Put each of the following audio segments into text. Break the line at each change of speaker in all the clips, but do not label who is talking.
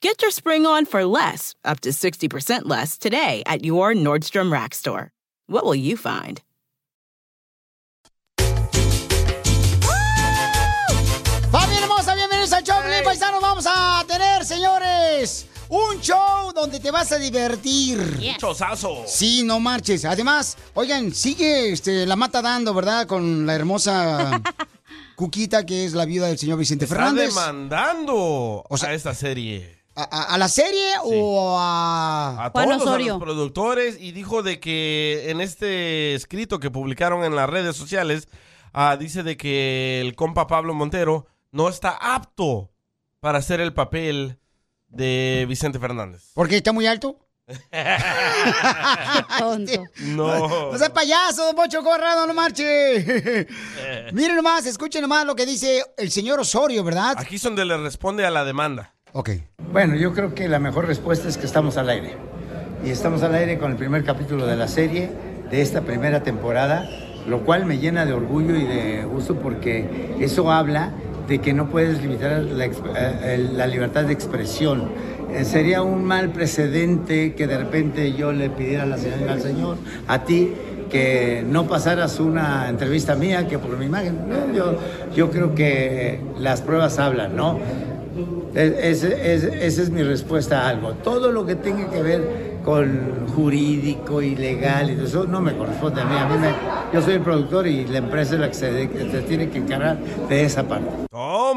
Get your spring on for less, up to 60% less, today at your Nordstrom Rack store. What will you find?
¡Familia hermosa! Bienvenidos al show, Pelín Paisanos. Vamos a tener, señores, un show donde te vas a divertir.
Chozazo.
Sí, no marches. Además, oigan, sigue este, la mata dando, ¿verdad? Con la hermosa Cuquita, que es la viuda del señor Vicente
Está
Fernández.
demandando a esta serie.
¿A, a- a la serie o a...?
A todos a los productores y dijo de que en este escrito que publicaron en las redes sociales ah, dice de que el compa Pablo Montero no está apto para hacer el papel de Vicente Fernández.
¿Por qué está muy alto?
No.
No seas payaso, don Poncho Corrado, no marche. Miren nomás, escuchen nomás lo que dice el señor Osorio, ¿verdad?
Aquí es donde le responde a la demanda.
Ok.
Bueno, yo creo que la mejor respuesta es que estamos al aire. Y estamos al aire con el primer capítulo de la serie, de esta primera temporada, lo cual me llena de orgullo y de gusto porque eso habla de que no puedes limitar la, ex- eh, el- la libertad de expresión. Eh, sería un mal precedente que de repente yo le pidiera a la señora, al señor, a ti, que no pasaras una entrevista mía que por mi imagen. Eh, Yo, yo creo que las pruebas hablan, ¿no? Es- es- es- esa es mi respuesta a algo. Todo lo que tenga que ver con jurídico y legal, y todo eso no me corresponde a mí. A mí me- yo soy el productor y la empresa es la que se, de- que se tiene que encargar de esa parte.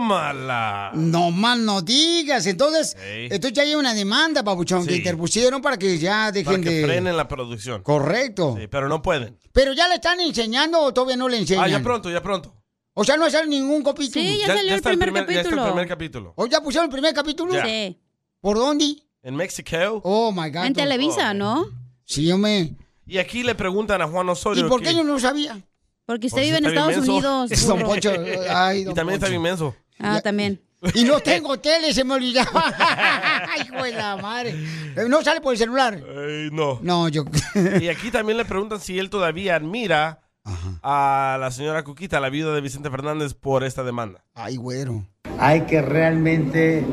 Tómala.
No mal no digas. Entonces,
Ah. Ey.
entonces ya hay una demanda, papuchón, que
Sí.
interpusieron para que ya
Para
dejen
que
de.
frenen la producción.
Correcto.
Sí, pero no pueden.
Pero ya le están enseñando o todavía no le enseñan.
Ah, ya pronto, ya pronto.
O sea, no sale ningún capítulo.
Sí, ya, salió el
está
primer,
ya está el
capítulo.
primer capítulo.
¿O ya pusieron el primer capítulo?
Ya.
Sí.
¿Por dónde?
En Mexico.
Oh my God.
En Televisa, ¿no?
Sí, hombre.
Y aquí le preguntan a Juan
¿Y
Osorio.
por
que-
qué yo no lo sabía?
Porque
Porque
usted vive en
está bien
Estados
menso.
Unidos.
Don
burro.
Poncho. Ay,
Y
don
también está
Poncho.
inmenso.
Ah, también.
Y no tengo tele, se me olvidaba. Hijo de la madre. Eh, No sale por el celular.
Ey, no.
No, yo.
Y aquí también le preguntan si él todavía admira a la señora Cuquita, la viuda de Vicente Fernández, por esta demanda.
Ay, güero.
Hay que realmente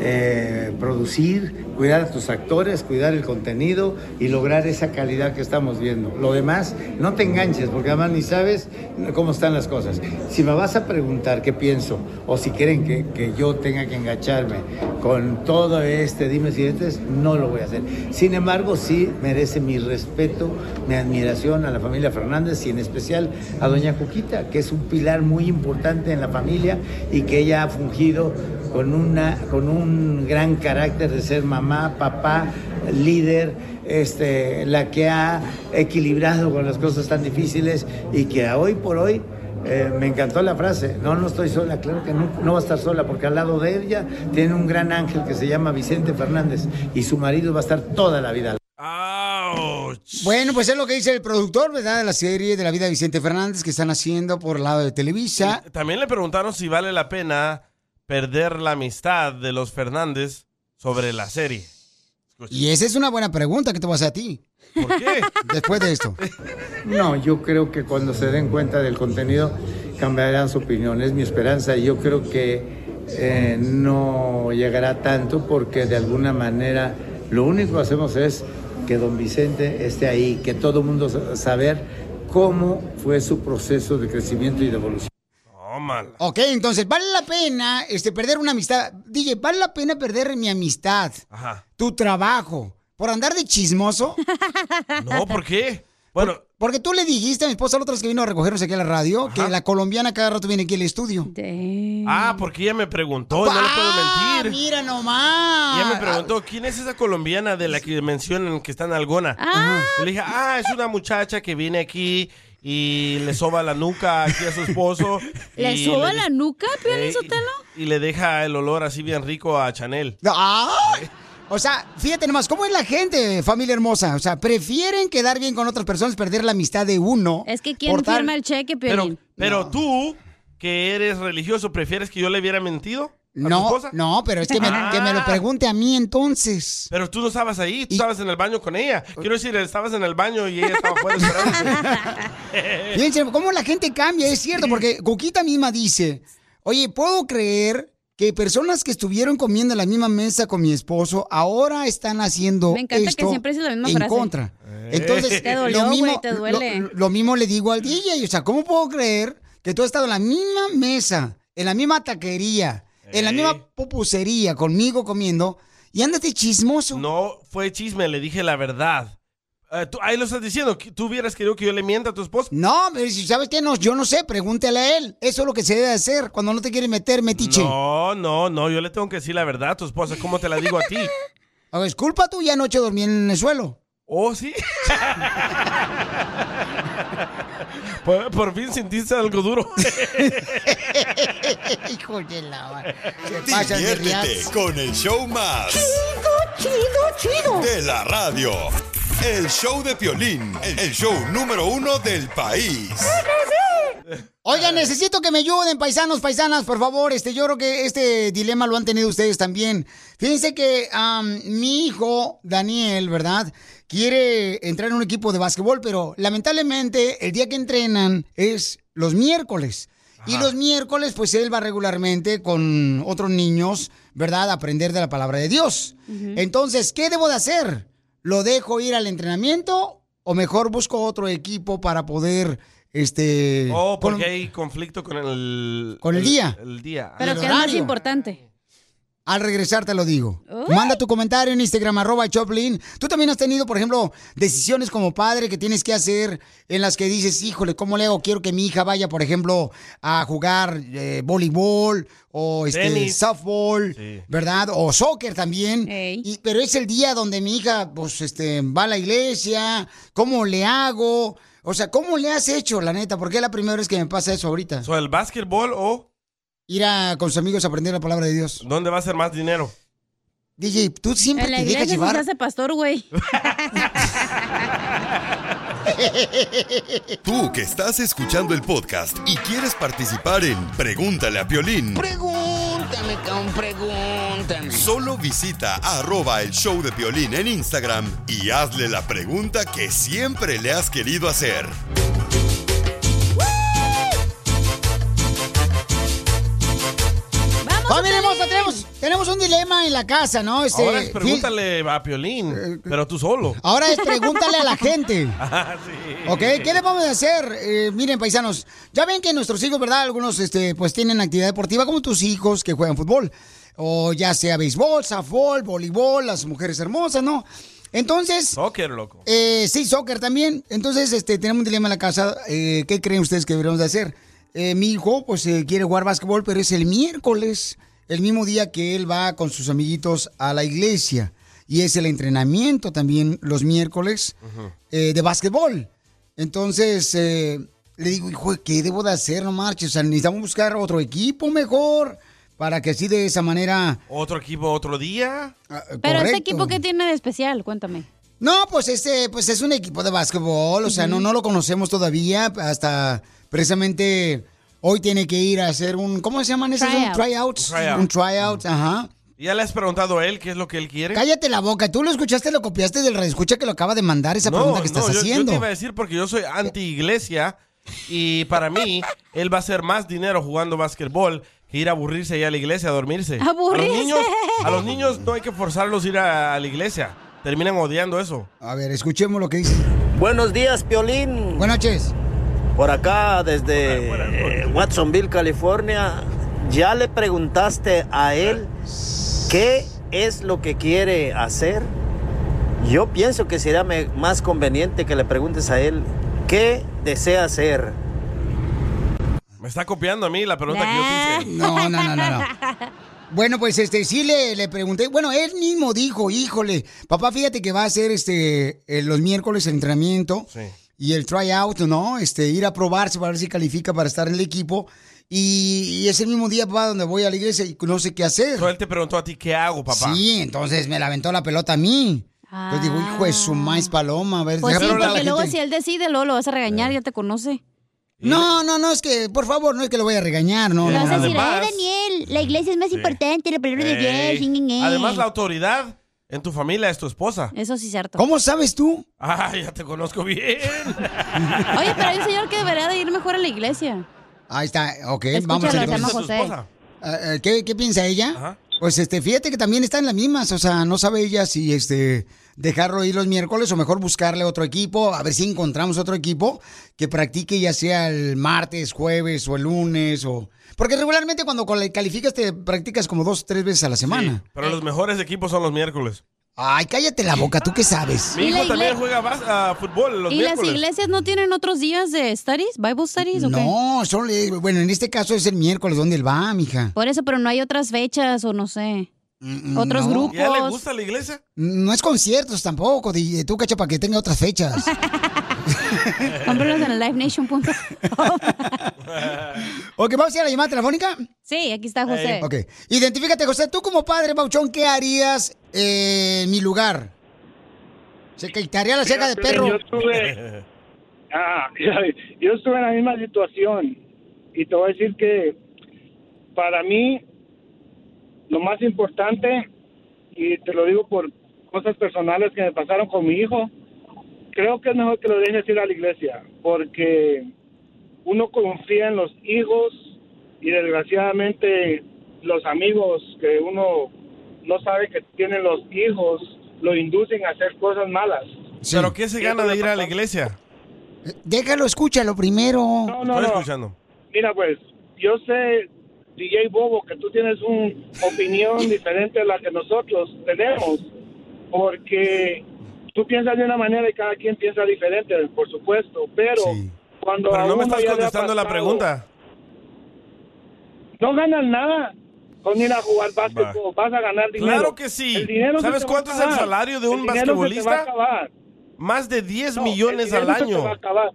eh, producir, cuidar a tus actores, cuidar el contenido y lograr esa calidad que estamos viendo. Lo demás, no te enganches, porque además ni sabes cómo están las cosas. Si me vas a preguntar qué pienso, o si quieren que, que yo tenga que engancharme con todo este dime si diretes, no lo voy a hacer. Sin embargo, sí merece mi respeto, mi admiración a la familia Fernández y en especial a doña Cuquita, que es un pilar muy importante en la familia y que ella ha fungido con, una, con un gran carácter de ser mamá, papá, líder, este, la que ha equilibrado con las cosas tan difíciles y que hoy por hoy eh, me encantó la frase, no, no estoy sola, claro que no, no va a estar sola, porque al lado de ella tiene un gran ángel que se llama Vicente Fernández y su marido va a estar toda la vida.
¡Auch!
Bueno, pues es lo que dice el productor, ¿verdad? De la serie de la vida de Vicente Fernández que están haciendo por el lado de Televisa.
También le preguntaron si vale la pena perder la amistad de los Fernández sobre la serie.
Y esa es una buena pregunta que te voy a hacer a ti
¿Por qué?
después de esto.
No, yo creo que cuando se den cuenta del contenido cambiarán su opinión, es mi esperanza y yo creo que eh, no llegará tanto porque de alguna manera lo único que hacemos es que don Vicente esté ahí, que todo el mundo sa- saber cómo fue su proceso de crecimiento y de evolución.
Tómala.
Ok, entonces, ¿vale la pena este, perder una amistad? DJ, ¿vale la pena perder mi amistad,
Ajá.
tu trabajo, por andar de chismoso?
No, ¿por qué? Bueno,
Porque tú le dijiste a mi esposa la otra vez que vino a recogernos aquí a la radio que la colombiana cada rato viene aquí al estudio.
ah, porque ella me preguntó, y no le puedo
Ah,
mentir.
mira nomás.
Ella me
ah.
preguntó, ¿quién es esa colombiana de la que mencionan que está en Algona? Yo Le dije, ah, es una muchacha que viene aquí y le soba la nuca aquí a su esposo.
¿Le
y
subo
le-
la nuca,
eh,
Piolín Sotelo?
Y, y le deja el olor así bien rico a Chanel.
Ah, o sea, fíjate nomás, ¿cómo es la gente, familia hermosa? O sea, prefieren quedar bien con otras personas, perder la amistad de uno.
Es que Eh, ¿quién
por tal-
firma el cheque,
Pero,
Piolín?
pero tú, que eres religioso, ¿prefieres que yo le hubiera mentido a tu
No,
esposa? Ah.
no, pero es que me, que me lo pregunte a mí entonces.
Pero tú no estabas ahí, tú estabas en el baño con ella. Quiero decir, estabas en el baño y ella estaba fuera esperando.
Fíjense cómo la gente cambia, es cierto, porque Coquita misma dice, oye, puedo creer que personas que estuvieron comiendo en la misma mesa con mi esposo ahora están haciendo
Me encanta que
esto
siempre dice la misma
en
frase.
contra.
Eh.
Entonces,
Te dolió,
lo
güey,
mismo,
te
lo-
duele.
Lo, mismo le digo al DJ, o sea, ¿cómo puedo creer que tú has estado en la misma mesa, en la misma taquería, en la
Ey.
misma pupusería conmigo comiendo y ándate chismoso?
No fue chisme, le dije la verdad. Eh, tú- ahí lo estás diciendo, que- ¿tú hubieras querido que yo le mienta a tu esposa?
No, pero si sabes que no, yo no sé, pregúntale a él. Eso es lo que se debe hacer cuando no te quiere meter, metiche.
No, no, no, yo le tengo que decir la verdad a tu esposa, ¿cómo te la digo a ti?
O es culpa tuya, anoche dormí en el suelo.
¿Oh, sí? por, por fin sentiste algo duro.
Hijo de la madre. ¿Qué pasa,
Diviértete
Andrea?
con el show más
Chido, chido, chido.
de la radio. El show de Piolín, el el show número uno del país.
Oigan, necesito que me ayuden, paisanos, paisanas, por favor. Este, yo creo que este dilema lo han tenido ustedes también. Fíjense que am, mi hijo, Daniel, ¿verdad? Quiere entrar en un equipo de básquetbol, pero lamentablemente el día que entrenan es los miércoles. Y los miércoles, pues él va regularmente con otros niños, ¿verdad? A aprender de la palabra de Dios. Entonces, ¿qué debo de hacer? ¿Lo dejo ir al entrenamiento o mejor busco otro equipo para poder, este...
Oh, porque
con-
hay conflicto con el...
Con el día.
El día.
Pero
el
que es más
horario.
importante.
Al regresar te lo digo.
Uy.
Manda tu comentario en Instagram, arroba Choplin. Tú también has tenido, por ejemplo, decisiones como padre que tienes que hacer en las que dices, híjole, ¿cómo le hago? Quiero que mi hija vaya, por ejemplo, a jugar eh, voleibol o este,
Tenis.
softball,
Sí.
¿verdad? O soccer también.
Ey.
Y- pero es el día donde mi hija, pues, este, va a la iglesia. ¿Cómo le hago? O sea, ¿cómo le has hecho, la neta? Porque es la primera vez que me pasa eso ahorita.
So, ¿El básquetbol o
Ir a, con sus amigos a aprender la palabra de Dios.
dónde va a ser más dinero?
DJ, tú siempre
En la
te dejas
iglesia sí
llevar.
se hace pastor, güey.
Tú que estás escuchando el podcast y quieres participar en Pregúntale a Piolín,
Pregúntame, cabrón, pregúntame.
solo visita arroba el show de Piolín en Instagram y hazle la pregunta que siempre le has querido hacer.
¡Vamos!
Familia
Piolín!
hermosa, tenemos, tenemos un dilema en la casa, ¿no? Este,
Ahora es
fi-
pregúntale a Piolín, pero tú solo.
ahora es pregúntale a la gente.
Ah, sí.
¿Ok? ¿Qué debemos de hacer? Eh, miren, paisanos, ya ven que nuestros hijos, ¿verdad? Algunos este, pues tienen actividad deportiva como tus hijos que juegan fútbol. O ya sea béisbol, softball, voleibol, las mujeres hermosas, ¿no? Entonces,
Soccer, loco.
eh, sí, soccer también. Entonces, este, tenemos un dilema en la casa. Eh, ¿Qué creen ustedes que deberíamos de hacer? Eh, mi hijo, pues, eh, quiere jugar básquetbol, pero es el miércoles, el mismo día que él va con sus amiguitos a la iglesia. Y es el entrenamiento también los miércoles eh, de básquetbol. Entonces, eh, le digo, hijo, ¿qué debo de hacer? No marches. O sea, necesitamos buscar otro equipo mejor para que así de esa manera...
Otro equipo, otro día.
ah,
Pero
correcto".
este equipo, ¿qué tiene de especial? Cuéntame.
No, pues este, pues es un equipo de básquetbol, o sea, no, no lo conocemos todavía, hasta precisamente hoy tiene que ir a hacer un, ¿cómo se llaman esos? Un
Tryout.
tryouts,
Un tryout.
un tryout, ajá.
¿Ya le has preguntado a él qué es lo que él quiere?
Cállate la boca, tú lo escuchaste, lo copiaste del escucha que lo acaba de mandar esa pregunta que estás
yo, yo
haciendo.
te iba a decir porque yo soy anti-iglesia y para mí él va a hacer más dinero jugando básquetbol que ir a aburrirse y a la iglesia a dormirse. A
Aburrirse.
los niños, a los niños no hay que forzarlos a ir a, a la iglesia. Terminan odiando eso.
A ver, escuchemos lo que dice.
Buenos días, Piolín.
Buenas noches.
Por acá, desde eh, Watsonville, California. ¿Ya le preguntaste a él qué es lo que quiere hacer? Yo pienso que sería me- más conveniente que le preguntes a él qué desea hacer.
Me está copiando a mí la pregunta que yo te hice.
Ah.
No, no, no, no, no. Bueno, pues este sí le, le pregunté, bueno, él mismo dijo, híjole, papá, fíjate que va a hacer este eh, los miércoles el entrenamiento y el tryout, ¿no? Este, ir a probarse para ver si califica para estar en el equipo. Y, y ese mismo día va donde voy a la iglesia y no sé qué hacer.
Él te preguntó a ti qué hago, papá.
Sí, entonces me la aventó la pelota a mí. Yo digo, hijo de su maíz paloma, a ver,
Ah. Pues
deja
sí,
preguntar a la
porque luego
gente.
si él decide, luego lo vas a regañar, ya te conoce.
No, no, no, es que, Eh, por favor, no es que lo voy a regañar, no.
Le
no,
vas a
no.
decir,
Además-
"Ay, Daniel, la iglesia es más
Sí.
importante, la palabra de
Ey.
Dios. yin, yin, yin".
Además, la autoridad en tu familia es tu esposa.
Eso sí es cierto.
¿Cómo sabes tú?
Ah, ya te conozco bien.
Oye, pero hay un señor que debería de ir mejor a la iglesia.
Ahí está, ok,
Escúchalo,
vamos
se
a
llama José.
Ah, ah, ¿Qué, qué piensa ella? Pues este, fíjate que también está en las mismas, o sea, no sabe ella si este dejarlo ir los miércoles o mejor buscarle otro equipo, a ver si encontramos otro equipo que practique ya sea el martes, jueves o el lunes o porque regularmente cuando col- calificas te practicas como dos o tres veces a la semana.
Pero los mejores equipos son los miércoles.
Ay, cállate la boca, ¿tú qué sabes?
Mi
¿Y la
hijo también
igle-
juega bas- ah, fútbol los
¿Y las
miércoles.
iglesias no tienen otros días de studies, Bible studies o qué?
No, son, eh, bueno, en este caso es el miércoles donde él va, mija.
Por eso, pero no hay otras fechas o no sé. Otros
Mm, no.
grupos.
¿Y a él le
gusta la iglesia?
No es conciertos tampoco, DJ, tú cacha para que tenga otras fechas.
Cómpralos en livenation.com.
Ok, vamos a ir a la llamada telefónica.
Sí, aquí está José.
Ok. Identifícate, José. Tú como padre, Pauchón, ¿qué harías eh, en mi lugar? ¿Se quitaría la ceja de
Fíjate,
perro?
Yo estuve, Ah, yo estuve en la misma situación y te voy a decir que para mí lo más importante, y te lo digo por cosas personales que me pasaron con mi hijo, creo que es mejor que lo dejes ir a la iglesia, porque uno confía en los hijos y desgraciadamente los amigos que uno no sabe que tienen los hijos lo inducen a hacer cosas malas.
¿Pero qué se gana de ir a la iglesia?
Eh, Déjalo, escúchalo primero.
No, no,
Estoy
no.
escuchando.
Mira, pues, yo sé, DJ Bobo, que tú tienes una opinión diferente a la que nosotros tenemos, porque tú piensas de una manera y cada quien piensa diferente, por supuesto, pero cuando... a
Pero no me
uno
estás
ya le ha
contestando la
pasado-
pregunta.
No ganan nada con ir a jugar básquetbol, vas a ganar dinero.
Claro que sí.
El dinero se
¿Sabes
te va a
cuánto es el
acabar.
salario de un
El dinero se te va a
basquetbolista?
acabar.
Más de 10
No,
millones
el
al
dinero se te
año.
va a acabar.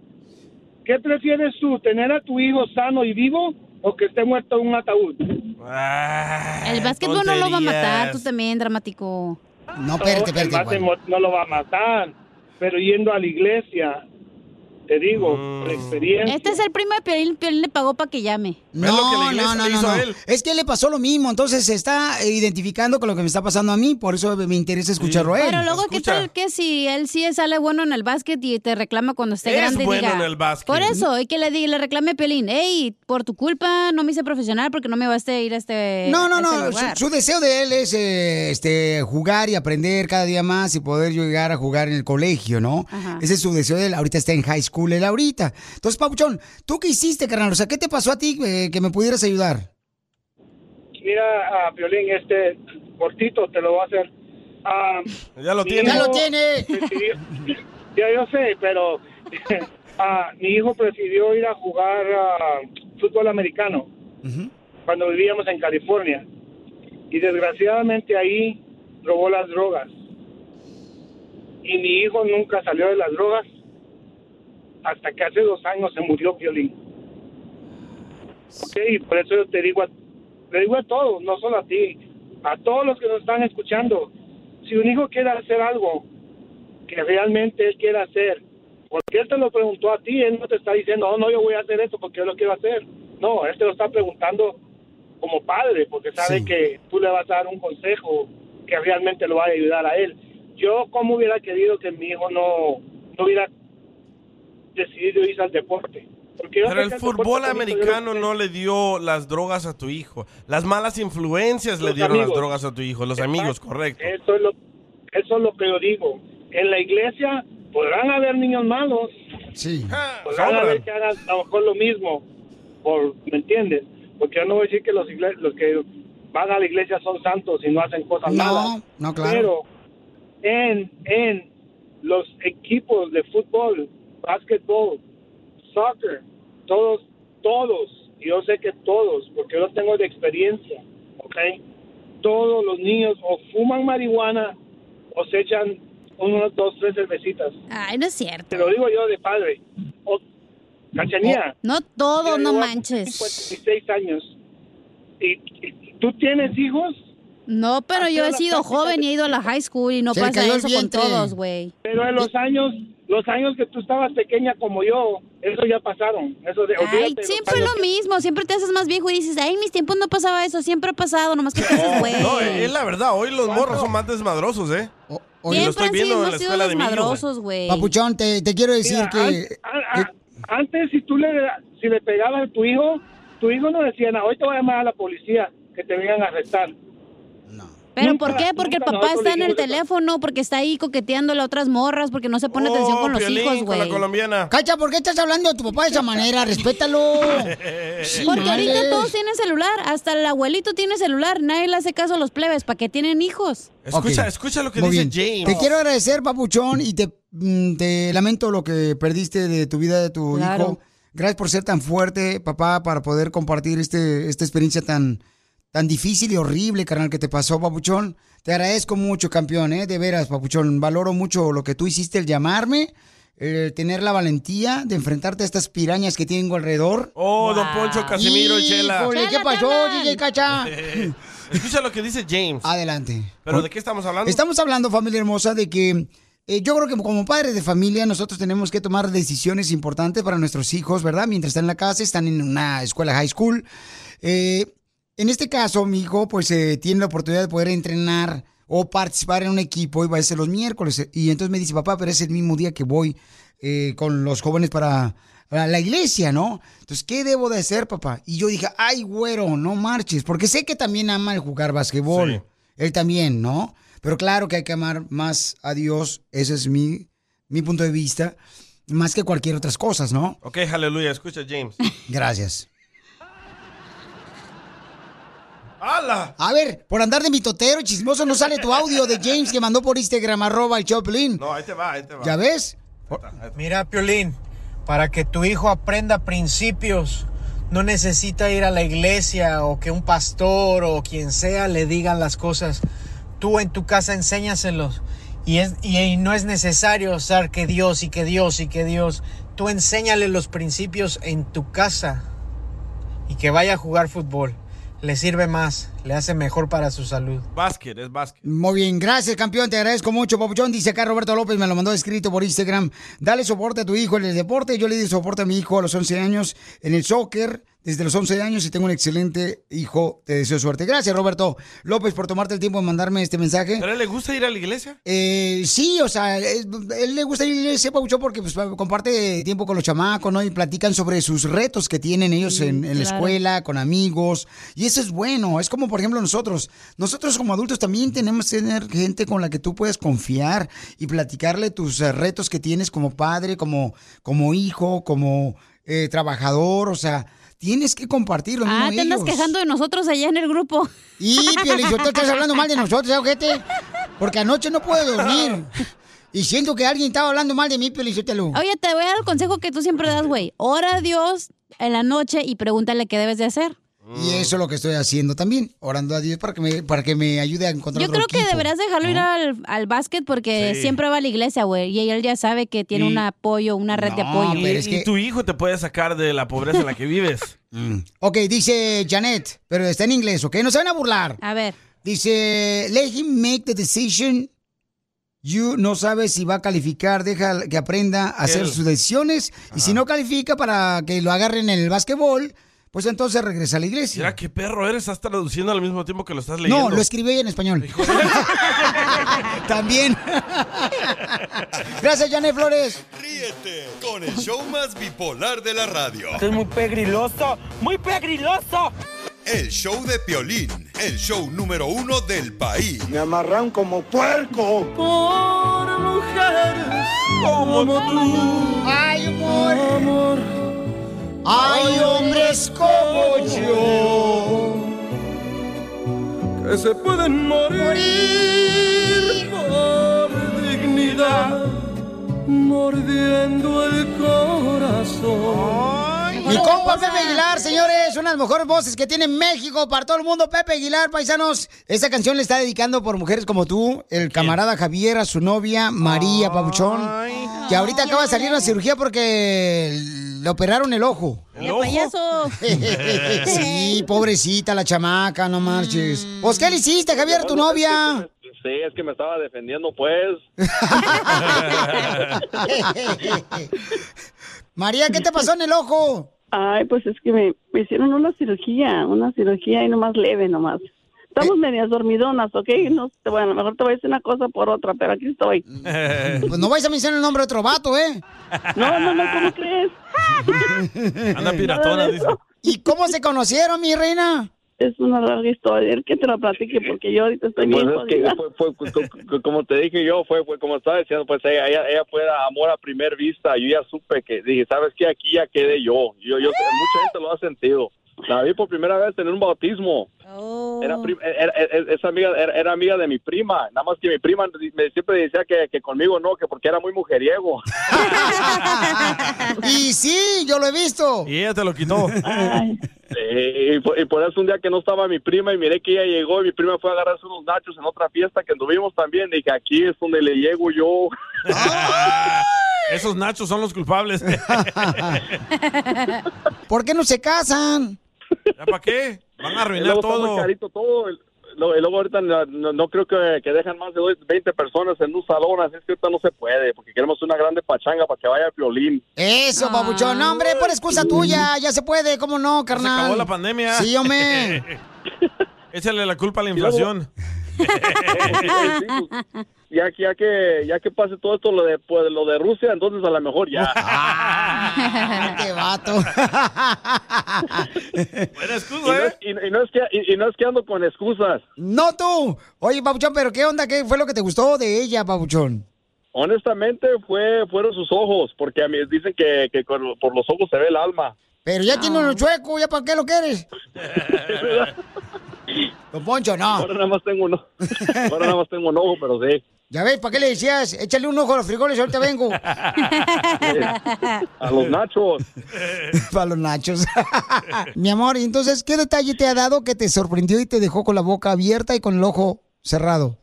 ¿Qué prefieres tú, tener a tu hijo sano y vivo o que esté muerto en un ataúd?
Eh,
El básquetbol no lo va a matar,
tonterías.
tú también, dramático.
No,
espérate, espérate. No lo va a matar, pero yendo a la iglesia, te digo,
Mm.
por experiencia.
Este es el primo de Piolín, Piolín le pagó para que llame.
No, no, no, no, no. Es que le pasó lo mismo, entonces se está identificando con lo que me está pasando a mí, por eso me interesa escucharlo a él.
Pero luego, ¿qué tal que si él sí sale bueno en el básquet y te reclama cuando esté
Es
grande? y
bueno
diga,
en el básquet.
Por eso, y que le, di- le reclame a Piolín, hey, por tu culpa no me hice profesional porque no me vas a ir a este
No, no,
a este
no. Su,
lugar".
su deseo de él es eh, este, jugar y aprender cada día más y poder llegar a jugar en el colegio, ¿no?
Ajá.
Ese es su deseo de él. Ahorita está en high school él ahorita. Entonces, Papuchón, ¿tú qué hiciste, carnal? O sea, ¿qué te pasó a ti eh, que me pudieras ayudar?
Mira, a Violín, este cortito te lo voy a hacer. Ah,
ya lo
tiene. Ya lo tiene.
ya yo sé, pero ah, mi hijo prefirió ir a jugar ah, fútbol americano cuando vivíamos en California. Y desgraciadamente ahí robó las drogas. Y mi hijo nunca salió de las drogas hasta que hace dos años se murió Violín. Ok, y por eso yo te digo a le digo a todos, no solo a ti, a todos los que nos están escuchando, si un hijo quiere hacer algo que realmente él quiera hacer, porque él te lo preguntó a ti, él no te está diciendo, oh, no, yo voy a hacer esto porque yo lo quiero hacer. No, él te lo está preguntando como padre, porque sabe que tú le vas a dar un consejo que realmente lo va a ayudar a él. Yo, como hubiera querido que mi hijo no, no hubiera decidido irse al deporte? Porque yo
Pero
sé
el
que
fútbol
deporte, Piolín, yo lo
americano no le dio las drogas a tu hijo. Las malas influencias le
Los
dieron las
amigos.
drogas a tu hijo, los amigos, correcto.
Eso es lo, eso es lo que yo digo. En la iglesia podrán haber niños malos,
Sí.
podrán
sobran.
haber que hagan a lo mejor lo mismo, por, ¿me entiendes? Porque yo no voy a decir que los, igle- los que van a la iglesia son santos y no hacen cosas
No,
malas.
no, claro.
Pero en, en los equipos de fútbol, básquetbol, soccer, todos, todos, yo sé que todos, porque yo tengo de experiencia, ¿ok? Todos los niños o fuman marihuana o se echan unos dos, tres cervecitas.
Ay, no es cierto.
Te lo digo yo de padre. O, Cachanía,
Eh, No todo, no
igual,
manches.
16 años. ¿Y, y- pues, tú tienes hijos?
No, pero yo he sido joven y he ido a la high school y no
Se le
pasa
cayó el
eso con
vientre.
todos, güey.
Pero en los años, los años que tú estabas pequeña como yo, eso ya pasaron. Eso de,
Ay, siempre lo mismo, siempre te haces más viejo y dices, ay, en mis tiempos no pasaba eso, siempre ha pasado, nomás que te haces güey.
No, eh, es la verdad, hoy los morros son más desmadrosos, ¿eh?
oye.
Y lo
Siempre
estoy
han
viendo
sido-
en la
hemos sido
escuela de mi hijo.
desmadrosos, güey.
Papuchón, te, te quiero decir
Mira,
que...
an- an- Ah, antes, si tú le, si le pegabas a tu hijo, tu hijo no decía nada. Hoy te voy a llamar a la policía que te vengan a arrestar.
¿Pero
Nunca-
por qué? Porque el
nunca
papá
nosotros
está en el
dijimos eso.
teléfono, porque está ahí coqueteándole a otras morras, porque no se pone atención con los hijos, güey.
colombiana.
Cacha, ¿por qué estás hablando de tu papá de esa manera? Respétalo.
Porque ahorita
Chimales.
todos tienen celular, hasta el abuelito tiene celular, nadie le hace caso a los plebes, ¿para qué tienen hijos?
Escucha,
Ok.
escucha lo que
Muy
dice
bien.
James.
Te quiero agradecer, papuchón, y te, mm, te lamento lo que perdiste de tu vida, de tu
Claro.
hijo. Gracias por ser tan fuerte, papá, para poder compartir este, esta experiencia tan, tan difícil y horrible, carnal, que te pasó, papuchón. Te agradezco mucho, campeón, ¿eh? de veras, papuchón. Valoro mucho lo que tú hiciste, el llamarme, el tener la valentía de enfrentarte a estas pirañas que tengo alrededor.
Oh, don Poncho, Casimiro y Chela.
Híjole, ¿qué pasó, DJ Cacha?
Escucha lo que dice James.
Adelante.
¿Pero de qué estamos hablando?
Estamos hablando, familia hermosa, de que eh, yo creo que como padres de familia nosotros tenemos que tomar decisiones importantes para nuestros hijos, ¿verdad? Mientras están en la casa, están en una escuela high school. Eh, en este caso, mi hijo, pues eh, tiene la oportunidad de poder entrenar o participar en un equipo y va a ser los miércoles. Y entonces me dice, papá, pero es el mismo día que voy eh, con los jóvenes para a la iglesia, ¿no? Entonces, ¿qué debo de hacer, papá? Y yo dije, ay, güero, no marches, porque sé que también ama el jugar basquetbol.
Sí.
Él también, ¿no? Pero claro que hay que amar más a Dios, ese es mi, mi punto de vista, más que cualquier otras cosas, ¿no?
Ok, aleluya, escucha James.
Gracias.
¡Hala!
A ver, por andar de mitotero y chismoso no sale tu audio de James que mandó por Instagram arroba el Choplin.
No, ahí te va, ahí te va.
¿Ya ves?
Mira, Piolín, para que tu hijo aprenda principios, no necesita ir a la iglesia o que un pastor o quien sea le digan las cosas. Tú en tu casa enséñaselos. Y, es, y, y no es necesario usar que Dios y que Dios y que Dios. Tú enséñale los principios en tu casa y que vaya a jugar fútbol. Le sirve más, le hace mejor para su salud.
Básquet, es básquet.
Muy bien, gracias campeón, te agradezco mucho, Papuchón. Dice acá Roberto López, me lo mandó escrito por Instagram. Dale soporte a tu hijo en el deporte. Yo le di soporte a mi hijo a los 11 años en el soccer, desde los 11 años y tengo un excelente hijo. Te deseo suerte. Gracias, Roberto López, por tomarte el tiempo de mandarme este mensaje.
¿Pero a él le gusta ir a la iglesia?
Eh, sí, o sea, es- él le gusta ir a ese paucho porque pues, comparte tiempo con los chamacos, ¿no? Y platican sobre sus retos que tienen ellos en, en la
claro.
escuela, con amigos. Y eso es bueno. Es como, por ejemplo, nosotros. Nosotros como adultos también tenemos que tener gente con la que tú puedes confiar y platicarle tus eh, retos que tienes como padre, como, como hijo, como eh, trabajador. O sea, tienes que compartirlo.
Ah,
mismo
te andas
ellos.
quejando de nosotros allá en el grupo.
Y, Piolín, tú estás hablando mal de nosotros, ¿eh, ojete? Porque anoche no pude dormir. Y siento que alguien estaba hablando mal de mí, Piolín, suéltalo.
Oye, te voy a dar el consejo que tú siempre das, güey. Ora a Dios en la noche y pregúntale qué debes de hacer.
Y
Mm.
eso es lo que estoy haciendo también, orando a Dios para que me, para que me ayude a encontrar
Yo
otro
creo que
equipo.
deberás dejarlo ir al, al básquet porque
Sí.
siempre va a la iglesia, güey. Y él ya sabe que tiene
Y-
un apoyo, una red de apoyo.
y, y tu hijo te puede sacar de la pobreza en la que vives.
Ok, dice Janet, pero está en inglés, ¿ok? No se van a burlar.
A ver.
Dice, let him make the decision. You no sabe si va a calificar, deja que aprenda a hacer
Él.
sus decisiones. Y si no califica para que lo agarren en el básquetbol, pues entonces regresa a la iglesia.
Mira qué perro eres, estás traduciendo al mismo tiempo que lo estás leyendo.
No, lo escribí en español. También. Gracias, Janet Flores.
Ríete con el show más bipolar de la radio.
Esto es muy pegriloso, muy pegriloso.
El show de Piolín, el show número uno del país.
Me amarran como puerco. Por mujeres como tú.
Ay, amor.
amor.
Hay hombres como
yo. Que se pueden morir por
vida mordiendo el corazón.
Mi compa Pepe Aguilar, señores, una de las mejores voces que tiene México para todo el mundo. Pepe Aguilar, paisanos, esta canción le está dedicando por mujeres como tú, el camarada Javier, a su novia María Pabuchón, que ahorita acaba de salir de una cirugía porque le operaron el ojo.
¡El payaso!
sí, pobrecita la chamaca, no marches. Pues, ¿qué le hiciste, Javier, a tu novia?
Sí, es que me estaba defendiendo, pues.
María, ¿qué te pasó en el ojo?
Ay, pues es que me, me hicieron una cirugía, una cirugía y nomás leve nomás.
Eh.
Estamos medias dormidonas, ¿ok? No, te- bueno, a lo mejor te voy a decir una cosa por otra, pero aquí estoy.
Pues no vais a mencionar el nombre de otro vato, ¿eh?
No, no, no, ¿cómo crees?
Anda piratona, dice.
¿Y cómo se conocieron, mi reina?
Es una larga historia, el que te lo platique porque yo ahorita estoy
Pues
bien
es que
jodida.
fue, fue- fue- co- co- como te dije yo, fue, fue como estaba diciendo, pues ella, ella, ella fue a amor a primer vista. Yo ya supe que, dije, ¿sabes qué? Aquí ya quedé yo. yo, yo mucha gente lo ha sentido. La vi por primera vez en un bautismo.
Oh.
Era, e, pri- era- era- esa amiga, era, era amiga de mi prima. Nada más que mi prima me siempre decía que, que conmigo no, que porque era muy mujeriego.
Y sí, yo lo he visto.
Y ella te lo quitó.
Eh, y, por, y por eso un día que no estaba mi prima y miré que ella llegó y mi prima fue a agarrarse unos nachos en otra fiesta que anduvimos también. Dije, aquí es donde le llego yo.
Esos nachos son los culpables.
¿Por qué no se casan?
¿Para qué? Van a
Y
arruinar
luego está muy
todo.
carito todo. Y luego- y luego ahorita no, no- no creo que, que dejan más de 20 personas en un salón, así es que ahorita no se puede, porque queremos una grande pachanga para que vaya el violín.
Eso, papuchón. No, hombre, por excusa tuya, ya se puede, ¿cómo no,
Se
carnal?
acabó la pandemia.
Sí, hombre.
Échale la culpa a la inflación.
pues, Ya que, ya que, ya que pase todo esto lo de, pues, lo de Rusia, entonces a lo mejor ya.
Ah,
Ah, ¡Qué vato!
¿eh?
y, no es, y- y no es que, y- y no es que ando con excusas.
No tú. Oye, papuchón, pero ¿qué onda? ¿Qué fue lo que te gustó de ella, papuchón?
Honestamente, fue, fueron sus ojos, porque a mí dicen que, que con- por los ojos se ve el alma.
Pero ya tiene
Ah.
uno chueco, ¿ya para qué lo quieres? Don Poncho, no.
Ahora nada más tengo uno. Ahora nada más tengo un ojo, pero sí.
Ya ves, ¿para qué le decías? Échale un ojo a los frijoles, ahorita vengo.
A los nachos.
Para los nachos. Mi amor, ¿y entonces qué detalle te ha dado que te sorprendió y te dejó con la boca abierta y con el ojo cerrado?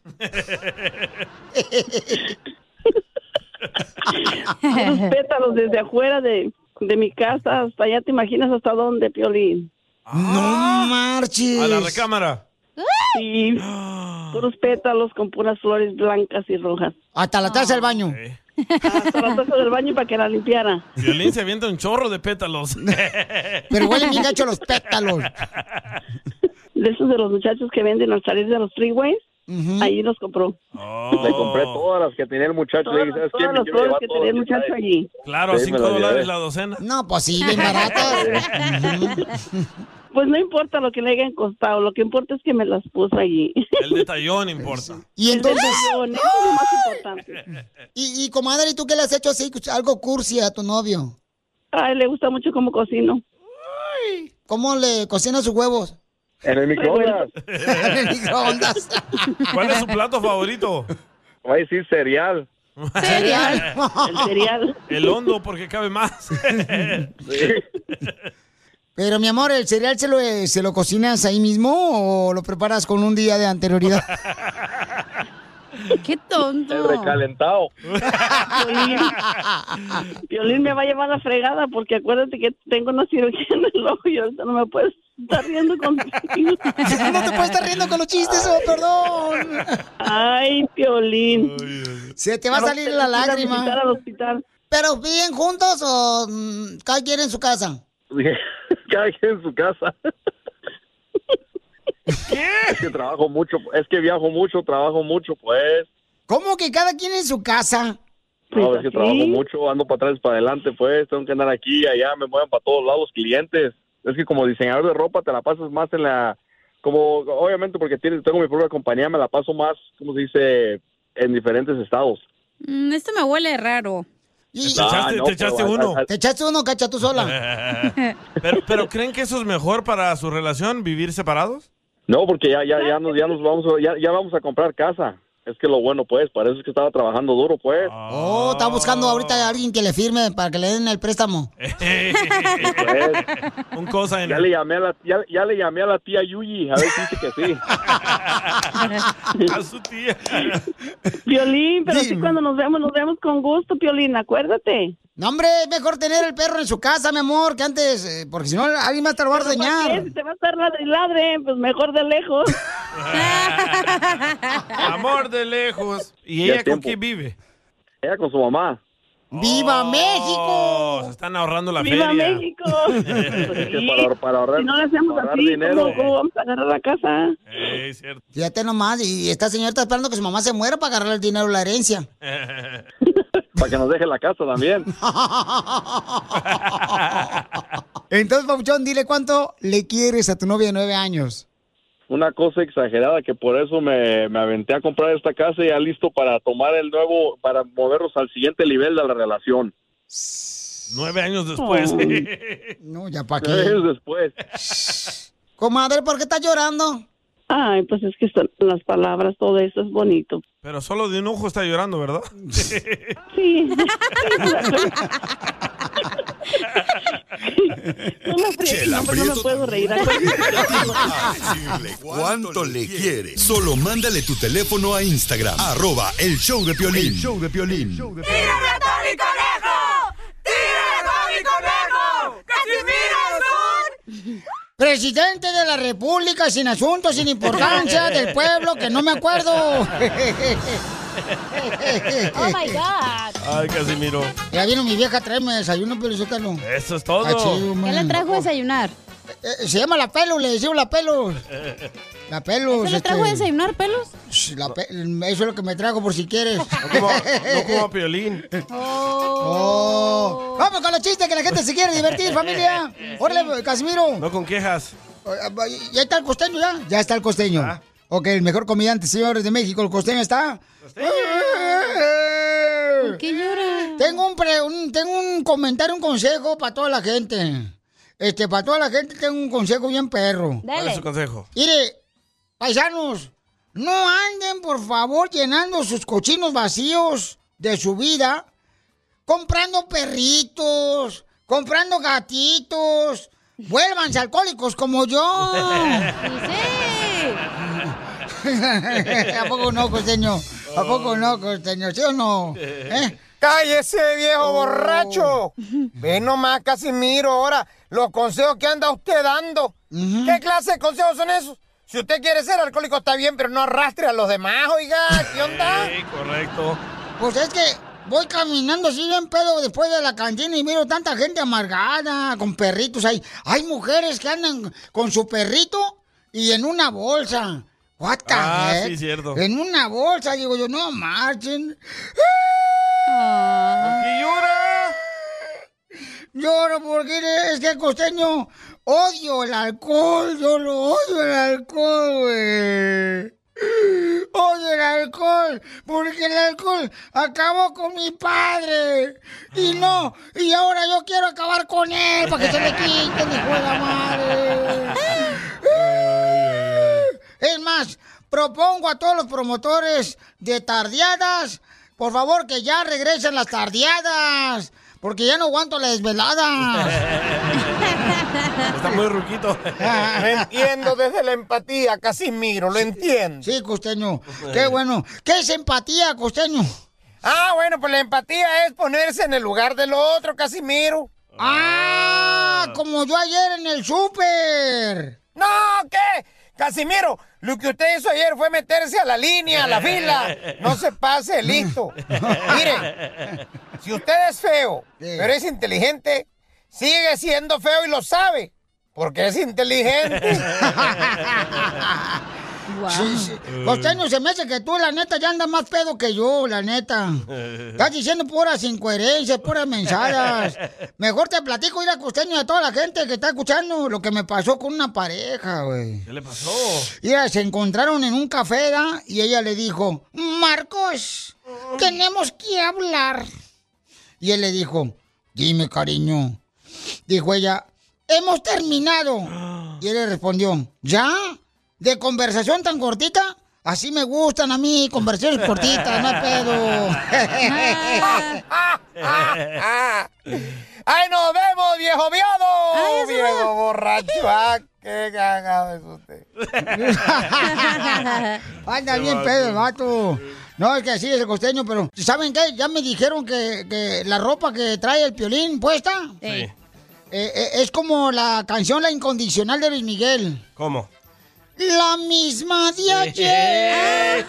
Unos pétalos desde afuera de, de mi casa hasta allá, ¿te imaginas hasta dónde, Piolín?
¡No marches!
Ah. A la recámara.
Sí, puros pétalos con puras flores blancas y rojas.
Hasta la taza del baño.
Hasta la taza del baño para que la limpiara.
Violín se avienta un chorro de pétalos.
Pero huele bien gacho los pétalos.
De esos de los muchachos que venden al salir de los freeways, ahí los compró.
Le compré
Oh.
todas las que tenía el muchacho. Le dije, ¿sabes qué?
Todas
Me
las
quiero
flores
llevar
que
todo
tenía el
lo que
muchacho
trae.
allí.
Claro,
Sí, me
5
lo llevé.
dólares la docena.
No, pues sí, bien baratas.
Pues no importa lo que le hayan costado, lo que importa es que me las puso allí.
El detallón importa.
Y entonces.
detallón, eso es lo más
Y, y, comadre, ¿y tú qué le has hecho así, algo cursi a tu novio?
Ay, le gusta mucho cómo cocino.
¿Cómo le cocina sus huevos?
En el microondas.
en el microondas.
¿Cuál es su plato favorito?
Va a decir cereal.
Cereal.
El cereal.
El hondo porque cabe más.
Pero mi amor, ¿el cereal se lo, eh, se lo cocinas ahí mismo o lo preparas con un día de anterioridad?
¡Qué tonto!
El recalentado.
Piolín. Piolín me va a llevar la fregada porque acuérdate que tengo una cirugía en el ojo y ahorita no me puedes estar riendo contigo.
no te puedes estar riendo con los chistes, oh, perdón.
Ay, Piolín.
Se te va a salir la lágrima. ¿Pero viven juntos o mm, cada quien en su casa?
Dije, cada quien en su casa. Es que trabajo mucho, es que viajo mucho, trabajo mucho, pues.
¿Cómo que cada quien en su casa?
No, es que
así.
trabajo mucho, ando para atrás y para adelante, pues. Tengo que andar aquí y allá, me mueven para todos lados clientes. Es que como diseñador de ropa te la pasas más en la... Como, obviamente, porque tienes, tengo mi propia compañía, me la paso más, como se dice, en diferentes estados.
Mm, esto me huele raro.
Ah,
Te echaste- te echaste uno.
Te echaste uno, cacha, tú sola.
pero, pero ¿creen que eso es mejor para su relación, vivir separados?
No, porque ya, ya, ya, nos, ya nos vamos, a- ya, ya vamos a comprar casa. Es que lo bueno, pues, parece que estaba trabajando duro, pues.
Oh, está buscando ahorita a alguien que le firme para que le den el préstamo.
Un cosa ya, le llamé a la, ya, ya le llamé a la tía Yuyi, a ver si dice que sí.
A su tía.
Piolín, pero sí cuando nos vemos, nos vemos con gusto, Piolín, acuérdate.
No, hombre, es mejor tener el perro en su casa, mi amor, que antes, eh, porque si no, alguien más te lo va a
¿Para
ordeñar.
qué? Si te va a estar ladre y ladre, pues mejor de lejos.
Amor de lejos. ¿Y
Ya
ella con
tiempo.
quién vive?
Ella con su mamá.
¡Viva
México! Se están ahorrando la
¡Viva
feria.
México!
Es que para, para ahorrar,
Si no lo hacemos
para ahorrar
así,
dinero.
¿cómo, cómo vamos a agarrar la casa?
Eh,
Fíjate nomás, y esta señora está esperando que su mamá se muera para agarrar el dinero de la herencia.
Para que nos deje la casa también.
Entonces, Papuchón, dile cuánto le quieres a tu novia de nueve años.
Una cosa exagerada que por eso me, me aventé a comprar esta casa y ya listo para tomar el nuevo, para movernos al siguiente nivel de la relación.
Nueve años después.
No, ya para
Nueve años
qué.
después.
Comadre, ¿por qué estás llorando?
Ay, pues es que son las palabras, todo eso es bonito.
Pero solo de un ojo está llorando, ¿verdad?
Sí. No la friegues, no, pues no me puedo reír.
Dile ¿Cuánto le quiere? Solo mándale tu teléfono a Instagram. Arroba el show de Piolín. show de Piolín.
Presidente de la República sin asunto, sin importancia, del pueblo, que no me acuerdo.
Oh, my God.
Ay, Casimiro.
Ya vino mi vieja a traerme desayuno, Ah, pero yo no.
Eso es todo.
¿Qué le trajo a desayunar?
Eh, se llama la pelo, le decimos la pelo. La pelo. este
¿Se le trajo a desayunar pelos?
eso es lo que me trajo por si quieres.
Como- no como a Piolín.
Oh. Vamos con los chistes que la gente se quiere divertir, familia. Órale, Casimiro.
No con quejas.
Ya está el costeño, ya. Ya está el costeño. Ok, el mejor comediante, señores de México, el costeño está. ¿Por
qué llora?
Tengo un, pre- un- tengo un comentario, un consejo Oh, para toda la gente. Este, para toda la gente tengo un consejo bien perro.
¿Cuál es su consejo?
Mire, paisanos, no anden por favor llenando sus cochinos vacíos de su vida comprando perritos, comprando gatitos. Vuélvanse alcohólicos como yo. ¿A poco no, costeño? ¿A
Oh.
poco no, costeño? ¿Sí o no? ¿Eh?
¡Cállese, viejo
Oh.
borracho! Ve nomás, Casimiro, ahora los consejos que anda usted dando. ¿Qué clase de consejos son esos? Si usted quiere ser alcohólico está bien, pero no arrastre a los demás, oiga, ¿qué onda?
Sí, correcto.
Pues es que voy caminando así bien pedo después de la cantina y miro tanta gente amargada, con perritos ahí. Hay mujeres que andan con su perrito y en una bolsa. What the
Ah,
heck?
sí, cierto.
En una bolsa, digo yo, no marchen. ¡Eh,
qué llora?
Lloro porque es que costeño odio el alcohol, yo lo odio el alcohol, güey. Odio el alcohol, porque el alcohol acabó con mi padre. Y no, y ahora yo quiero acabar con él para que se le quite, mi juega madre. Es más, propongo a todos los promotores de tardeadas, por favor que ya regresen las tardeadas, porque ya no aguanto las desveladas.
Está muy ruquito.
Lo entiendo desde la empatía, Casimiro, lo entiendo.
Sí, costeño, qué Pues bueno. ¿Qué es empatía, costeño?
Ah, bueno, pues la empatía es ponerse en el lugar del otro, Casimiro.
Ah, como yo ayer en el súper.
No, ¿qué? Casimiro, lo que usted hizo ayer fue meterse a la línea, a la fila. No se pase, listo. Mire, si usted es feo, pero es inteligente, sigue siendo feo y lo sabe, porque es inteligente.
Sí, sí. Costeño, se me hace que tú, la neta, ya andas más pedo que yo, la neta. Estás diciendo puras incoherencias, puras mensadas. Mejor te platico, ir a costeño y a toda la gente que está escuchando lo que me pasó con una pareja, güey.
¿Qué le pasó?
Mira, se encontraron en un café, ¿da? Y ella le dijo, Marcos, tenemos que hablar. Y él le dijo, dime, cariño. Dijo ella, hemos terminado. Y él le respondió, ¿ya? ¿De conversación tan cortita?
Así me gustan a mí, conversiones cortitas, no hay pedo.
¡Ay, nos vemos, viejo viado!
Ay, eso
¡Viejo
no.
borracho! ¡Ah, qué cagado es usted!
Anda bien pedo el vato. No, es que así es el costeño, pero ¿saben qué? Ya me dijeron que, que la ropa que trae el piolín puesta eh, eh, es como la canción La Incondicional de Luis Miguel.
¿Cómo?
La misma de ayer.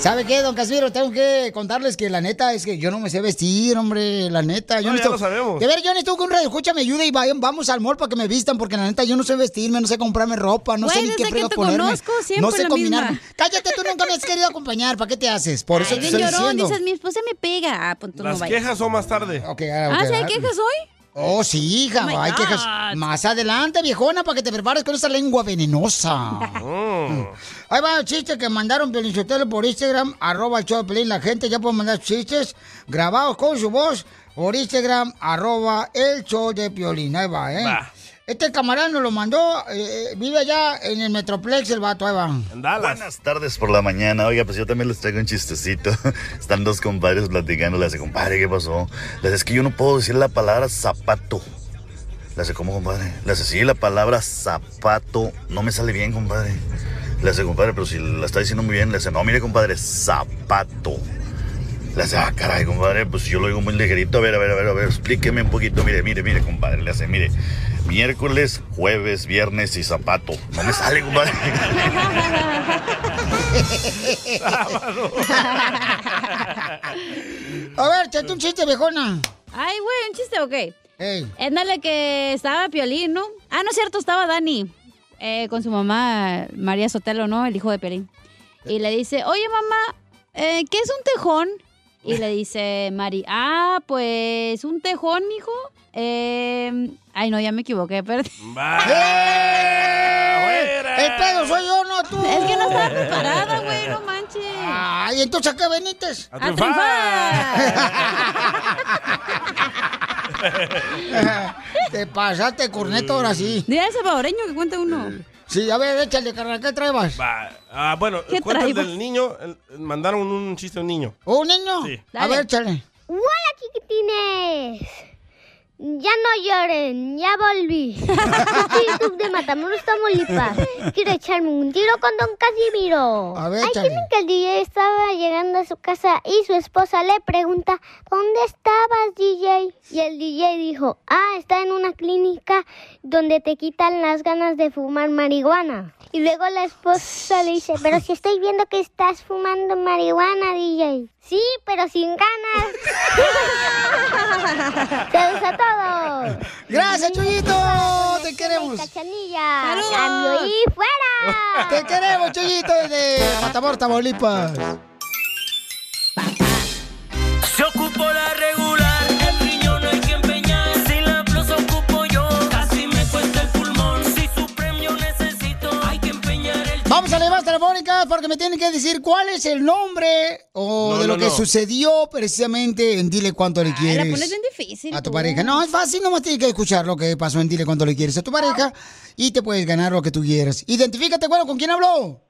¿Sabe qué, don Casimiro? Tengo que contarles que la neta es que yo no me sé vestir, hombre. La neta. Yo
No, ya lo sabemos.
De ver, yo necesito que un radio escucha me ayude y vayan, vamos al mall para que me vistan, porque la neta yo no sé vestirme, no sé comprarme ropa, no sé
Güey,
ni
desde
qué
que
frío
te
ponerme.
conozco, siempre
no sé
la
combinarme.
misma.
Cállate, tú nunca me has querido acompañar. ¿Para qué te haces? Por eso
Ay,
te
bien
estoy
llorón,
diciendo.
dices, mi esposa me pega. Ah, pues tú
Las
no vayas.
quejas son más tarde.
Ah, ¿sí hay quejas hoy?
Oh, sí, hija,
Oh my
hay
God.
quejas. Más adelante, viejona, para que te prepares con esa lengua venenosa. Ahí va el chiste que mandaron Piolinchotelo por Instagram, arroba el show de Piolín. La gente ya puede mandar chistes grabados con su voz por Instagram, arroba el show de Piolín. Ahí va, ¿eh?
Va.
Este camarada nos lo mandó, eh, eh, vive allá en el Metroplex el vato, ahí va.
Buenas tardes por la mañana. Oiga, pues yo también les traigo un chistecito. Están dos compadres platicando. Le dice, compadre, ¿qué pasó? Le dice, es que yo no puedo decir la palabra zapato. Le dice, ¿cómo, compadre? Le dice, sí, la palabra zapato no me sale bien, compadre. Le dice, compadre, pero si la está diciendo muy bien. Le dice, no, mire, compadre, zapato. Le hace, ah, caray, compadre, pues yo lo digo muy ligerito. A ver, a ver, a ver, a ver, explíqueme un poquito. Mire, mire, mire, compadre. Le hace, mire, miércoles, jueves, viernes y zapato. No me sale, compadre.
A ver, échate un chiste, viejona.
Ay, güey, un chiste, ok. Es la que estaba Piolín, ¿no? Ah, no es cierto, estaba Dani eh, con su mamá, María Sotelo, ¿no? El hijo de Piolín. Y le dice, oye, mamá, eh, ¿qué es un tejón? Y le dice Mari, ah, pues un tejón, hijo. Eh, ay, no, ya me equivoqué, perdón.
El pedo soy yo, no tú.
Es que no estaba preparada, güey, no manches.
Ay, entonces, ¿a qué veniste?
A
Te pasaste, corneto, ahora sí.
Dile al salvadoreño que cuente uno.
Sí, a ver, échale, carnal, ¿qué traebas?
Va. Ah, bueno,
¿Qué
cuenta el
traibas?
del niño. el- mandaron un chiste a un niño.
¿Un niño?
Sí.
A ver, échale.
¡Hola, chiquitines! Ya no lloren, ya volví. Soy YouTube de Matamoros, Tamaulipas. Quiero echarme un tiro con Don Casimiro.
A ver,
Ahí
échale.
tienen que el DJ estaba llegando a su casa y su esposa le pregunta, ¿dónde estabas, DJ? Y el DJ dijo, ah, está en una clínica donde te quitan las ganas de fumar marihuana. Y luego la esposa le dice, pero si estoy viendo que estás fumando marihuana, DJ. Sí, pero sin ganas. ¡Saludos a todos!
¡Gracias, Chuyito! ¡Te queremos!
¡Cachanilla!
¡Saludos!
¡Cambio y fuera!
¡Te queremos, Chuyito, desde Matamoros, Tamaulipas!
Se ocupó la regular, el riñón no hay que empeñar. Si la blusa ocupo yo, casi me cuesta el pulmón. Si su premio necesito, hay que empeñar el.
Vamos a las telefónicas porque me tienen que decir cuál es el nombre o
No,
de
no,
lo que
no.
sucedió precisamente en Dile Cuánto Le
Ay,
Quieres.
la pones ¿eh? bien difícil.
a tu
tú.
pareja. No, es fácil, nomás tienes que escuchar lo que pasó en Dile Cuánto Le Quieres a tu pareja y te puedes ganar lo que tú quieras. Identifícate, bueno, ¿con quién habló?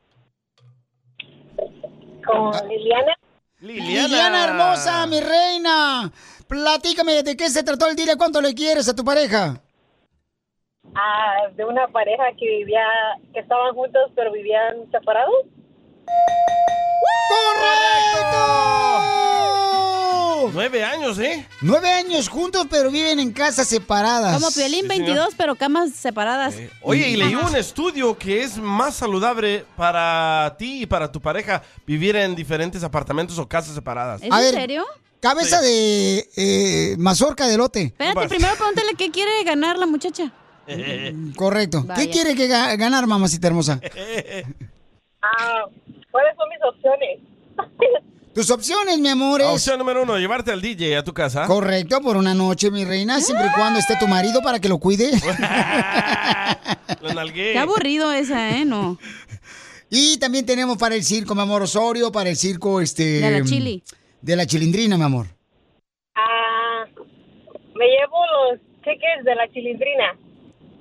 Con Liliana.
Liliana. hermosa, mi reina. Platícame de qué se trató el Dile Cuánto Le Quieres a tu pareja.
Ah, de una pareja que vivía, que estaban juntos pero vivían separados.
Nueve años, ¿eh?
Nueve años juntos, pero viven en casas separadas.
Como Piolín 22, pero camas separadas.
Eh, Oye, y leí un estudio que es más saludable para ti y para tu pareja vivir en diferentes apartamentos o casas separadas.
¿Es en serio?
Cabeza de eh, mazorca de lote.
Espérate, primero pregúntale qué quiere ganar la muchacha.
Correcto.
Vaya.
¿Qué quiere que ga- ganar, mamacita hermosa?
Ah, ¿cuáles son mis opciones?
Tus opciones, mi amor, es
Opción número uno, llevarte al DJ a tu casa.
correcto por una noche, mi reina, siempre y cuando esté tu marido para que lo cuide.
Lo nalgué.
Qué aburrido esa, ¿eh? No.
y también tenemos para el circo, mi amor Osorio, para el circo este
De la chili.
De la chilindrina, mi amor.
Ah, me llevo los cheques de la chilindrina.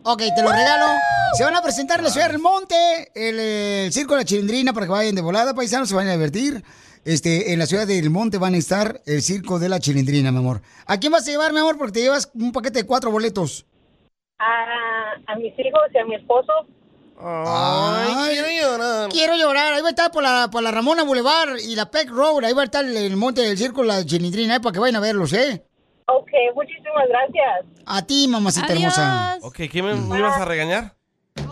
Ok, te lo regalo. Se van a presentar en la Ciudad del Monte, el, el Circo de la Chilindrina, para que vayan de volada, paisanos, se van a divertir. Este, en la Ciudad del Monte van a estar el Circo de la Chilindrina, mi amor. ¿A quién vas a llevar, mi amor? Porque te llevas un paquete de cuatro boletos.
A, a mis hijos y a mi esposo.
quiero llorar. Quiero llorar. Ahí va a estar por la, por la Ramona Boulevard y la Peck Road. Ahí va a estar el, el monte del circo, la chilindrina, eh, para que vayan a verlos, ¿eh?
Ok, muchísimas gracias.
A ti, mamacita hermosa.
Ok, ¿qué me, me ibas a regañar?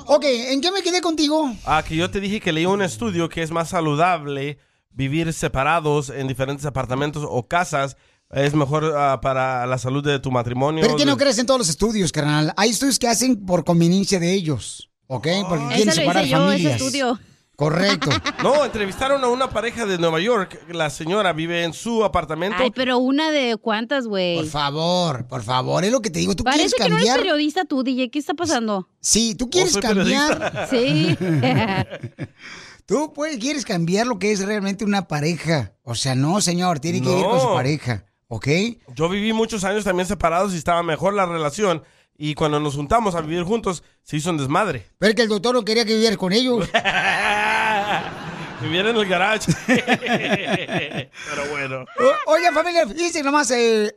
Ok, ¿en qué me quedé contigo?
Ah, que yo te dije que leí un estudio que es más saludable vivir separados en diferentes apartamentos o casas. Es mejor ah, para la salud de tu matrimonio.
Pero es que no
de-
crees en todos los estudios, carnal. Hay estudios que hacen por conveniencia de ellos, ¿ok? Porque quieren
Ese Oh. lo
separar
hice yo, ese
familias.
estudio.
Correcto.
No, entrevistaron a una pareja de Nueva York. La señora vive en su apartamento.
Ay, pero una de cuántas, güey.
Por favor, por favor, es lo que te digo. Tú
Parece
quieres
que no eres
cambiar.
periodista tú, DJ. ¿Qué está pasando?
sí, tú quieres
soy periodista.
cambiar.
Sí.
tú pues, quieres cambiar lo que es realmente una pareja. O sea, no, señor, tiene que ir
No.
con su pareja, ¿ok?
Yo viví muchos años también separados y estaba mejor la relación. Y cuando nos juntamos a vivir juntos, se hizo un desmadre.
Pero es que el doctor no quería que vivieras con ellos.
Vivir en el garage. Pero bueno.
O- Oiga, familia, fíjense nomás, eh,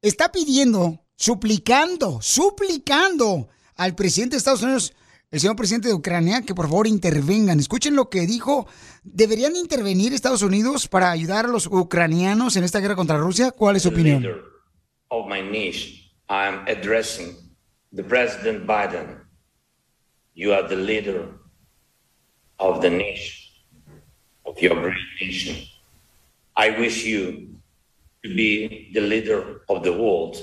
está pidiendo, suplicando, suplicando al presidente de Estados Unidos, el señor presidente de Ucrania, que por favor intervengan. Escuchen lo que dijo. ¿Deberían intervenir Estados Unidos para ayudar a los ucranianos en esta guerra contra Rusia? ¿Cuál es su opinión?
leader of my niche, I am addressing the President Biden. You are the leader of the niche of your great nation. I wish you to be the leader of the world.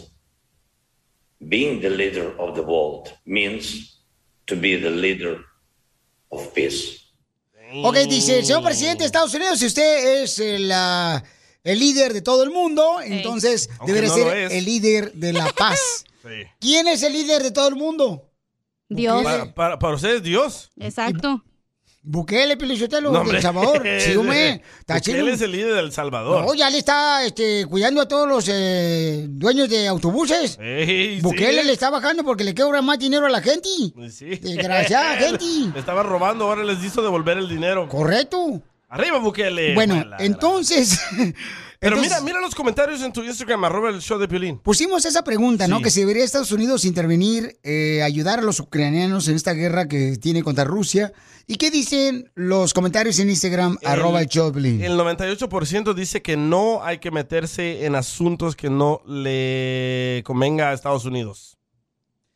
Being the leader of the world means to be the leader of peace.
Ok, dice, señor presidente de Estados Unidos, si usted es el, ah, el líder de todo el mundo, entonces
Aunque
debería
no lo
ser
es.
el líder de la paz. ¿Quién es el líder de todo el mundo?
Para, para- para ustedes, Dios.
Exacto.
Bukele, Pelichotelo,
No,
de
hombre.
El Salvador. Sí, hombre. Está
Porque
chido.
Él es el líder del Salvador.
No, ya le está este, cuidando a todos los eh, dueños de autobuses.
Ey,
Bukele
sí. Pues
le está bajando porque le cobra más dinero a la gente.
Sí.
Desgraciada gente.
Le estaba robando, ahora les hizo devolver el dinero.
Correcto.
Arriba, Bukele.
bueno,
Mala.
entonces...
Pero
entonces,
mira, mira los comentarios en tu Instagram, arroba el show de Piolín.
Pusimos esa pregunta, ¿no?
Sí.
Que si debería Estados Unidos intervenir, eh, ayudar a los ucranianos en esta guerra que tiene contra Rusia. ¿Y qué dicen los comentarios en Instagram, arroba el Choplin?
El 98% dice que no hay que meterse en asuntos que no le convenga a Estados Unidos.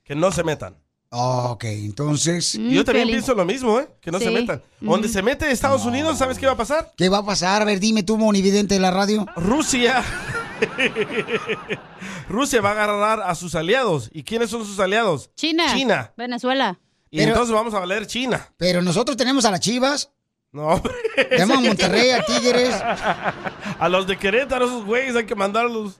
Que no se metan.
Ah, ok, entonces...
Mm,
Y Yo también pienso lo mismo, ¿eh? Que no se
Sí.
metan. Donde se mete Estados Unidos, ¿sabes qué va a pasar?
¿Qué va a pasar? A ver, dime tú, monividente de la radio.
Rusia. Rusia va a agarrar a sus aliados. ¿Y quiénes son sus aliados?
China.
China.
Venezuela.
Y
Pero-
entonces vamos a valer China.
Pero nosotros tenemos a las chivas.
No.
Tenemos a Monterrey, a Tigres.
A los de Querétaro, esos güeyes, hay que mandarlos.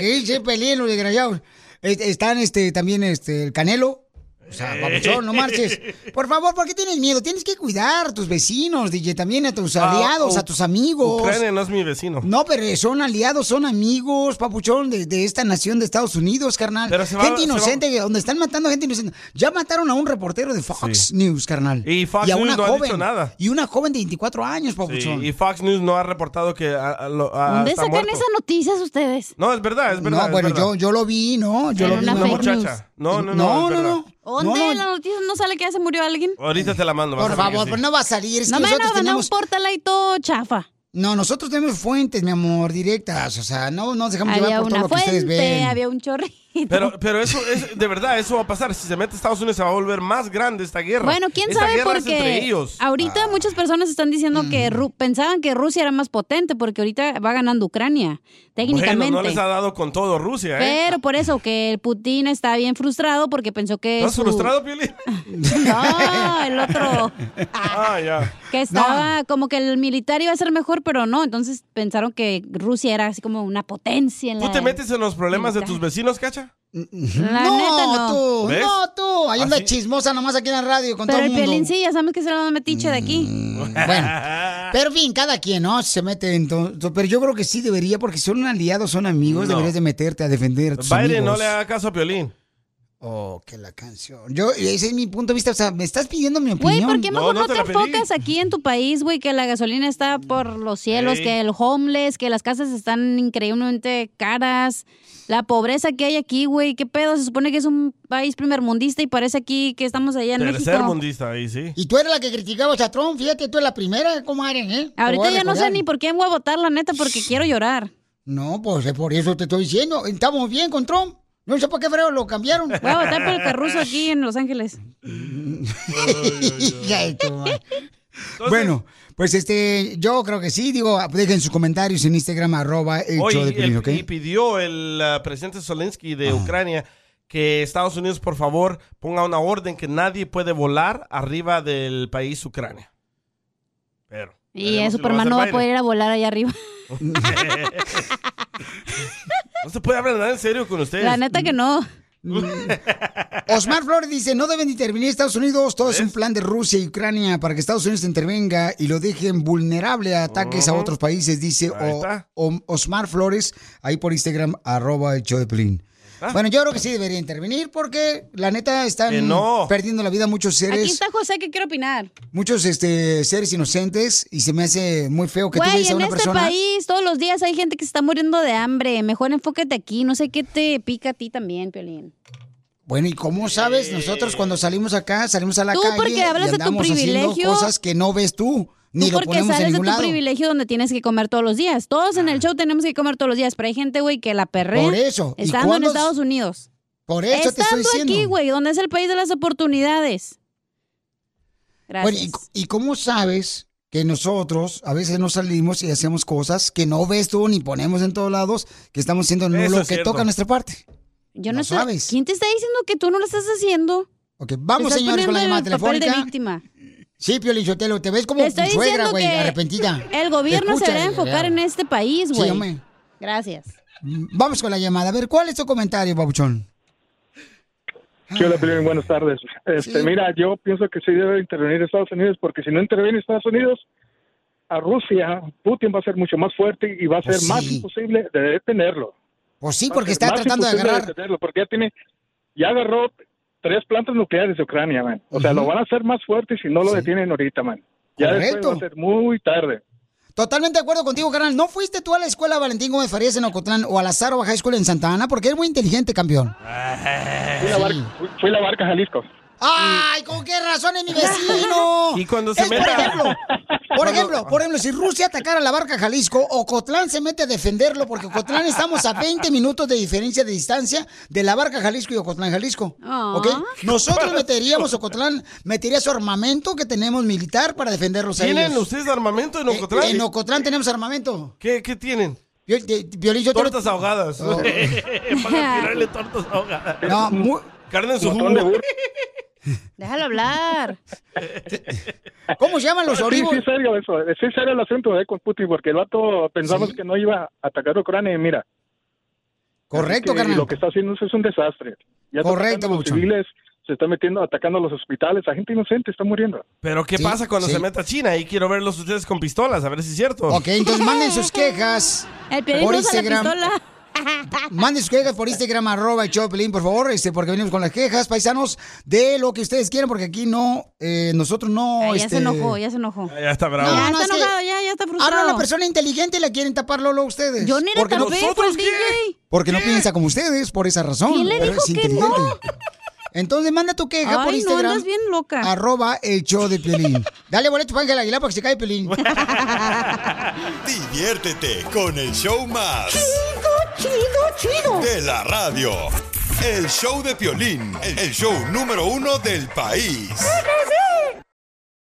que se peleen los desgraciados. Est- Están este, también este, el Canelo. O sea, papuchón, Ah, no marches. Por favor, ¿por qué tienes miedo? Tienes que cuidar a tus vecinos, DJ, también a tus
Ah,
aliados,
U-
a tus amigos.
Ucrania no es mi vecino.
No, pero son aliados, son amigos, papuchón, de, de esta nación de Estados Unidos, carnal.
Pero se va-
gente
se va-
inocente, donde están matando gente inocente. Ya mataron a un reportero de Fox News, carnal.
Y Fox
a
News
una
no ha
joven.
dicho nada.
Y una joven de 24 años,
Sí,
papuchón.
y Fox News no ha reportado que a- a- lo- a-
¿Dónde
Ah, está
sacan
muerto.
esas noticias ustedes?
No, es verdad, es verdad.
no,
es
bueno,
verdad.
yo, yo lo vi, ¿no? Yo
Era
lo vi.
una
mi
fake
amor.
news. No, no, no, es
No, no,
verdad.
no.
¿Dónde
No,
en las noticias no sale que ya se murió alguien?
Ahorita te la mando. vas
Por
a ver que
favor,
sí.
pues no va a salir. Es que
No me van
nosotros
a ganar
tenemos...
un portal ahí todo chafa.
No, nosotros tenemos fuentes, mi amor, directas. O sea, no nos dejamos
Había
llevar por todo
una
lo que ustedes
fuente,
ven.
Eh, había un chorrito.
Pero, pero eso es, de verdad, eso va a pasar. Si se mete Estados Unidos, se va a volver más grande esta guerra.
Bueno, quién
Esta
sabe
guerra es entre
porque Ah,
ellos. Ah.
ahorita muchas personas están diciendo que Ru- pensaban que Rusia era más potente porque ahorita va ganando Ucrania, técnicamente.
Bueno, no les ha dado con todo Rusia, ¿eh?
Pero por eso que el Putin está bien frustrado porque pensó que
¿Estás
su-
frustrado, Piolín?
No, el otro
ah, ya.
que estaba como que el militar iba a ser mejor, pero no, entonces pensaron que Rusia era así como una potencia en
¿Tú
la
te metes en los problemas de tus vecinos, Cacha?
La
no,
neta no.
tú,
¿Ves?
no, tú. Ahí anda
Así-
chismosa nomás aquí en la radio con
Pero
todo
el
el mundo.
Piolín sí, ya sabemos que será más metiche de aquí.
Mm.
Bueno, pero en fin, cada quien, ¿no? Se mete en to- to- Pero yo creo que sí debería, porque son aliados, son amigos,
No.
deberías de meterte a defender a tus
Biden
amigos.
no le haga caso a Piolín.
Oh, que la canción. Yo, ese es mi punto de vista. O sea, me estás pidiendo mi opinión.
Güey, ¿por qué mejor no, te, enfocas aquí en tu país, güey, que la gasolina está por los cielos,
Ey.
que el homeless, que las casas están increíblemente caras, la pobreza que hay aquí, güey, qué pedo, se supone que es un país primermundista y parece aquí que estamos allá en
Tercer
México.
mundista, ahí sí.
Y tú eres la que criticabas a Trump, fíjate, tú eres la primera, comadre, ¿eh? Te voy
Ahorita
a
ya no sé
recordar.
ni por quién voy a votar, la neta, porque quiero llorar.
No, pues es por eso te estoy diciendo. Estamos bien con Trump. No sé por qué freo lo cambiaron.
Voy a votar por el Carruso aquí en Los Ángeles.
Ya he hecho mal. bueno, pues este, yo creo que sí, digo, dejen sus comentarios en Instagram, arroba el
Oye,
show de
y,
Piolín,
el-
¿ok?
y pidió el uh, presidente Zelensky de Ucrania que Estados Unidos, por favor, ponga una orden que nadie puede volar arriba del país Ucrania. Pero. veremos si
Y
lo va a
Superman
hacer
no va a
Biden.
poder ir a volar allá arriba.
no se puede hablar nada en serio con ustedes.
La neta que no.
Osmar Flores dice, no deben intervenir Estados Unidos, todo es un plan de Rusia y Ucrania para que Estados Unidos intervenga y lo dejen vulnerable a ataques a
Ujú.
otros países, dice
Oh. Ahí
O-
está.
O- Osmar Flores, ahí por Instagram, arroba el show de Piolín.
está.
Bueno, yo creo que sí debería intervenir porque la neta
Ah. Que
están
no.
perdiendo la vida muchos
Aquí
seres,
está José que quiero opinar.
muchos este, seres inocentes y se me hace muy feo que tú
Güey,
veas a
en
una
este
persona.
país todos los días hay gente que se está muriendo de hambre. Mejor enfócate aquí. No sé qué te pica a ti también, Piolín.
Bueno, ¿y cómo sabes? Nosotros cuando salimos acá, salimos a la
Tú
calle
porque hablas
y
de tu
andamos haciendo
privilegio.
cosas que no ves tú, ni
Tú
lo
porque
ponemos en
sales de tu
ningún lado. Ah.
privilegio donde tienes que comer todos los días. Todos en el show tenemos que comer todos los días, pero hay gente, güey, que la perrea.
Por eso. ¿Y
Estando en
cuándo-
Estados Unidos.
Por eso te estoy
Estando
diciendo.
aquí, güey, donde es el país de las oportunidades. Gracias.
Bueno, ¿y, y cómo sabes que nosotros a veces nos salimos y hacemos cosas que no ves tú ni ponemos en todos lados, que estamos haciendo
Eso
lo
es
que
cierto.
toca a nuestra parte?
Yo no,
no
sé-
sabes.
¿Quién te está diciendo que tú no lo estás haciendo?
Ok, vamos,
Te estás
señores, con la
poniendo
llamada
en el papel de
telefónica.
víctima.
Sí, Pio Lichotelo, te ves como
Te
tu
estoy
suegra,
diciendo
güey,
que
arrepentida.
el gobierno se
Escucha,
debe enfocar
real.
en este país, güey.
hombre.
Gracias.
Vamos con la llamada. A ver, ¿cuál es tu comentario, Babuchón?
¿Qué hola, Piolín? Buenas tardes. Este, Mira, yo pienso que sí debe intervenir Estados Unidos, porque si no interviene Estados Unidos, a Rusia, Putin va a ser mucho más fuerte y va a ser
Pues sí.
más imposible de detenerlo.
Pues sí,
Va a ser
porque está
más
tratando de
imposible
agarrar.
detenerlo, porque ya tiene, ya agarró tres plantas nucleares de Ucrania, man. O sea,
Ujú.
lo van a hacer más fuerte si no lo detienen ahorita, man. Ya después
Correcto.
va a ser muy tarde.
Totalmente de acuerdo contigo, carnal. ¿No fuiste tú a la escuela Valentín Gómez Farías en Ocotlán o a la Zaro High School en Santa Ana? Porque eres muy inteligente, campeón.
Fui la barca, fui- fui la barca Jalisco.
¡Ay, con qué razón es mi vecino!
Y cuando
se Es, por meta-
ejemplo,
Por ejemplo, por ejemplo, si Rusia atacara la barca Jalisco, Ocotlán se mete a defenderlo porque Ocotlán estamos a 20 minutos de diferencia de distancia de la barca Jalisco y Ocotlán Jalisco.
Aw.
Ah.
¿Ok? Nosotros meteríamos Ocotlán, metería su armamento que tenemos militar para defenderlos a
¿Tienen
ellos.
ustedes armamento en
Eh,
Ocotlán?
en Ocotlán tenemos armamento.
¿Qué, qué tienen?
Yo, Violín, yo te lo-
tortas ahogadas.
Oh.
Para tirarle tortas ahogadas.
No, mu-
Carne en su
Montón de
jugo.
burro.
Déjalo hablar.
¿Cómo se llaman los
orivos?
orivos?
Ah, Sí, sí, serio eso. Sí, serio el asunto eh, con Putin, porque el vato pensamos que no iba a atacar a Ucrania y mira.
Correcto,
Así que
carnal.
Lo que está haciendo eso es un desastre. Ya está
Correcto,
atacando a los
Papuchón.
civiles, se está metiendo, atacando a los hospitales, la gente inocente está muriendo.
Pero ¿qué
Sí,
pasa cuando
sí.
se meta China? Ahí quiero verlos ustedes con pistolas, a ver si es cierto.
Ok, entonces manden sus quejas
El
por
periodista usa la
Instagram.
pistola.
Manden sus quejas por Instagram, arroba el Choplin, por favor, este, porque venimos con las quejas, paisanos, de lo que ustedes quieran, porque aquí no, eh, nosotros no.
Ay, ya
este,
se enojó, ya se enojó.
Ah, Ya está bravo.
ya
no,
está
es que-
enojado, ya, ya está frustrado.
Habla una persona inteligente y la quieren tapar Lolo ustedes.
Yo ni era
porque
tan
no,
feo, fue el DJ.
porque no piensa como ustedes, por esa razón.
¿Quién le
pero
dijo
es
que
inteligente. Entonces manda tu queja por
Ay, no,
Instagram.
andas bien loca.
Arroba el show de Piolín. Dale boleto para Ángel Aguilar para que se caiga Piolín.
Diviértete con el show más.
Chido, chido, chido.
De la radio. El show de Piolín, el show número uno del país.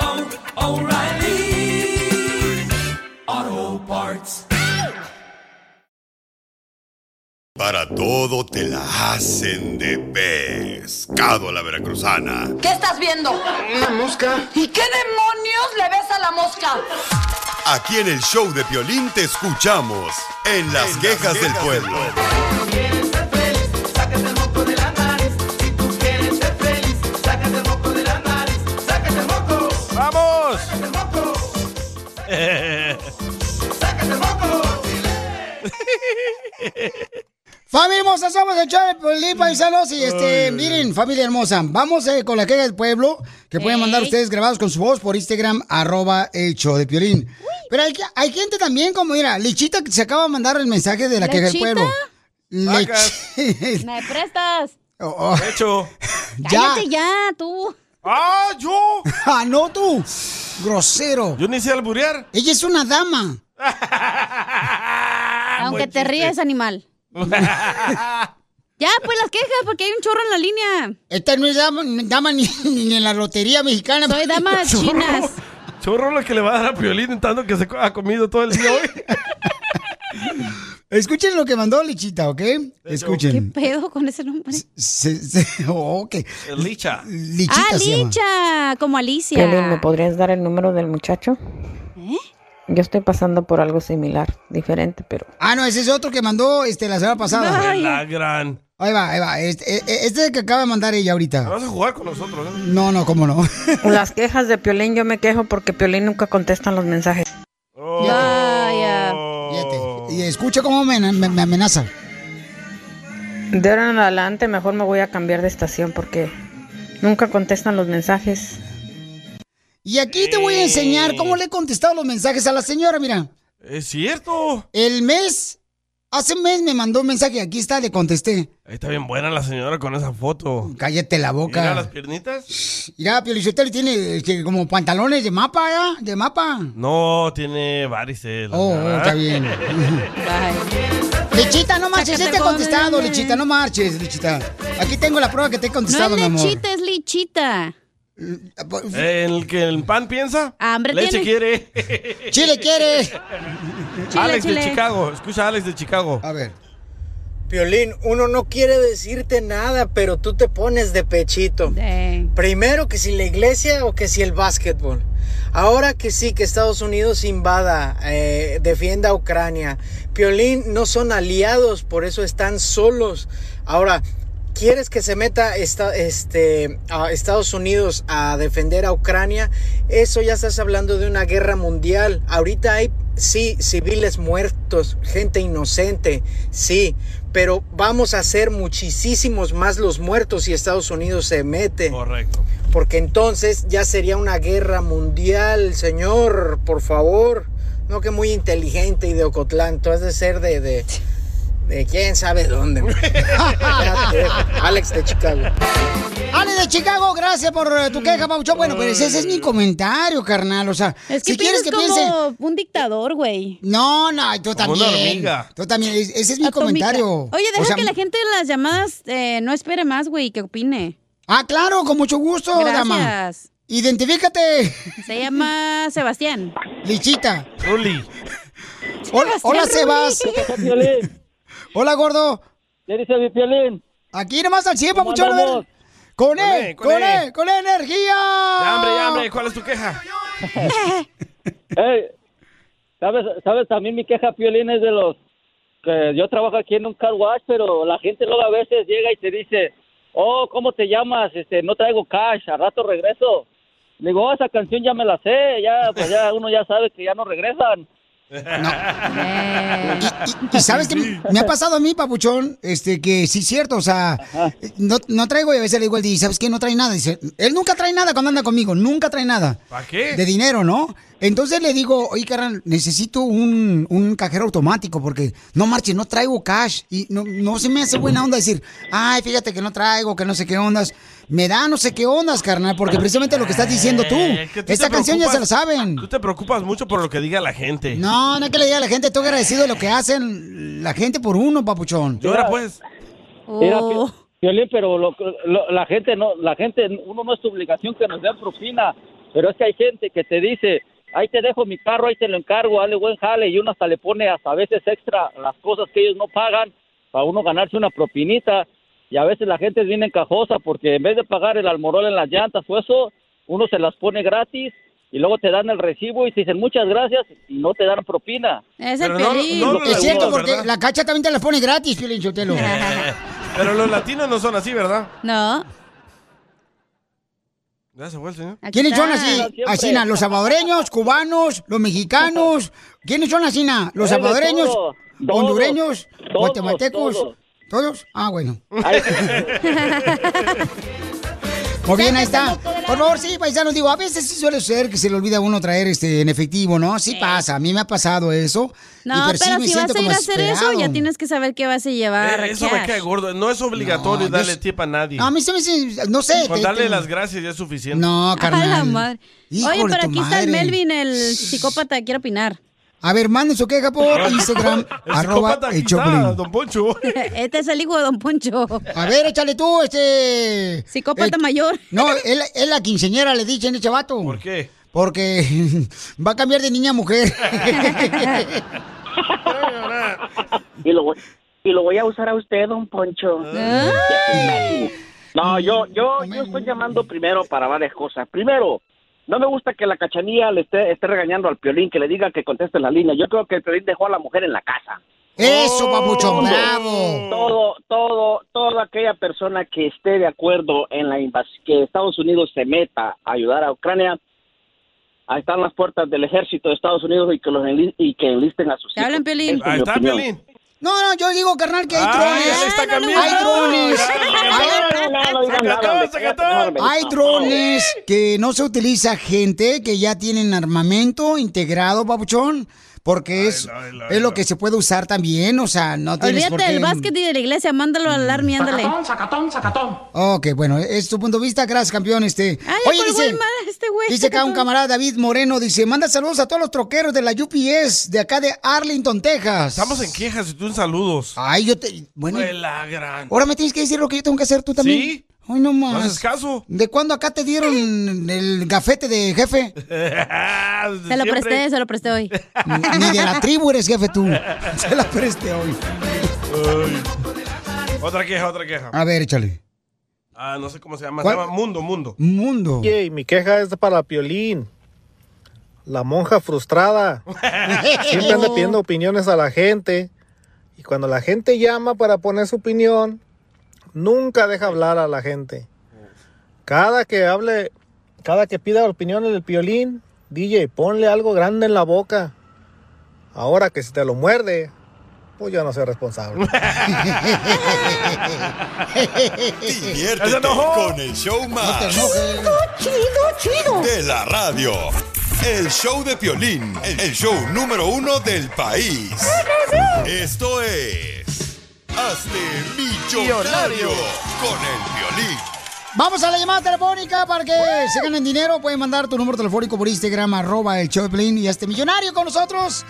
oh, O'Reilly Auto Parts.
Para todo te la hacen de pescado a la veracruzana.
¿Qué estás viendo? Una mosca. ¿Y qué demonios le ves a la mosca?
Aquí en el show de Piolín te escuchamos en las, quejas, del pueblo.
¡Vamos!
Familia hermosa, somos el show de Piolín, Paisanos y este, miren, familia hermosa, vamos eh, con la queja del pueblo que pueden mandar
Ey.
ustedes grabados con su voz por Instagram arroba el show de Piolín. Pero hay, que- hay gente también como, mira, Lichita que se acaba de mandar el mensaje de la queja del
¿Lechita?
pueblo.
Vacas.
Lech-
¿Me prestas?
Oh,
Hecho.
Cállate ya, tú.
¡Ah, yo!
¡Ah, no tú! ¡Grosero!
Yo ni sé alburear.
Ella es una dama.
Ah,
Aunque te ríes, animal. Ya, pues las quejas, porque hay un chorro en la línea.
Esta no es dama, dama ni, ni en la lotería mexicana.
Soy dama de chinas.
Chorro lo que le va a dar a Piolín tanto que se co- ha comido todo el día hoy.
Escuchen lo que mandó Lichita, ¿ok? Escuchen.
¿Qué pedo con ese nombre?
Se- se- ok.
Licha.
Lichita
ah,
se llama.
Licha, como Alicia. ¿Eh?
Piolín, ¿me podrías dar el número del muchacho? Yo estoy pasando por algo similar, diferente, pero...
Ah, no, ese es otro que mandó este, la semana pasada.
La gran.
Ahí va, ahí va. Este, e- e- este es el que acaba de mandar ella ahorita.
Vas a jugar con nosotros, ¿eh?
No, no, cómo no.
Las quejas de Piolín, yo me quejo porque Piolín nunca contesta los mensajes.
Oh.
Ya, Y escucha cómo me, me- me amenaza.
De ahora en adelante mejor me voy a cambiar de estación porque nunca contestan los mensajes.
Y aquí te voy a enseñar cómo le he contestado los mensajes a la señora, mira.
Es cierto.
El mes, hace un mes me mandó un mensaje, aquí está, le contesté.
Ahí está bien buena la señora con esa foto.
Cállate la boca.
Mira las piernitas.
Mira, Piolichotelo tiene este, como pantalones de mapa, ¿ya? De mapa.
No, tiene varices. la
Oh,
señora.
está bien. Lichita, no marches, sí te he
Sácate
contestado,
con-
Lichita, no marches, Lichita. Aquí tengo la prueba que te he contestado,
no
mi
es
amor.
lechita, es lichita.
Eh, ¿El que el pan piensa?
Hambre
Leche
Ah, tiene.
quiere.
Chile quiere.
Alex
chile.
de Chicago. Escucha a Alex de Chicago.
A ver.
Piolín, uno no quiere decirte nada, pero tú te pones de pechito. Primero que si la iglesia o que si el básquetbol. Ahora que sí, que Estados Unidos invada, eh, defienda a Ucrania. Piolín no son aliados, por eso están solos. Ahora, ¿quieres que se meta esta- este, a Estados Unidos a defender a Ucrania? Eso ya estás hablando de una guerra mundial. Ahorita hay, sí, civiles muertos, gente inocente, sí, pero vamos a ser muchísimos más los muertos si Estados Unidos se mete.
Correcto.
Porque entonces ya sería una guerra mundial, señor, por favor. No que muy inteligente y de Ocotlán, tú has de ser de... de de quién sabe dónde. man. Ya te dejo. Alex de Chicago.
Ale de Chicago, gracias por eh, tu queja, Pauchón. Bueno, pero ese, ese es mi comentario, carnal. O sea,
Es que
si quieres que
piensas
piense.
como un dictador, güey.
No, no, ay, tú
Como
también.
una hormiga.
Tú también. es- Ese es mi
Atómica.
comentario.
Oye, deja
O sea,
que la gente en las llamadas eh, no espere más, güey, que opine.
Ah, claro, con mucho gusto,
Gracias.
dama. Identifícate.
Se llama Sebastián.
Lichita.
Ruli.
Hola, hola Sebas. hola, gordo.
¿Qué dice mi piolín?
Aquí nomás al 100,
¿Cómo
papuchón. a ver.
andamos?
Con
Con
él,
él,
con
con
él, Ah.
él.
con él, energía.
Ya, hambre, ya, hambre. ¿Cuál es tu queja?
Ey, ¿sabes, ¿Sabes? También mi queja, Piolín, es de los que yo trabajo aquí en un car wash, pero la gente luego a veces llega y te dice, oh, ¿cómo te llamas? Este, no traigo cash, a rato regreso. Le digo, "Oh, esa canción ya me la sé, ya, pues ya uno ya sabe que ya no regresan.
Y sabes que me ha pasado a mí, papuchón, este, que sí es cierto, o sea, no, no traigo y a veces le digo al DJ, ¿sabes qué? No trae nada. Dice, él nunca trae nada cuando anda conmigo, nunca trae nada.
¿Para qué?
De dinero, ¿no? Entonces le digo, oye, carnal, necesito un, un cajero automático porque no marche, no traigo cash. Y no, no se me hace buena onda decir, ay, fíjate que no traigo, que no sé qué ondas. Me da no sé qué ondas, carnal, porque precisamente lo que estás diciendo tú.
Eh, es que tú te
Esta canción ya
preocupas-
se la saben.
Tú te preocupas mucho por lo que diga la gente.
No, no hay que le diga a la gente, estoy agradecido de lo que hacen la gente por uno, papuchón.
Llora, pues.
Era pi- Piolín, pero lo- lo- la gente no, la gente, uno no es tu obligación que nos den propina, pero es que hay gente que te dice, ahí te dejo mi carro, ahí te lo encargo, dale buen jale, y uno hasta le pone hasta a veces extra las cosas que ellos no pagan para uno ganarse una propinita, y a veces la gente es bien encajosa porque en vez de pagar el almorol en las llantas o eso, uno se las pone gratis y luego te dan el recibo y te dicen muchas gracias y no te dan propina.
Es
el Pero no- Piolín. no lo
es cierto,
regula,
porque
¿verdad?
la cacha también te la pone gratis, Piolín Chotelo.
Pero los latinos no son así, ¿verdad?
No.
Ya se fue el señor.
¿Quiénes son así? Asina, los salvadoreños, cubanos, los mexicanos. ¿Quiénes son Asina? ¿Los
Hay de
salvadoreños?
todo, todos,
¿Hondureños?
todos,
¿Guatemaltecos?
todos.
¿Todos? Ah, bueno.
Hay-
Muy bien, ahí está. Por favor, sí, paisanos, digo, a veces sí suele suceder que se le olvida a uno traer este en efectivo, ¿no? Sí pasa, a mí me ha pasado eso.
No,
sí
pero
me
si vas
siento
a ir
como
a hacer eso,
esperado.
ya tienes que saber qué vas a llevar.
Eh, eso me
cash.
cae gordo. No es obligatorio
No,
darle
yo-
tip a nadie.
No, a mí se me hace- no sé.
Con
te-
darle
te-
las gracias ya es suficiente.
No,
A la
carnal.
madre. Oye,
Híjole,
pero
tu
aquí está el
madre.
Melvin, el psicópata, quiero opinar.
A ver, manden su queja por Instagram,
El
arroba
psicópata aquí
el
está,
Choplin.
don Poncho.
Este es el hijo de Don Poncho.
A ver, échale tú, este...
Psicópata mayor.
No, él, él la quinceñera, le dicen este vato. ¿Por
qué?
Porque va a cambiar de niña a mujer.
y lo, voy- y lo voy a usar a usted, don Poncho. No, yo, yo, yo estoy llamando primero para varias cosas. Primero, no me gusta que la cachanilla le esté, esté regañando al piolín, que le diga que conteste la línea. Yo creo que el piolín dejó a la mujer en la casa.
Eso, papuchón,
Oh.
bravo.
Todo, todo, toda aquella persona que esté de acuerdo en la invas- que Estados Unidos se meta a ayudar a Ucrania, ahí están las puertas del ejército de Estados Unidos y que los enli- y que enlisten a sus hijos.
hablan,
Esa
Piolín?
es
Ahí
mi
está,
opinión.
Piolín.
No, no, yo digo, carnal, que hay drones. hay drones. Hay, hay drones que no se utiliza gente que ya tienen armamento integrado, papuchón. Porque es, es lo que se puede usar también, o sea, no tienes por
Olvídate
qué...
del básquet y de la iglesia, mándalo al army, ándale.
Sacatón, sacatón, sacatón.
Ok, bueno, es tu punto de vista, gracias, campeón. Este.
Ah, le colgó el mal a este güey.
dice acá un camarada David Moreno, dice, manda saludos a todos los troqueros de la UPS de acá de Arlington, Texas.
Estamos en quejas y tú en saludos.
Ay, yo te. Bueno.
Fue la gran.
Ahora me tienes que decir lo que yo tengo que hacer tú también.
Sí.
Ay, no más.
No haces caso.
¿De cuándo acá te dieron el gafete de jefe?
Se lo presté, se lo presté hoy.
Ni de la tribu eres jefe tú. Se la preste hoy.
Ay. Otra queja, otra queja.
A ver, échale.
Ah, no sé cómo se llama. Se
¿Cuál?
llama Mundo, Mundo.
Mundo.
Oye, y mi queja es para Piolín. La monja frustrada. Siempre anda pidiendo opiniones a la gente. Y cuando la gente llama para poner su opinión, nunca deja hablar a la gente. Cada que hable, cada que pida opiniones del Piolín, DJ, ponle algo grande en la boca. Ahora que si te lo muerde, pues yo no soy responsable.
Diviértete con el show más.
Chido, chido, chido.
de la radio. El show de Piolín, el show número uno del país. Esto es... Hazte millonario con el Piolín.
Vamos a la llamada telefónica para que se ganen dinero. Pueden mandar tu número telefónico por Instagram, arroba el Choplin y este millonario con nosotros.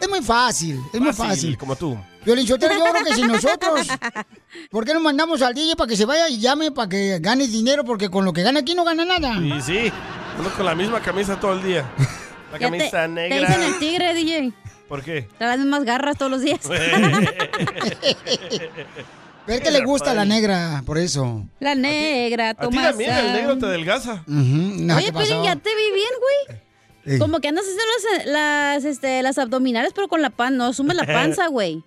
Es muy fácil, es muy fácil.
Como tú.
Violín Sotelo, yo creo que sin nosotros, ¿por qué no mandamos al DJ para que se vaya y llame para que gane dinero? Porque con lo que gana aquí no gana nada.
Y sí, ando con la misma camisa todo el día. La
Ya te,
camisa
te
negra.
dicen el tigre, DJ.
¿Por qué?
Trae las mismas garras todos los días.
Ver que le gusta la negra, por eso.
La negra,
A ti
toma
también, el
sal.
negro te adelgaza.
Ujú, no,
ah. Oye,
¿qué
Pelín,
pasó?
ya te vi bien, güey.
Ey.
Como que andas haciendo las, las, este, las abdominales, pero con la pan, no, sumes la panza, güey.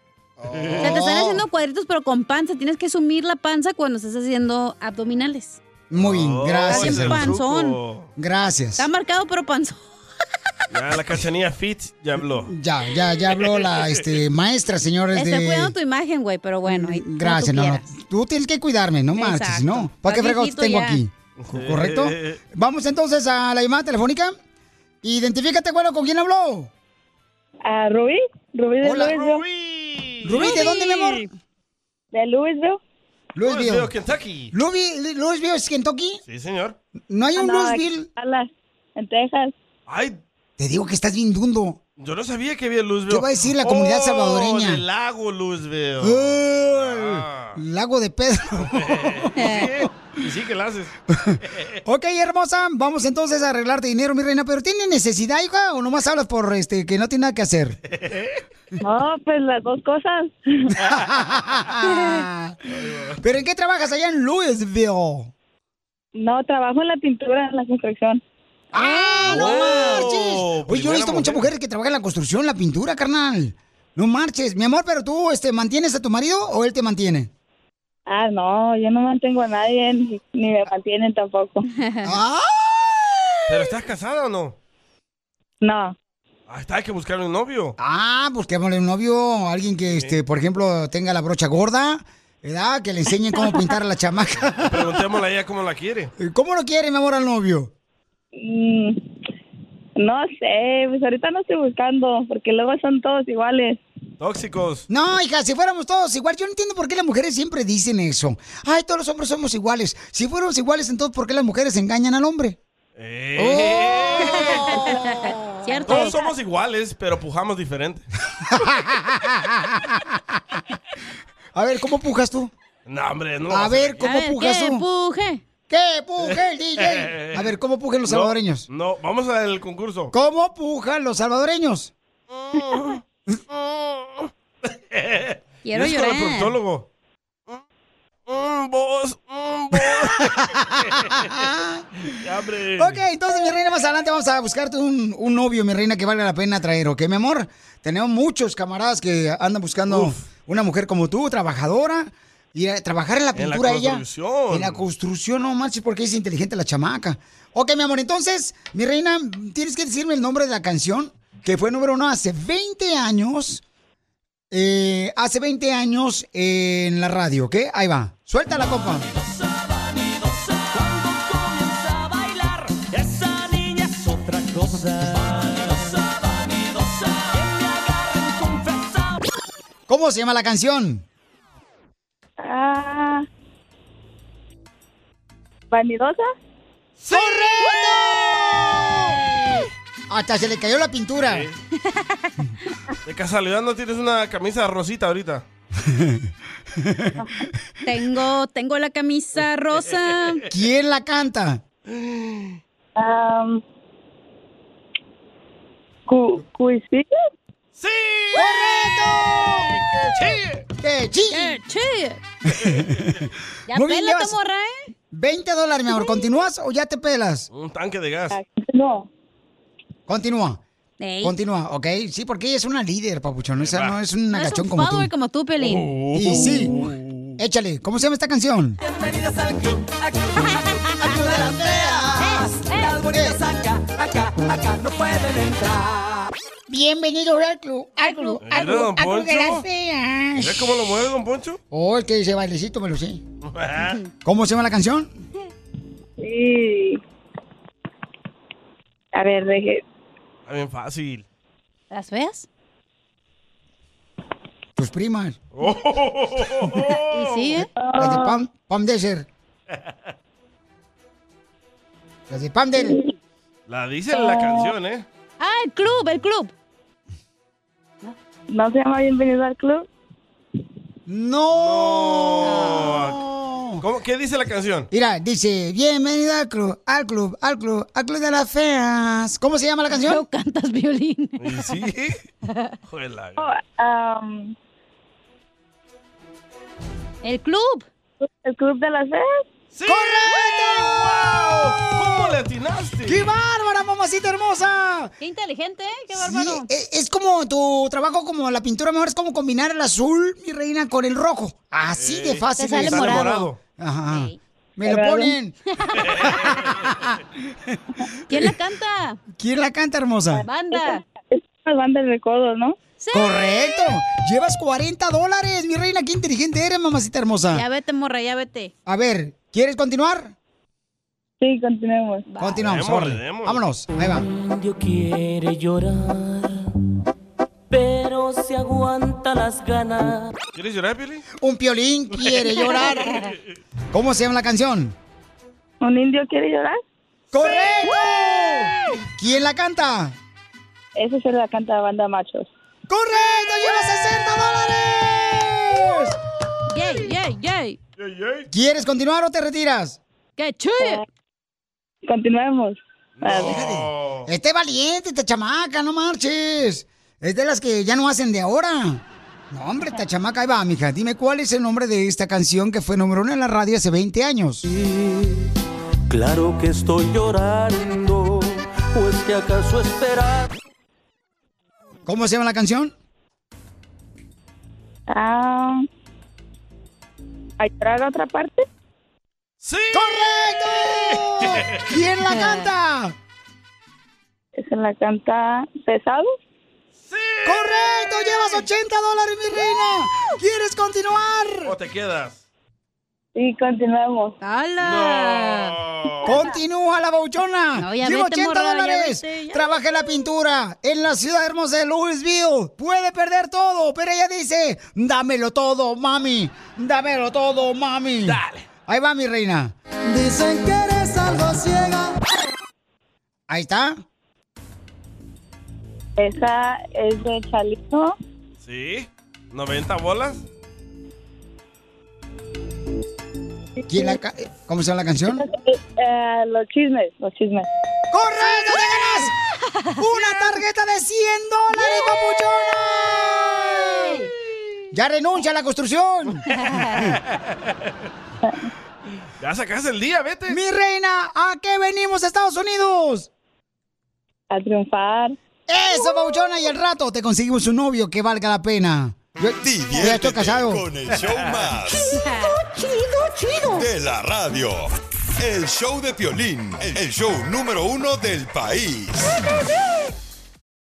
Se te están haciendo cuadritos, pero con panza. Tienes que sumir la panza cuando estás haciendo abdominales.
Muy bien,
Está
gracias.
bien panzón.
Gracias.
Está marcado, pero panzón.
Ya la cachanilla Fit ya habló.
Ya, ya, ya habló la este, maestra, señores.
Estoy
de...
cuidando tu imagen, güey, pero bueno. ahí, como
Mm, Gracias,
tú
no, no.
quieras.
Tú tienes que cuidarme, no marches,
Exacto.
¿no? ¿Para qué
Estás
fregados
viejito
tengo
ya. Eh,
aquí?
Sí.
¿Correcto? Vamos entonces a la llamada telefónica. Identifícate, bueno, ¿con quién habló?
A Rubí. Rubí de
Hola,
Louisville.
Rubí, ¿de dónde, mi amor?
De Louisville.
Louisville.
Louisville, Kentucky.
Louisville, Louisville, es Kentucky.
Sí, señor.
No hay un
No, aquí
Louisville.
en Dallas, en Texas.
Ay,
Te digo que estás bien dundo.
yo no sabía que había Louisville.
¿Qué va a decir la comunidad
Oh,
salvadoreña?
del lago Louisville.
Ah.
¡Ay! Lago de Pedro.
Y ¿eh? sí que la haces.
ok, hermosa, vamos entonces a arreglarte dinero, mi reina. Pero ¿tiene necesidad, hija? ¿O nomás hablas por este que no tiene nada que hacer?
No, pues las dos cosas.
¡Ah, ¿Pero en qué trabajas allá en Louisville?
No, trabajo en la pintura, en la construcción.
¡Ah, no marches! Oye, yo he
Primera
visto muchas mujeres que trabajan en la construcción, la pintura, carnal. No marches. Mi amor, pero tú este, mantienes a tu marido o él te mantiene?
Ah, no, yo no mantengo a nadie, ni ni me mantienen tampoco.
¿Pero estás casada o no?
No.
Ah, está, hay que buscarle un novio.
Ah, busquémosle un novio, alguien que, este, por ejemplo, tenga la brocha gorda, ¿verdad? Que le enseñe cómo pintar a la chamaca.
Preguntémosle a ella cómo la quiere.
¿Cómo lo quiere, mi amor, al novio?
Mm, no sé, pues ahorita no estoy buscando, porque luego son todos iguales.
Tóxicos.
No, hija, si fuéramos todos igual, yo no entiendo por qué las mujeres siempre dicen eso. Ay, todos los hombres somos iguales. Si fuéramos iguales, entonces, ¿por qué las mujeres engañan al hombre? Oh.
¿Cierto?
Todos somos iguales, pero pujamos diferente.
A ver, ¿cómo pujas tú?
No, hombre, no.
A ver, ¿cómo
A ver,
pujas
Eh, ¿qué
tú?
empuje?
¿Qué puje el DJ? A ver, ¿cómo pujan los
No,
salvadoreños?
No, vamos al concurso.
¿Cómo pujan los salvadoreños?
Quiero Es con
Eh.
el llorar. proctólogo. Un voz, un Ya, hombre.
Ok, entonces, mi reina, más adelante vamos a buscarte un, un novio, mi reina, que valga la pena traer, ¿ok, mi amor? Tenemos muchos camaradas que andan buscando una mujer como tú, trabajadora, y eh, trabajar en la
En la
pintura ella.
construcción.
En la construcción, no manches, porque es inteligente la chamaca. Ok, mi amor, entonces, mi reina, tienes que decirme el nombre de la canción, que fue número uno hace 20 años. eh, hace 20 años eh, en la radio, ¿ok? Ahí va. Suelta la copa.
Esa niña es otra cosa. Vanidosa, vanidosa. Que me agarren confesado.
¿Cómo se llama la canción?
Ah. ¿Vanidosa?
¡Correcto! Hasta se le cayó la pintura.
De casualidad no tienes una camisa rosita ahorita.
Tengo, tengo la camisa rosa.
¿Quién la canta?
Um, cu ¿Cuisillo?
¡Sí!
¡Correcto! ¡Qué chille!
¡Qué chille! Ya
Muy bien,
pela tu
llevas-
morra, ¿eh?
20 dólares, mi amor. ¿Continúas o ya te pelas?
Un tanque de gas.
No.
Continúa.
Ey.
Continúa, ¿ok? Sí, porque ella es una líder, papuchón. Esa no es un
No es
agachón
un
como tú.
follower como tú, Oh. Pelín.
Y sí. Échale. ¿Cómo se llama esta canción?
Bienvenidas al club, al club, al club de las feas. Las bonitas acá, acá, acá no pueden entrar.
Bienvenido al club, al club,
al club, don al club de Poncho? las
feas.
¿Ves cómo lo mueve, don Poncho?
Oh, es que ese bailecito me lo sé. ¿Cómo se llama la canción?
Sí. A ver, deje.
Está bien fácil.
¿Las veas?
Tus primas.
Oh.
Oh.
Y sí, ¿eh?
Las de Pam, Pam Desert. Las de Pam Desert.
La dice en la
Oh.
canción, ¿eh?
Ah, el club, el club.
¿No se llama Bienvenido al Club?
¡No!
¿Cómo? ¿Qué dice la canción?
Mira, dice, bienvenido al club, al club, al club, al club de las feas. ¿Cómo se llama la canción?
No cantas violín.
¿Y sí? Joder, la-
Um,
¿El club?
¿El club de las feas?
¡Correcto!
¿Cómo le atinaste?
¡Qué bárbara, mamacita hermosa!
Qué inteligente, ¿eh? Qué
Sí,
bárbaro.
es, es como tu trabajo, como la pintura, mejor es como combinar el azul, mi reina, con el rojo. Así de fácil.
Te sale
es.
morado.
Ajá. Me lo ponen.
¿Quién la canta?
¿Quién la canta, hermosa?
Banda.
Es una banda de recodo, ¿no?
Correcto. Llevas 40 dólares, mi reina. Qué inteligente eres, mamacita hermosa.
Ya vete, morra, ya vete.
A ver, ¿quieres continuar?
Sí, continuemos.
Continuamos.
Démosle,
órale.
démosle.
Vámonos. Ahí va.
quiere llorar, pero se aguanta las ganas.
¿Quieres llorar, Pili?
Un piolín quiere llorar. ¿Cómo se llama la canción?
¿Un indio quiere llorar?
¡Correcto! ¿Quién la canta?
Esa se la canta la banda Machos.
¡Correcto! ¡Lleva 60
dólares! ¡Yay, yay, yay!
¿Quieres continuar o te retiras?
¡Qué chido!
Eh, Continuemos. Ah,
Oh.
Esté valiente, esta chamaca, no marches. Es de las que ya no hacen de ahora. No, hombre, esta chamaca, ahí va, mija. Dime cuál es el nombre de esta canción que fue número uno en la radio hace 20 años.
Claro que estoy llorando, pues que acaso esperar.
¿Cómo se llama la canción?
Ah. ¿A llorar a otra parte?
¡Sí!
¡Correcto! ¿Quién la canta?
Esa la canta Pesado.
¡Correcto! ¡Llevas 80 dólares, mi reina! ¿Quieres continuar?
¿O te quedas?
Y continuamos.
¡Hala!
¡Continúa la bauchona!
No, ya
¡Lleva
vete,
80
morra, ya
dólares!
vete, ya
Trabaja en la pintura en la ciudad hermosa de Louisville. Puede perder todo, pero ella dice: Dámelo todo, mami. Dámelo todo, mami. Dale. Ahí va, mi reina. Dicen que eres algo ciega. Ahí está.
Esa es de Chalino.
¿Sí? ¿90 bolas?
¿Quién la ca- eh, ¿Cómo se llama la canción?
Eh, los chismes, los chismes.
¡Correcto! ¡Te ganas! ¡Una tarjeta de 100 dólares, papuchona! ¡Ya renuncia a la construcción!
Ya sacaste el día, vete.
¡Mi reina! ¿A qué venimos a Estados Unidos?
A triunfar.
¡Eso, papuchona! Y al rato te conseguimos un novio que valga la pena. Yo, yo ya estoy casado.
Con el show más. Chido, chido, chido. De la radio. El show de Piolín. El show número uno del país.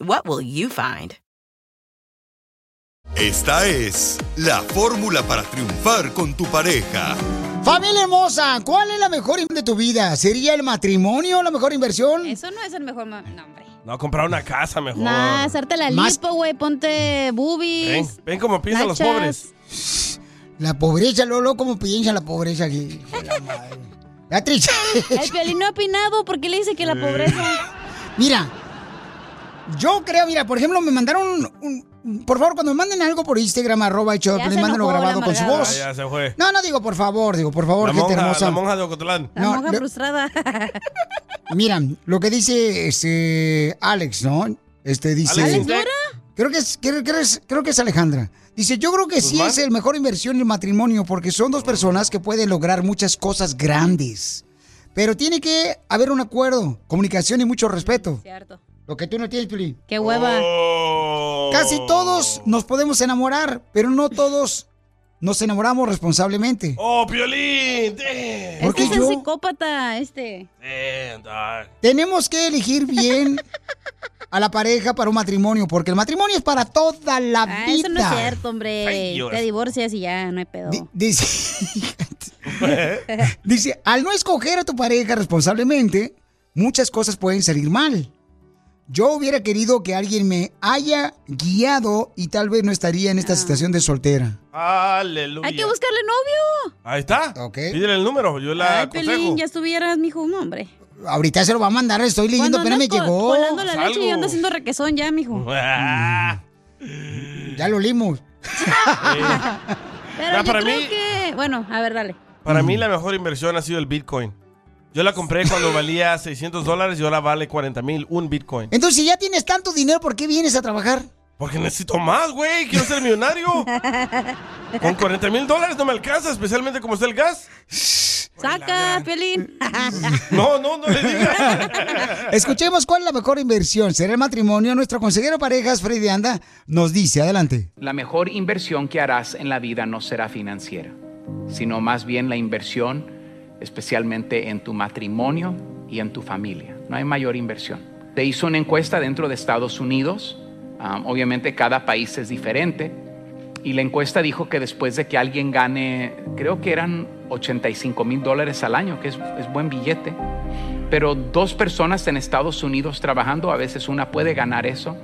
What will you find?
Esta es la fórmula para triunfar con tu pareja.
Familia hermosa, ¿cuál es la mejor inversión de tu vida? ¿Sería el matrimonio la mejor inversión?
Eso no es el mejor ma- No, hombre.
No, comprar una casa mejor.
Nah, hacerte la lipo, güey. Ponte
Ven,
¿Eh?
boobies.
ven cómo piensan los
Nachas.
pobres.
La pobreza, Lolo, ¿cómo piensa la pobreza aquí? Hijo de la madre. Beatriz.
El violín no ha opinado. ¿Por qué le dice que la pobreza?
Mira, yo creo, mira, por ejemplo, me mandaron un- un- por favor, cuando me manden algo por Instagram, arroba hecho, de
Ya
Piolín,
se
mándenlo
enojó la
grabado con su
amargada.
voz.
Ah, Ya, ya se fue.
No, no digo por favor, digo por favor,
la,
gente
monja,
hermosa.
la monja de Ocotlán.
La monja frustrada.
Mira, lo que dice este Alex, ¿no? Este dice.
¿Alex Lora?
Creo que es, creo, creo es- creo que es Alejandra. Dice, yo creo que sí
¿Guzmán?
es el mejor inversión el matrimonio, porque son dos personas que pueden lograr muchas cosas grandes. Pero tiene que haber un acuerdo, comunicación y mucho respeto.
Cierto.
Lo que tú no tienes, Oh. Pili.
Qué hueva.
Oh.
Casi todos nos podemos enamorar, pero no todos nos enamoramos responsablemente.
¡Oh, Piolín! eh. damn.
¿Por
Este
qué
es
yo?
el psicópata, este.
Eh, Damn, dog.
Tenemos que elegir bien a la pareja para un matrimonio, porque el matrimonio es para toda la
Ah,
vida.
eso no es cierto, hombre.
Ay, Dios.
Te divorcias y ya, no hay pedo.
Dice, dice, al no escoger a tu pareja responsablemente, muchas cosas pueden salir mal. Yo hubiera querido que alguien me haya guiado y tal vez no estaría
Ah.
en esta situación de soltera.
Aleluya.
hay que buscarle novio.
Ahí está. Pídele el número, yo la
Ay,
aconsejo.
Pelín, ya estuvieras, mijo, un hombre.
Ahorita se lo va a mandar, estoy leyendo,
Cuando
pero me
andas co-
llegó.
Colando la leche y anda haciendo requesón ya, mijo.
Ya lo limos.
Pero
Ya,
yo
para
creo
mí-
que... Bueno, a ver, dale.
Para mí la mejor inversión ha sido el Bitcoin. Yo la compré cuando valía 600 dólares y ahora vale 40 mil, un Bitcoin.
Entonces, si ya tienes tanto dinero, ¿por qué vienes a trabajar?
Porque necesito más, güey. Quiero ser millonario. Con 40 mil dólares no me alcanza, especialmente como está el gas.
Saca, Pelín.
No, no, no le digas.
Escuchemos cuál es la mejor inversión. ¿Será el matrimonio? Nuestro consejero de parejas, Freddy Anda, nos dice, adelante.
La mejor inversión que harás en la vida no será financiera, sino más bien la inversión especialmente en tu matrimonio y en tu familia. No hay mayor inversión. Se hizo una encuesta dentro de Estados Unidos, um, obviamente cada país es diferente, y la encuesta dijo que después de que alguien gane, creo que eran 85 mil dólares al año, que es- es buen billete, pero dos personas en Estados Unidos trabajando, a veces una puede ganar eso,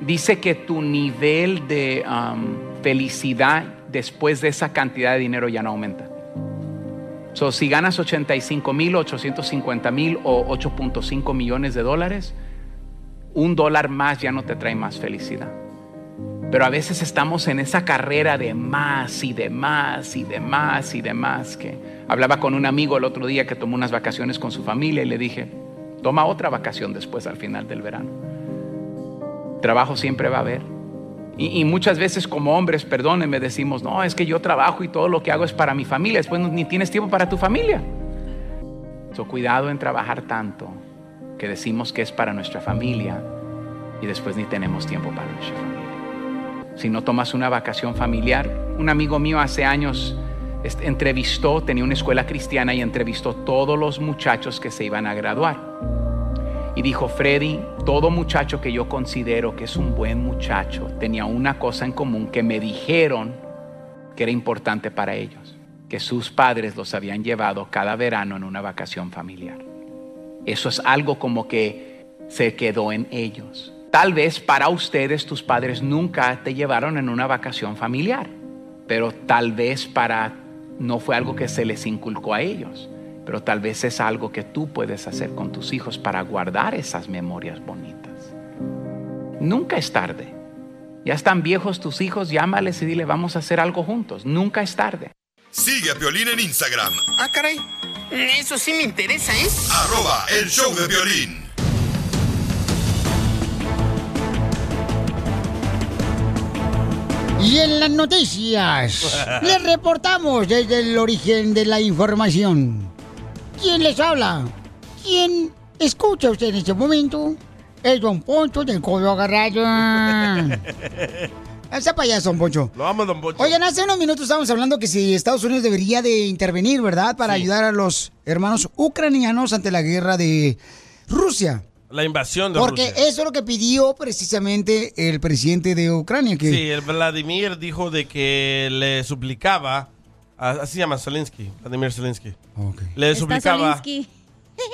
dice que tu nivel de um, felicidad después de esa cantidad de dinero ya no aumenta. So, si ganas 85 mil, 850 mil o 8.5 millones de dólares, un dólar más ya no te trae más felicidad. Pero a veces estamos en esa carrera de más y de más y de más y de más. Que hablaba con un amigo el otro día que tomó unas vacaciones con su familia y le dije, toma otra vacación después al final del verano trabajo siempre va a haber. Y, y muchas veces como hombres, perdónenme, decimos, no, es que yo trabajo y todo lo que hago es para mi familia, después no- ni tienes tiempo para tu familia. So, cuidado en trabajar tanto que decimos que es para nuestra familia y después ni tenemos tiempo para nuestra familia. Si no tomas una vacación familiar, un amigo mío hace años este, entrevistó, tenía una escuela cristiana y entrevistó todos los muchachos que se iban a graduar y dijo, Freddy, todo muchacho que yo considero que es un buen muchacho tenía una cosa en común que me dijeron que era importante para ellos, que sus padres los habían llevado cada verano en una vacación familiar. Eso es algo como que se quedó en ellos. Tal vez para ustedes tus padres nunca te llevaron en una vacación familiar, pero tal vez para no fue algo que se les inculcó a ellos pero tal vez es algo que tú puedes hacer con tus hijos para guardar esas memorias bonitas. Nunca es tarde. Ya están viejos tus hijos, llámales y dile, vamos a hacer algo juntos. Nunca es tarde.
Sigue a Piolín en Instagram,
Ah, caray.
Eso sí me interesa, ¿eh?
arroba el show de violín.
Y en las noticias, les reportamos desde el origen de la información. ¿Quién les habla? ¿Quién escucha usted en este momento? Es Don Poncho del Codo Agarrado. Ese payaso, Don Poncho.
Lo amo, don Bocho.
Oigan, hace unos minutos estábamos hablando que si Estados Unidos debería de intervenir, ¿verdad? Para ayudar a los hermanos ucranianos ante la guerra de Rusia.
La invasión de
Porque
Rusia.
eso es lo que pidió precisamente el presidente de Ucrania, que
Sí, el Vladimir dijo de que le suplicaba, a- así se llama Zelensky, Vladimir Zelensky. Le
Está
suplicaba,
Solinsky.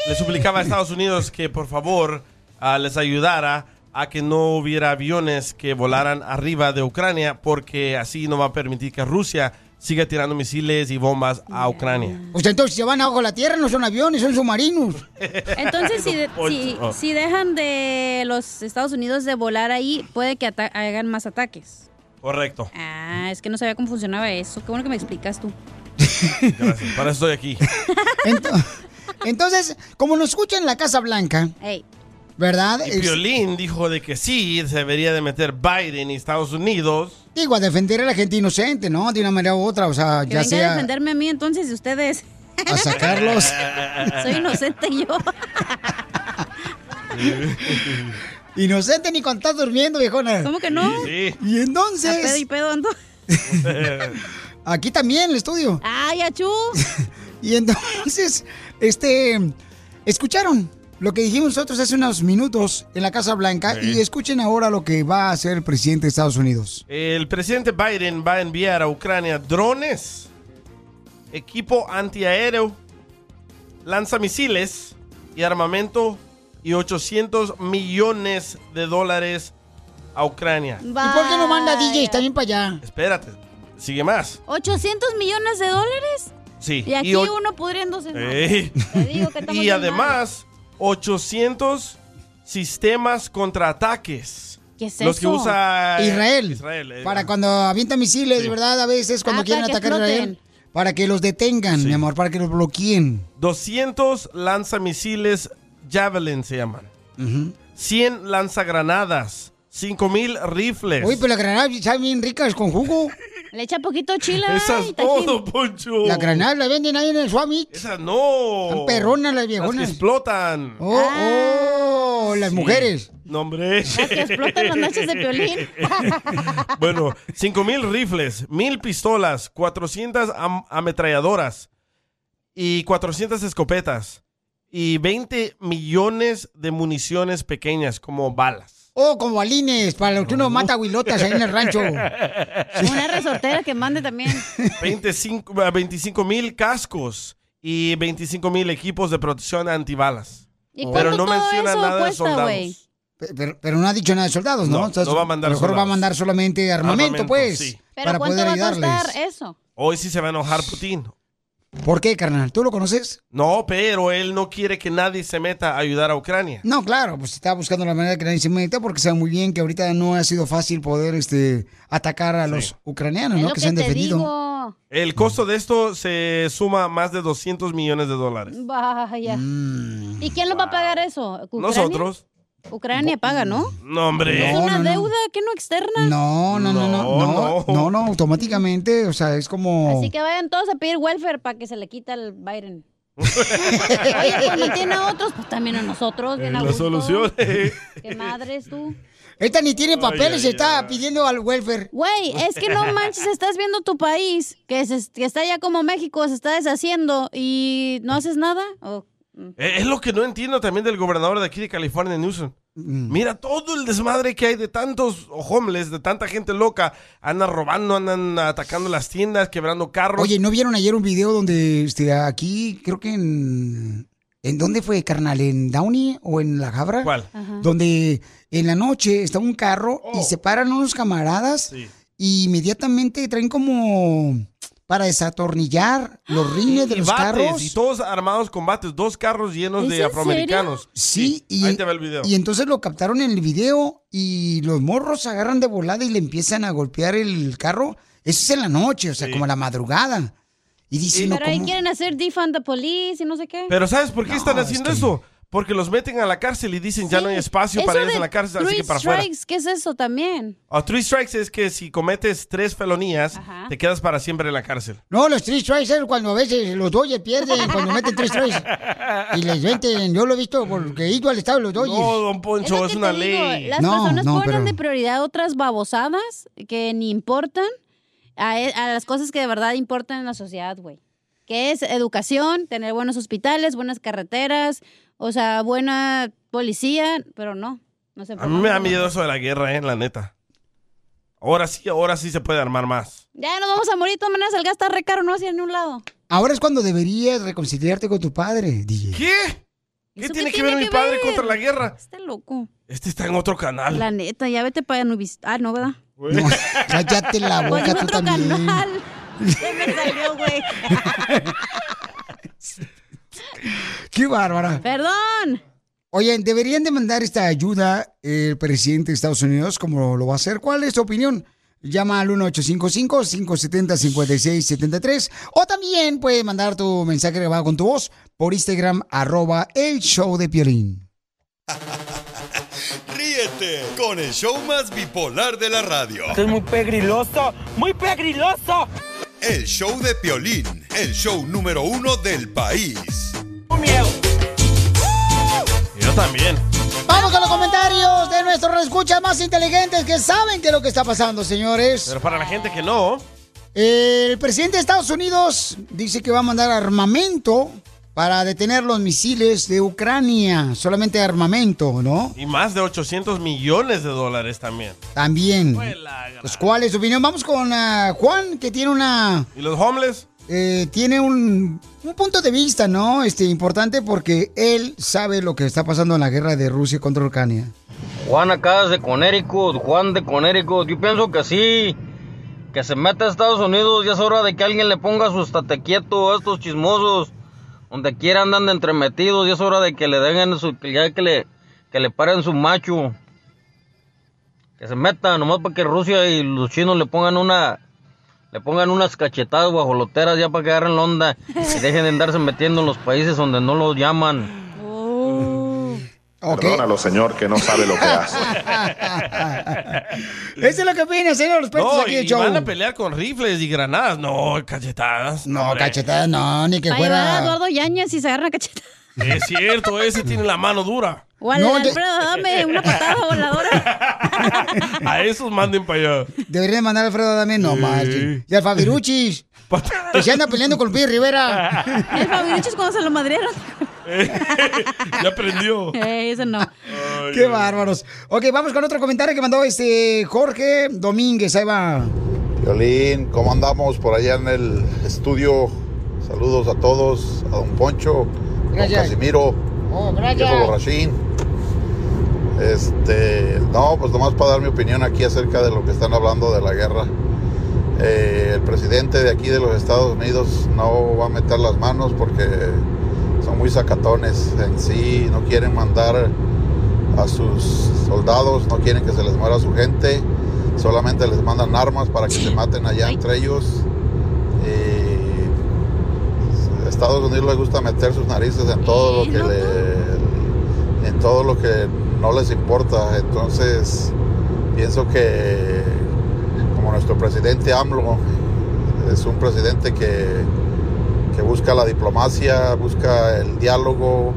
le suplicaba a Estados Unidos que por favor ah, les ayudara a que no hubiera aviones que volaran arriba de Ucrania porque así no va a permitir que Rusia siga tirando misiles y bombas a Ucrania.
O sea, entonces si se van abajo de la tierra, no son aviones, son submarinos.
Entonces, si, de- si,
Poncho.
si dejan de los Estados Unidos de volar ahí, puede que ata- hagan más ataques.
Correcto.
Ah, es que no sabía cómo funcionaba eso. Qué bueno que me explicas tú.
Gracias. Para eso estoy aquí.
Entonces, como nos escuchan en la Casa Blanca,
Ey.
¿verdad?
Y
Es-
Piolín dijo de que sí, se debería de meter Biden y Estados Unidos.
digo, a defender a la gente inocente, ¿no? De una manera u otra, o sea,
Que venga
ya
a
sea
defenderme a mí entonces de ustedes.
a sacarlos.
Soy inocente yo.
Inocente ni cuando estás durmiendo, viejona.
¿Cómo que no?
Sí.
A
Y
pedo y
entonces,
pedo ando.
aquí también el estudio.
¡Ay, achú!
Y entonces, este, escucharon lo que dijimos nosotros hace unos minutos en la Casa Blanca y escuchen ahora lo que va a hacer el presidente de Estados Unidos.
El presidente Biden va a enviar a Ucrania drones, equipo antiaéreo, lanzamisiles y armamento y 800 millones de dólares a Ucrania.
¿Y por qué no manda DJs también para allá?
Espérate, sigue más.
¿800 millones de dólares?
Sí.
Y aquí
o-
uno pudriéndose. ¿no?
Ey.
Te digo que estamos
y
bien
además, 800 sistemas contraataques.
¿Qué es
Los que
eso?
usa eh,
Israel.
eh,
Para cuando avienta misiles,
Sí.
¿verdad? A veces cuando
Ah,
quieren
para que
atacar a Israel. Para que los detengan, mi amor, para que los bloqueen.
200 lanzamisiles Javelin se llaman. 100 lanzagranadas. 5000 rifles.
Uy, pero la granada está bien ricas con jugo.
Le echa poquito chile.
Eso es
ay, tajín.
todo, Poncho.
La granada la venden ahí en el Swami.
Esas Oh. no.
Están perronas las
Las que
viejonas.
explotan.
Oh,
Ah.
oh, las
Sí.
mujeres.
No, hombre.
que explotan las nachas de Piolín.
bueno, 5000 rifles, 1000 pistolas, 400 am- ametralladoras y 400 escopetas y 20 millones de municiones pequeñas como balas.
Oh, con balines, para los que
Oh.
uno mata huilotas ahí en el rancho.
Una resortera que mande también.
25 25 eh, mil cascos y 25 mil equipos de protección antibalas.
¿Y
Pero
cuánto
no
todo
menciona
eso
nada de
cuesta,
soldados.
güey?
Pe- Pero, pero no ha dicho nada de soldados, ¿no?
No, no va a mandar
lo mejor va a
soldados.
mandar solamente armamento,
Armamento,
pues.
sí.
¿Pero
para
cuánto
poder
va a
ayudarles.
costar eso?
Hoy sí se va a enojar Putin.
¿Por qué, carnal? ¿Tú lo conoces?
No, pero él no quiere que nadie se meta a ayudar a Ucrania.
No, claro, pues está buscando la manera de que nadie se meta porque sabe muy bien que ahorita no ha sido fácil poder este, atacar a los ucranianos, ¿no? se han defendido.
El costo de esto se suma a más de 200 millones de dólares.
Vaya.
Mm.
¿Y quién lo va a pagar eso? ¿Ucrania?
Nosotros.
Ucrania paga, ¿no?
No, hombre.
Es una deuda que no externa.
No, no, no, no, no, no, no, automáticamente, o sea, es como...
Así que vayan todos a pedir welfare para que se le quita el Biden. Oye, cuando tiene a otros, pues también a nosotros. Bien a
la
gusto.
solución.
¿Qué madres tú?
Esta ni tiene papeles,
ay,
se está pidiendo al welfare.
Güey, es que no manches, estás viendo tu país, que, se- que está ya como México, se está deshaciendo y no haces nada. ¿O
Eh, Es lo que no entiendo también del gobernador de aquí de California, Newsom.
Mm.
Mira todo el desmadre que hay de tantos homeless, de tanta gente loca. Andan robando, andan atacando las tiendas, quebrando carros.
Oye, ¿no vieron ayer un video donde este, aquí, creo que en... ¿En dónde fue, carnal? ¿En Downey o en La Jabra?
¿Cuál? Oh. Ajá.
Donde en la noche está un carro y se paran unos camaradas y inmediatamente traen como para desatornillar los rines de
¡Ah! Y
los
bates,
carros.
Y todos armados con bates, dos carros llenos
¿Es
de
en
afroamericanos.
serio? Sí, y-
ahí te va el video.
Y entonces lo captaron en el video y los morros se agarran de volada y le empiezan a golpear el carro. Eso es en la noche, o sea, como a la madrugada. Y dicen, no,
Pero ahí
¿cómo?
quieren hacer defund the police y no sé qué.
Pero ¿sabes por qué están
No,
haciendo eso? Porque los meten a la cárcel y dicen ya no hay espacio
Eso
para ellos
de
en la cárcel, así
three
que para afuera.
strikes, ¿qué es eso también?
O three strikes es que si cometes tres felonías, te quedas para siempre en la cárcel.
No, los tres strikes es cuando a veces los Dodgers pierden, cuando meten tres strikes. Y les venden, yo lo he visto porque he ido al estado de los Dodgers.
No, don Poncho, Es lo es que una te ley.
Digo, las
No,
personas
no,
ponen
pero-
de prioridad otras babosadas que ni importan a, e- a las cosas que de verdad importan en la sociedad, güey. Que es educación, tener buenos hospitales, buenas carreteras, o sea, buena policía, pero no. no se
A mí me da miedo eso de la guerra, eh, la neta. Ahora sí, ahora sí se puede armar más.
Ya nos vamos a morir, de todas maneras, el gas está re caro, no hacia ningún lado.
Ahora es cuando deberías reconciliarte con tu padre, DJ.
¿Qué? ¿Qué
¿Eso
tiene que ver mi padre contra la guerra?
Está loco.
Este está en otro canal.
La neta, ya vete para Nubis. Ah, no, ¿verdad?
cállate la
Pues
boca
en
tú
otro
también.
canal. Se me salió, güey.
Qué bárbara.
Perdón.
Oye, deberían de mandar esta ayuda el presidente de Estados Unidos como lo va a hacer. ¿Cuál es tu opinión? Llama al 1-855-570-5673 o también puedes mandar tu mensaje grabado con tu voz por Instagram arroba el show de Piolín.
Ríete con el show más bipolar de la radio.
Esto es muy pegriloso,
muy pegriloso. El show de Piolín, el show número uno del país.
Yo también.
Vamos con los comentarios de nuestros escuchas más inteligentes que saben qué es lo que está pasando, señores.
Pero para la gente que no,
El presidente de Estados Unidos dice que va a mandar armamento para detener los misiles de Ucrania. Solamente armamento, ¿no?
Y más de 800 millones de dólares también.
También. Pues, ¿Cuál es su opinión? Vamos con ah, Juan, que tiene una...
¿Y los homeless?
eh, tiene un, un punto de vista, ¿no? Este, importante porque él sabe lo que está pasando en la guerra de Rusia contra Ucrania.
Juan acá de Connecticut, Juan de Connecticut. Yo pienso que sí, que se meta a Estados Unidos. Ya es hora de que alguien le ponga su estate quieto a estos chismosos. Donde quiera andan de entremetidos. Ya es hora de que le den su. que ya que le, que le paren su macho. Que se meta, nomás para que Rusia y los chinos le pongan una. Le pongan unas cachetadas guajoloteras ya para que agarren la onda y dejen de andarse metiendo en los países donde no los llaman.
Perdónalo, señor, que no sabe lo que hace.
Eso es lo que opina, señor. Los
No,
perros pues, aquí
y,
de
y
show.
van a pelear con rifles y granadas. No, cachetadas.
No, cachetadas no, ni que
Ahí va Eduardo Yañez y se agarra cacheta.
Es cierto, ese tiene la mano dura.
O al Alfredo, dame una patada voladora.
A esos manden para allá.
Deberían mandar a Alfredo también, no marchen. Y al Fabiruchis. que se anda peleando con Luis Rivera.
El Fabiruchis cuando se lo madrieron.
Ya aprendió.
Eh, eso no.
Qué bárbaros. Ok, vamos con otro comentario que mandó este Jorge Domínguez. Ahí va.
Violín, ¿cómo andamos por allá en el estudio? Saludos a todos, a don Poncho, a don
Gracias.
Casimiro,
Oh,
viejo borrachín. Este, no, pues nomás para dar mi opinión aquí acerca de lo que están hablando de la guerra. Eh, el presidente de aquí de los Estados Unidos no va a meter las manos porque son muy sacatones en sí, no quieren mandar a sus soldados, no quieren que se les muera su gente, solamente les mandan armas para que se maten allá entre ellos. Y a Estados Unidos les gusta meter sus narices en todo lo que le- en todo lo que no les importa. Entonces pienso que como nuestro presidente AMLO es un presidente que, que busca la diplomacia, busca el diálogo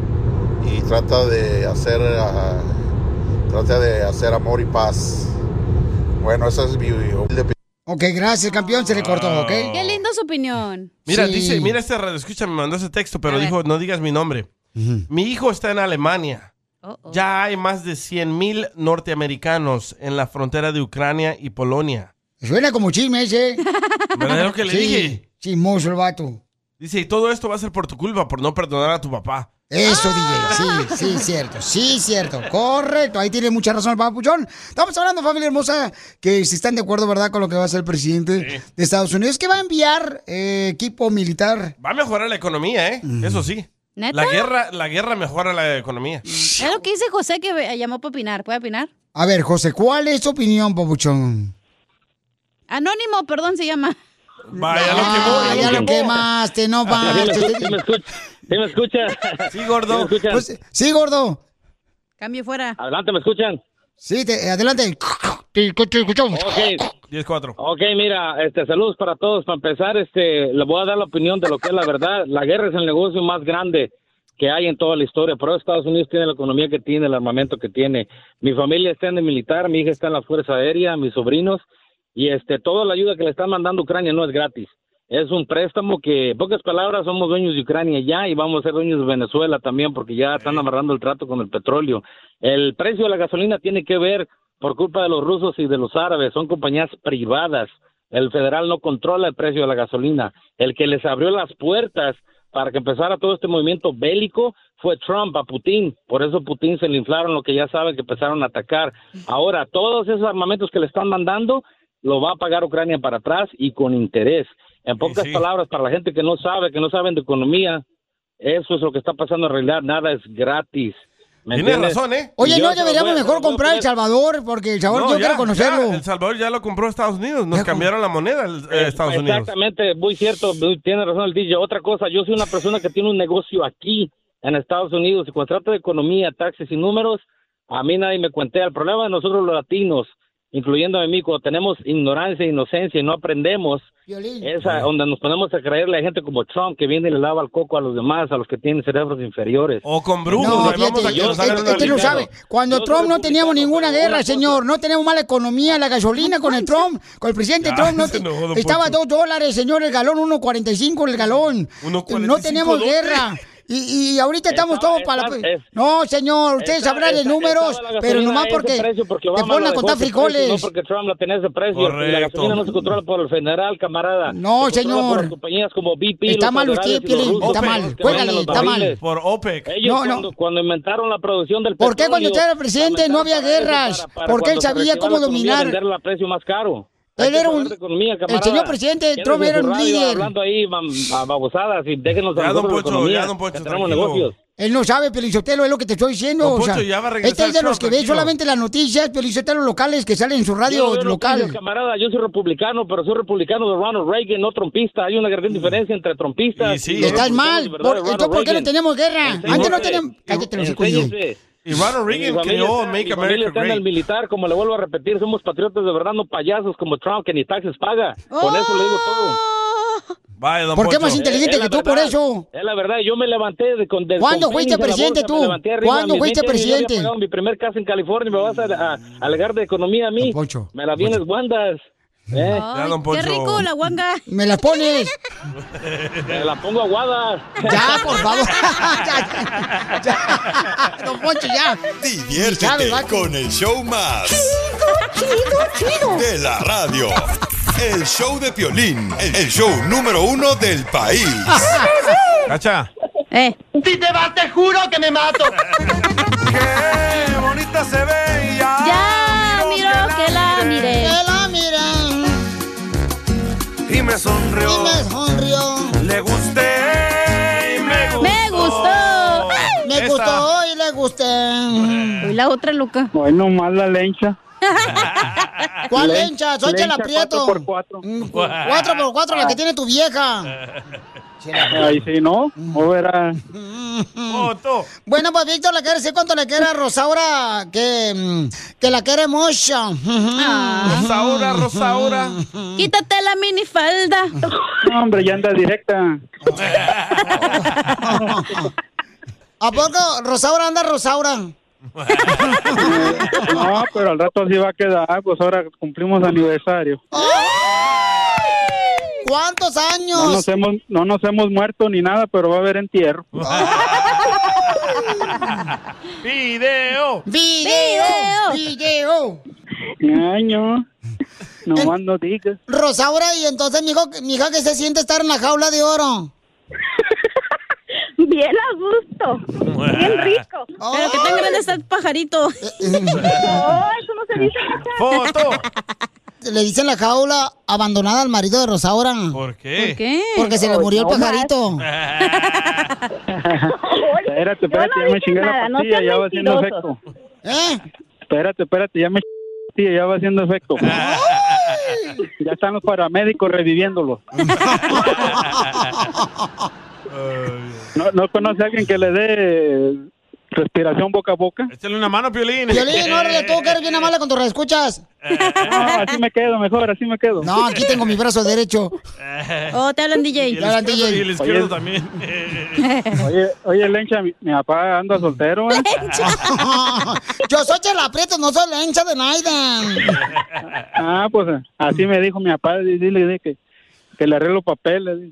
y trata de hacer ah, trata de hacer amor y paz. Bueno, esa es mi humilde opinión.
Ok, gracias, campeón. Se le cortó,
Ah.
¿ok?
Qué linda su opinión.
Mira, dice, mira este radio, escucha, me mandó ese texto, pero dijo, no digas mi nombre. Mi hijo está en Alemania. Ya hay más de 100 mil norteamericanos en la frontera de Ucrania y Polonia.
Suena como chisme ese.
¿Verdad lo que le
Sí,
dije?
Chismoso el vato.
Dice, y todo esto va a ser por tu culpa, por no perdonar a tu papá.
Eso, DJ. Sí, sí, cierto. Sí, cierto. Correcto. Ahí tiene mucha razón el papuchón. Estamos hablando, familia hermosa, que si están de acuerdo, ¿verdad?, con lo que va a hacer el presidente de Estados Unidos, que va a enviar eh, equipo militar.
Va a mejorar la economía, ¿eh? Eso sí.
¿Neta?
La guerra, la guerra mejora la economía.
Es lo que dice José que eh, llamó para opinar. ¿Puede opinar?
A ver, José, ¿cuál es tu opinión, papuchón?
Anónimo, perdón, se llama.
Vaya
lo que voy. Ah, ya lo quemaste, no manches.
¿Sí me escucha?
Sí,
¿Sí me
gordo.
escuchan?
Pues, sí, gordo.
Cambio fuera.
Adelante, ¿me escuchan? Oh,
Sí, te- adelante. Te, te escuchamos.
Ok.
10-4.
Ok, mira, este, saludos para todos. Para empezar, este, le voy a dar la opinión de lo que es la verdad. La guerra es el negocio más grande que hay en toda la historia. Por eso Estados Unidos tiene la economía que tiene, el armamento que tiene. Mi familia está en el militar, mi hija está en la Fuerza Aérea, mis sobrinos. Y este, toda la ayuda que le están mandando a Ucrania no es gratis. Es un préstamo que, en pocas palabras, somos dueños de Ucrania ya y vamos a ser dueños de Venezuela también porque ya están amarrando el trato con el petróleo. El precio de la gasolina tiene que ver por culpa de los rusos y de los árabes, son compañías privadas. El federal no controla el precio de la gasolina. El que les abrió las puertas para que empezara todo este movimiento bélico fue Trump a Putin. Por eso Putin se le inflaron lo que ya saben que empezaron a atacar. Ahora, todos esos armamentos que le están mandando lo va a pagar Ucrania para atrás y con interés. En pocas palabras, para la gente que no sabe, que no saben de economía, eso es lo que está pasando en realidad. Nada es gratis. ¿Me
Tienes
entiendes?
razón, ¿eh?
Oye,
Y yo
no,
se lo
deberíamos
voy a-
mejor comprar El Salvador, porque El Salvador yo
ya,
quiero conocerlo.
ya, el Salvador ya lo compró Estados Unidos. Nos cambiaron la moneda el- eh, Estados Unidos.
Exactamente, muy cierto, muy- tiene razón el DJ. Otra cosa, yo soy una persona que tiene un negocio aquí en Estados Unidos y cuando trata de economía, taxes y números, a mí nadie me cuentea. El problema de nosotros los latinos, incluyendo a mí, cuando tenemos ignorancia, inocencia y no aprendemos, esa donde nos ponemos a creerle a gente como Trump que viene y le lava el coco a los demás, a los que tienen cerebros inferiores.
O con
brujos,
No, fíjate, este, este no sabe. Cuando Trump no teníamos ninguna guerra, señor. No teníamos mala economía, la gasolina con el Trump, con el presidente
Ya,
Trump. No
se
te-
enojó, don
estaba dos dólares, señor, el galón, 1.45 el galón. No
1.45
teníamos
¿dónde?
guerra.
Y, y ahorita estamos
Estaba-
todos para... la-
esta- es-
no, señor, ustedes
esta-
sabrán de
esta-
números,
estaba la
pero
gasolina
nomás
a ese
porque,
precio porque
te
Obama
ponen
la
a
dejó
contar
ese precio,
frijoles.
no
porque Trump la tenía ese precio. La gasolina no se controla por el federal, camarada.
No,
Se controla
señor.
Por las compañías como BP.
Está mal usted, Piolín, está mal. Juégale, está mal.
Por OPEC.
No,
Ellos
no.
cuando, cuando inventaron la producción del
¿Por qué
petróleo,
cuando usted era presidente no había guerras?
para
Porque él
cuando se
sabía
reactivara
cómo
la economía,
dominar.
venderla a precio más caro.
Él
Hay que
era
saber
un-
de economía,
el
camarada.
señor presidente
Quédense
Trump
en
era
su
un
radio
líder.
Hablando ahí mam- a babosadas y déjenos a
Ya,
nosotros
don
la
Poncho,
economía,
ya, don Poncho,
que tenemos
tranquilo.
negocios.
Él no sabe, Pelizotelo, es lo que te estoy diciendo.
Don
o sea,
Poncho, ya va a regresar
este es de
Trump,
los que ven
tranquilo.
solamente las noticias, Pelizotelo locales que salen en su
Yo
radio
no veo noticias,
local.
camarada, yo soy republicano, pero soy republicano de Ronald Reagan, no trompista. Hay una gran diferencia entre trompistas.
Mm. Y Estás mal. Por- entonces, ¿por qué no tenemos guerra?
Este
Antes no teníamos... Cállate, los hijos.
Y Ronald
Reagan creó Make America
está en
Great.
el militar, como le vuelvo a repetir, somos patriotas de verdad, no payasos como Trump, que ni taxes paga. Con eso le digo todo.
Vaya, don
Oh. ¿Por qué
Poncho.
más inteligente
Es la
que tú
verdad,
por eso?
Es la verdad, yo me levanté de, con, de-
¿Cuándo
con tenis
fuiste
en la
presidente
bolsa,
tú?
me levanté arriba,
¿Cuándo
mis 20
fuiste
años, yo había
presidente?
pagado mi primer casa en California, me vas a, a- a alegar de economía a mí. Me la vienes, Wandas. ¿eh?
Ay, qué rico la guanga.
¿Me la pones?
Me la pongo aguada.
Ya, por favor. ya, ya. Don Poncho, ya.
Diviértete con el show más. De la radio. El show de Piolín, el show número uno del país.
Cacha.
Eh.
Si te vas, te juro que me mato. Qué bonita se ve
Ya, miro que la mire.
Que la mire.
Y me sonrió.
Y me sonrió.
Le gusté y me gustó.
Me
Me gustó.
gustó y le gusté.
Y la otra, Luca.
Bueno, más la lencha.
¿Cuál
Len-
lencha? Soy Mm,
lencha
el aprieto.
4x4.
4x4,
Ah.
la que tiene tu vieja.
Ahí sí, ¿no?
Mm.
O verá.
Bueno, pues Víctor le quiere decir cuánto le quiere a Rosaura, que, mm, que la quiere mucho.
Rosaura, Rosaura.
Quítate la minifalda.
No, hombre, ya anda directa.
¿A poco Rosaura anda Rosaura?
No, pero al rato así va a quedar, pues ahora cumplimos aniversario.
¿Cuántos
No
años?
nos hemos, no nos hemos muerto ni nada, pero va a haber entierro.
Ah, Video.
Video. Video.
Año. No más no digas.
Rosaura, y entonces, mijo, mija, ¿qué se siente estar en la jaula de oro?
Bien a gusto. Bien rico.
Oh.
Pero que tan grande está el pajarito.
No, eso no se dice.
¡Foto!
Le dicen la jaula abandonada al marido de Rosaura. ¿Por
qué? ¿Por qué?
Porque se le murió el
No más.
pajarito.
Espérate, espérate, ya me chingué la pastilla, ya va haciendo efecto.
¿Eh?
Espérate, espérate, ya me chingué la pastilla, ya va haciendo efecto. Ya están los paramédicos reviviéndolo. ¿No, ¿No conoce a alguien que le dé respiración boca a boca?
Échale una mano, Piolín.
Violín, órale, tú que eres bien amable cuando escuchas.
No, Ah, así me quedo, mejor, así me quedo.
No, aquí tengo mi brazo derecho.
Oh, te hablan, DJ.
Y el Te hablan, izquierdo, DJ. y el izquierdo
también.
Oye, oye, Lencha, mi, mi papá anda soltero, ¿eh?
Yo soy Chela Prieto, no soy la hincha de Naiden.
Ah, pues así me dijo mi papá, di- dile, dile que, que le arreglo papeles.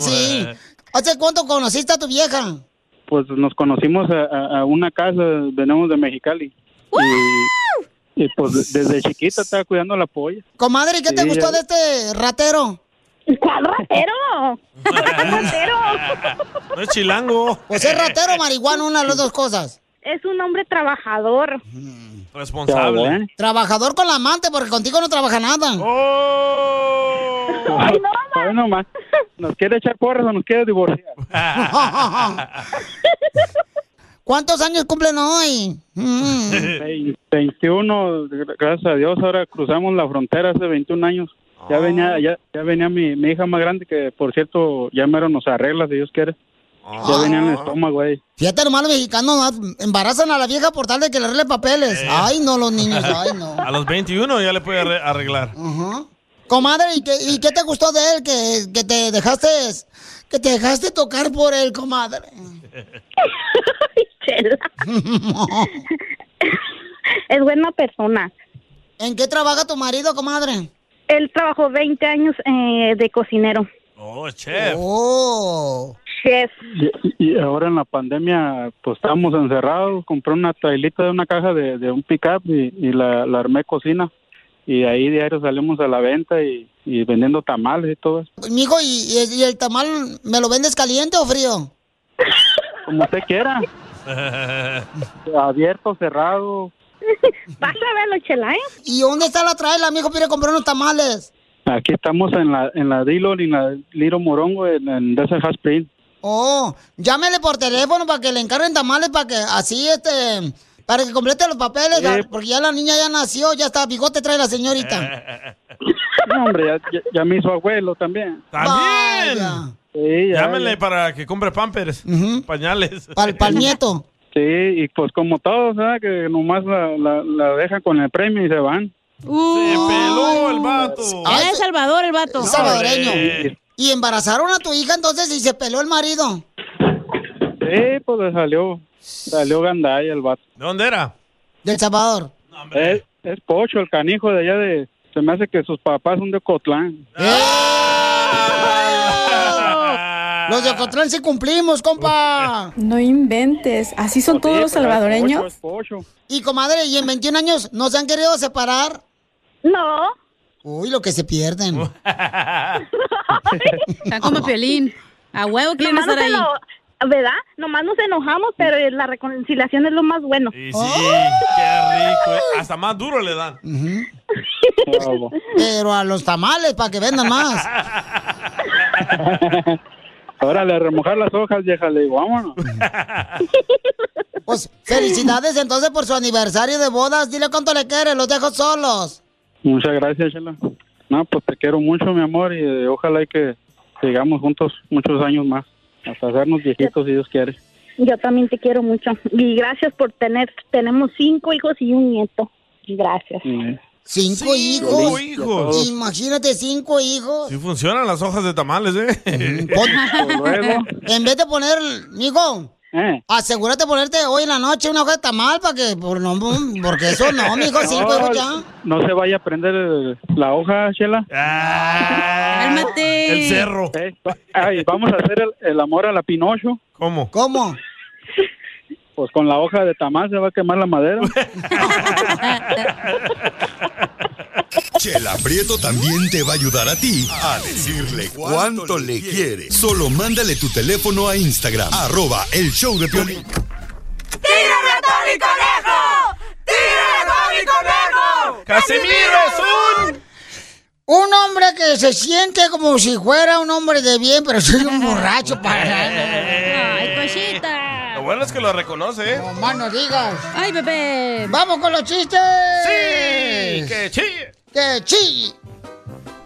sí. ¿Hace cuánto conociste a tu vieja?
Pues nos conocimos a, a- a una casa, venimos de Mexicali. Y, y, pues desde chiquita estaba cuidando la polla.
Comadre, ¿qué te
Sí,
gustó
ya-
de este ratero?
¿Cuál ratero?
No es chilango.
Pues es ratero o marihuana, una de las dos cosas.
Es un hombre trabajador.
Responsable.
Trabajador con la amante, porque contigo no trabaja nada.
Oh.
Ay, no más. ¿Nos quiere echar porras o nos quiere divorciar?
¿Cuántos años cumplen hoy? Mm.
Vein- 21, gra- gracias a Dios, ahora cruzamos la frontera hace 21 años. Ya venía, ya, ya venía mi, mi hija más grande, que por cierto, ya mero nos arregla, si Dios quiere. Ya venía en el estómago ahí.
Fíjate, nomás los mexicanos nomás embarazan a la vieja por tal de que le arregle papeles. Ay, no, los niños, ay, no.
A los 21 ya le puede arre- arreglar.
Comadre, ¿y qué, y qué te gustó de él que, que te dejaste que te dejaste tocar por él, comadre?
Es buena persona.
¿En qué trabaja tu marido, comadre?
Él trabajó 20 años eh, de cocinero.
Oh, chef.
Oh.
chef.
Y, y ahora en la pandemia, pues estábamos encerrados. Compré una trailita de una caja de, de un pickup y, y la, la armé cocina. Y ahí diario salimos a la venta y, y vendiendo tamales y todo eso.
Mijo, ¿y, y el- y el tamal me lo vendes caliente o frío?
Como usted quiera. Abierto, cerrado.
Vas a verlo, chela, ¿eh? ¿Y dónde está la traila, mijo? Quiero comprar unos tamales.
Aquí estamos en la, en la Dillon y en la Liro Morongo, en, en Desert Hot Springs.
Oh, llámele por teléfono para que le encarguen tamales, para que así, este, para que complete los papeles,
Sí.
ya- porque ya la niña ya nació, ya está, bigote trae la señorita.
No, hombre, ya, ya, ya me hizo abuelo también.
¡También!
Sí, ya,
Llámenle
ya.
para que compre pampers, pañales.
nieto.
Sí, y pues como todos, ¿verdad? Que nomás la, la, la dejan con el premio y se van.
Se
peló el vato.
Era de Salvador el vato.
Es salvadoreño. Y embarazaron a tu hija entonces y se peló el marido.
Sí, pues le salió, salió gandalla el vato.
¿De dónde era?
Del Salvador.
Es, es Pocho, el canijo de allá de... Se me hace que sus papás son de Ah. Cotlán.
Ah.
Los de Ocotlán sí cumplimos, compa.
No inventes, así
Pues
son todos los salvadoreños.
Y comadre, ¿y en 21 años nos han querido separar? No. Uy, lo que se pierden.
Está como Piolín. A huevo quieren
Nomás no se
estar ahí.
lo- ¿Verdad? Nomás nos enojamos, pero la reconciliación es lo más bueno.
Y
Oh,
sí, qué rico. eh. Hasta más duro le dan.
Pero a los tamales para que vendan más.
Órale, a remojar las hojas, vieja, le digo, vámonos.
Pues felicidades entonces por su aniversario de bodas. Dile cuánto le quieres, los dejo solos.
Muchas gracias, Chela. No, pues te quiero mucho, mi amor, y eh, ojalá y que sigamos juntos muchos años más. Hasta hacernos viejitos, si Dios quiere.
Yo también te quiero mucho. Y gracias por tener, tenemos cinco hijos y un nieto. Gracias.
Cinco
Cinco
hijos.
hijos.
Imagínate cinco hijos.
Sí funcionan las hojas de tamales, ¿eh?
en vez de poner, mijo,
Eh.
asegúrate de ponerte hoy en la noche una hoja de tamal para que, por no- porque eso no, mijo, cinco hijos ya.
No se vaya a prender el- la hoja, Chela.
Cálmate.
Ah, el cerro. ay, vamos a hacer el, el amor a la Pinocho.
¿Cómo?
¿Cómo?
Pues con la hoja de tamal se va a quemar la madera.
Chela Prieto también te va a ayudar a ti a decirle cuánto le quiere. Solo mándale tu teléfono a Instagram, arroba el show de Piolín.
¡Tírame a Tony Conejo! ¡Tírame a Tony Conejo!
Un hombre que se siente como si fuera un hombre de bien, pero soy un borracho para...
Ay, cosita.
Eh, Lo bueno es que lo reconoce, ¿eh?
Más no digas. Ay, bebé. Vamos con los chistes.
Sí, que chille.
Que chi.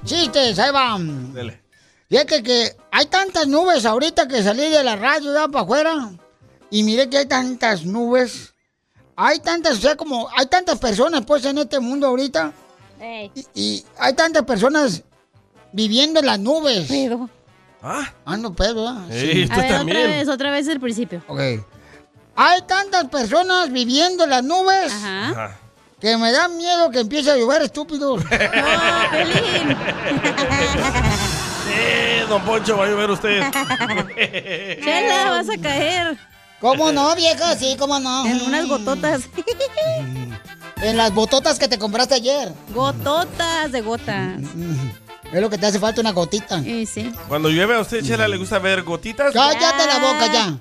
Chistes, ahí van.
Dele.
Fíjate que hay tantas nubes ahorita que salí de la radio ya para afuera. Y mire que hay tantas nubes. Hay tantas, o sea, como hay tantas personas pues en este mundo ahorita. Y, y hay tantas personas viviendo en las nubes. Pedo.
Ah.
Ando pedo, ¿ah?
Sí, tú
a ver,
también.
otra vez, otra vez el principio.
Ok. Hay tantas personas viviendo en las nubes
Ajá.
que me da miedo que empiece a llover, estúpido.
Eh, don Poncho, va a llover usted.
Chela, vas a caer.
¿Cómo no, vieja? Sí, ¿cómo no? En unas gototas. en las bototas que te compraste ayer.
Gototas de gotas.
Es lo que te hace falta una gotita.
Sí, sí.
Cuando llueve a usted, Chela, ¿le gusta ver gotitas?
Cállate la boca ya.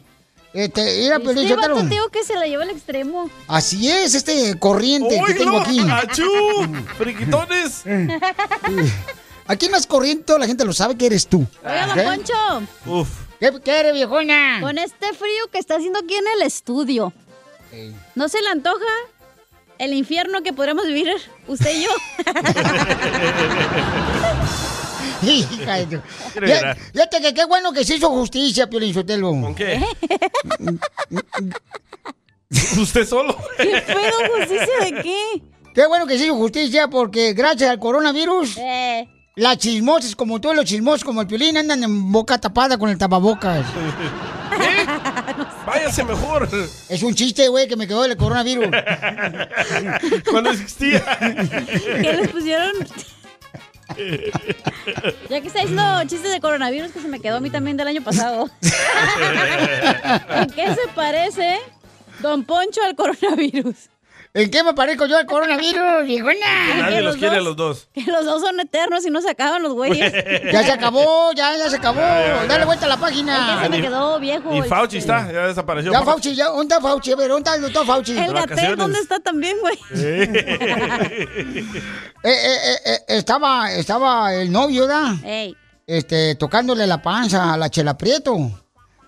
Este, mira, Piolín,
Este
Sotelo.
vato te digo que se la lleva al extremo.
Así es, este corriente que
¡Oilo!
tengo aquí.
¡Achú!
¡Friquitones!
aquí no es corriente, toda la gente lo sabe que eres tú.
Oiga, don
¿Ok?
Poncho.
Uf.
¿Qué quiere, viejona?
Con este frío que está haciendo aquí en el estudio, ¿no se le antoja el infierno que podremos vivir usted y yo?
Hija de tu-
Quiero
Ya-
llorar.
Fíjate que qué bueno que se hizo justicia, Piolín Sotelo. ¿Con
¿Eh?
qué? ¿Usted solo?
¿Qué pedo,
Pues,
justicia de qué? Qué bueno que se hizo justicia porque gracias al coronavirus,
Eh.
las chismosas, como todos los chismosos, como el Piolín, andan en boca tapada con el tapabocas.
¿Qué? ¿Eh? Váyase mejor.
Es un chiste, güey, que me quedó del coronavirus.
Cuando existía.
que les pusieron Ya que estáis no chistes de coronavirus que se me quedó a mí también del año pasado. ¿En qué se parece Don Poncho al coronavirus?
¿En qué me parezco yo al coronavirus, viejona?
Nadie los quiere a los dos.
Que los dos son eternos y no se acaban los güeyes.
Ya se acabó, ya, ya se acabó.
Ya, ya,
Dale
ya.
vuelta a la página.
Ya se me Ah, Ni-
quedó viejo. este.
Y Fauci está, ya desapareció.
Ya Fauci, ya, ¿dónde está Fauci? A ver, ¿dónde está el doctor Fauci?
El gatel, ¿dónde está también, güey?
Eh, eh, eh, eh, estaba, estaba el novio, ¿da?
Ey.
Este, tocándole la panza a la Chela Prieto.
Ah.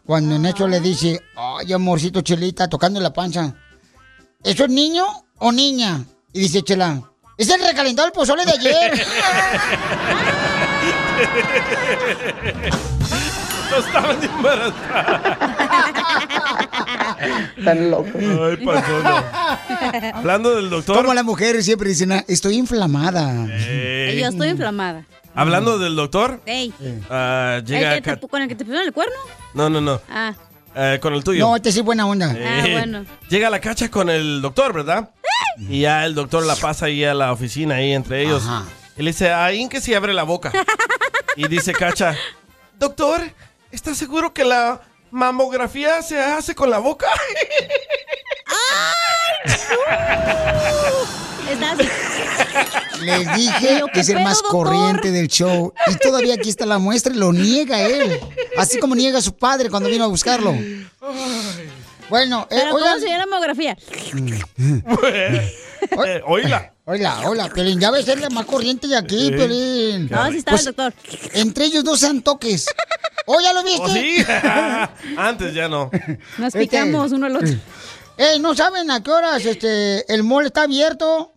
Cuando en eso le dice, ay, amorcito Chelita, tocando la panza. ¿Eso es niño o niña? Y dice Chela, es el recalentado del pozole de ayer.
No estaban embarazadas.
Tan loco.
Ay, Panchona. Hablando del doctor.
Como las mujeres siempre dicen, "Ah, estoy inflamada.
Eh,
Yo estoy inflamada.
Hablando del doctor.
Ey.
ah, llega
¿El que
Cat-
te- ¿Con el que te pusieron el cuerno?
No, no, no.
Ah,
Eh, con el tuyo.
No, este sí es buena onda.
Eh.
ah, bueno.
Llega la cacha con el doctor, ¿verdad? Y ya el doctor la pasa ahí a la oficina, ahí entre ellos. Y le dice, ahí que se abre la boca. y dice cacha, doctor, ¿está seguro que la mamografía se hace con la boca?
Estás así.
Les dije que es el más corriente del show. Y todavía aquí está la muestra y lo niega él. Así como niega a su padre cuando vino a buscarlo. Bueno, eh,
Pero ¿cómo
oigan-
se llama la mamografía?
eh, Oíla.
Hola, hola, Pelín. Ya ves, es la más corriente de aquí,
Sí.
Pelín.
No, sí estaba el
doctor. Entre ellos no sean toques. ¡Oh, ya lo viste!
¿O sí? Antes ya no.
Este.
Nos picamos uno al otro.
Ey, eh, ¿no saben a qué horas este, el mall está abierto?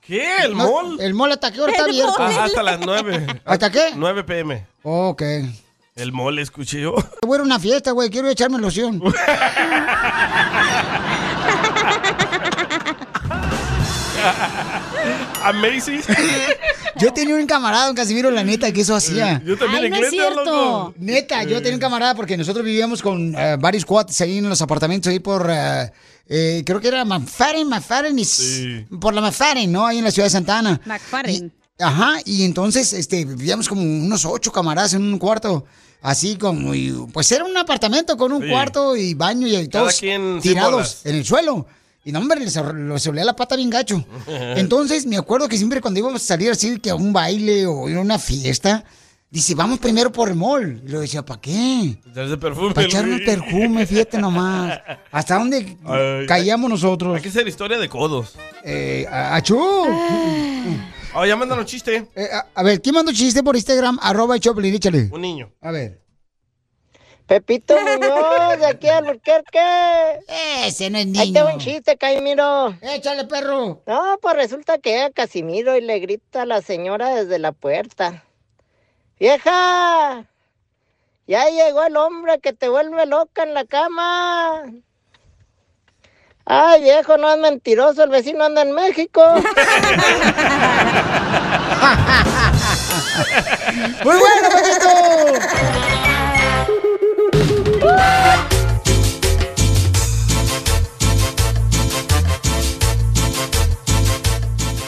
¿Qué? ¿El
No,
mall?
¿El mall hasta qué hora está
El
abierto?
mall. Ah, hasta las 9.
¿Hasta qué?
9 pm.
Ok.
El mall, escuché yo.
Voy a ir a una fiesta, güey. Quiero echarme loción.
Amazing.
Yo tenía un camarada, un Casimiro, la neta, que eso hacía.
Eh, Yo también Ay, en no es Glendale, cierto. loco.
Neta, yo tenía un camarada porque nosotros vivíamos con eh, varios cuates ahí en los apartamentos, ahí por, eh, eh, creo que era Manfaren, Manfaren y... s- Por la Manfaren, ¿no? Ahí en la ciudad de Santana.
McFarren.
Ajá, y entonces este, vivíamos como unos ocho camaradas en un cuarto, así como, y, pues era un apartamento con un
Sí.
cuarto y baño y
Cada
todos
quien sin bolas.
tirados en el suelo. Y no, hombre, les, les olía la pata bien gacho. Entonces me acuerdo que siempre cuando íbamos a salir así, que a un baile o ir a una fiesta, dice, vamos primero por el mall. Y lo decía, ¿para qué?
Ya es de perfume.
Para echarnos
Luis.
perfume, fíjate nomás. ¿Hasta dónde
Ay,
caíamos nosotros?
Hay que hacer historia de codos.
Eh, a- ¡Achú!
Ah.
Oh, ya mandaron chiste.
Eh, a, a ver, ¿quién mandó chiste por Instagram? Arroba el Choplin, échale.
Un niño.
A ver.
Pepito Muñoz, de aquí al Burquerque.
Ese no es
Ahí
niño.
tengo un chiste, Caimiro.
Échale, perro.
No, pues resulta que llega Casimiro y le grita a la señora desde la puerta. ¡Vieja! Ya llegó el hombre que te vuelve loca en la cama. Ay, viejo, no es mentiroso, el vecino anda en México.
¡Muy bueno, pues. Pepito!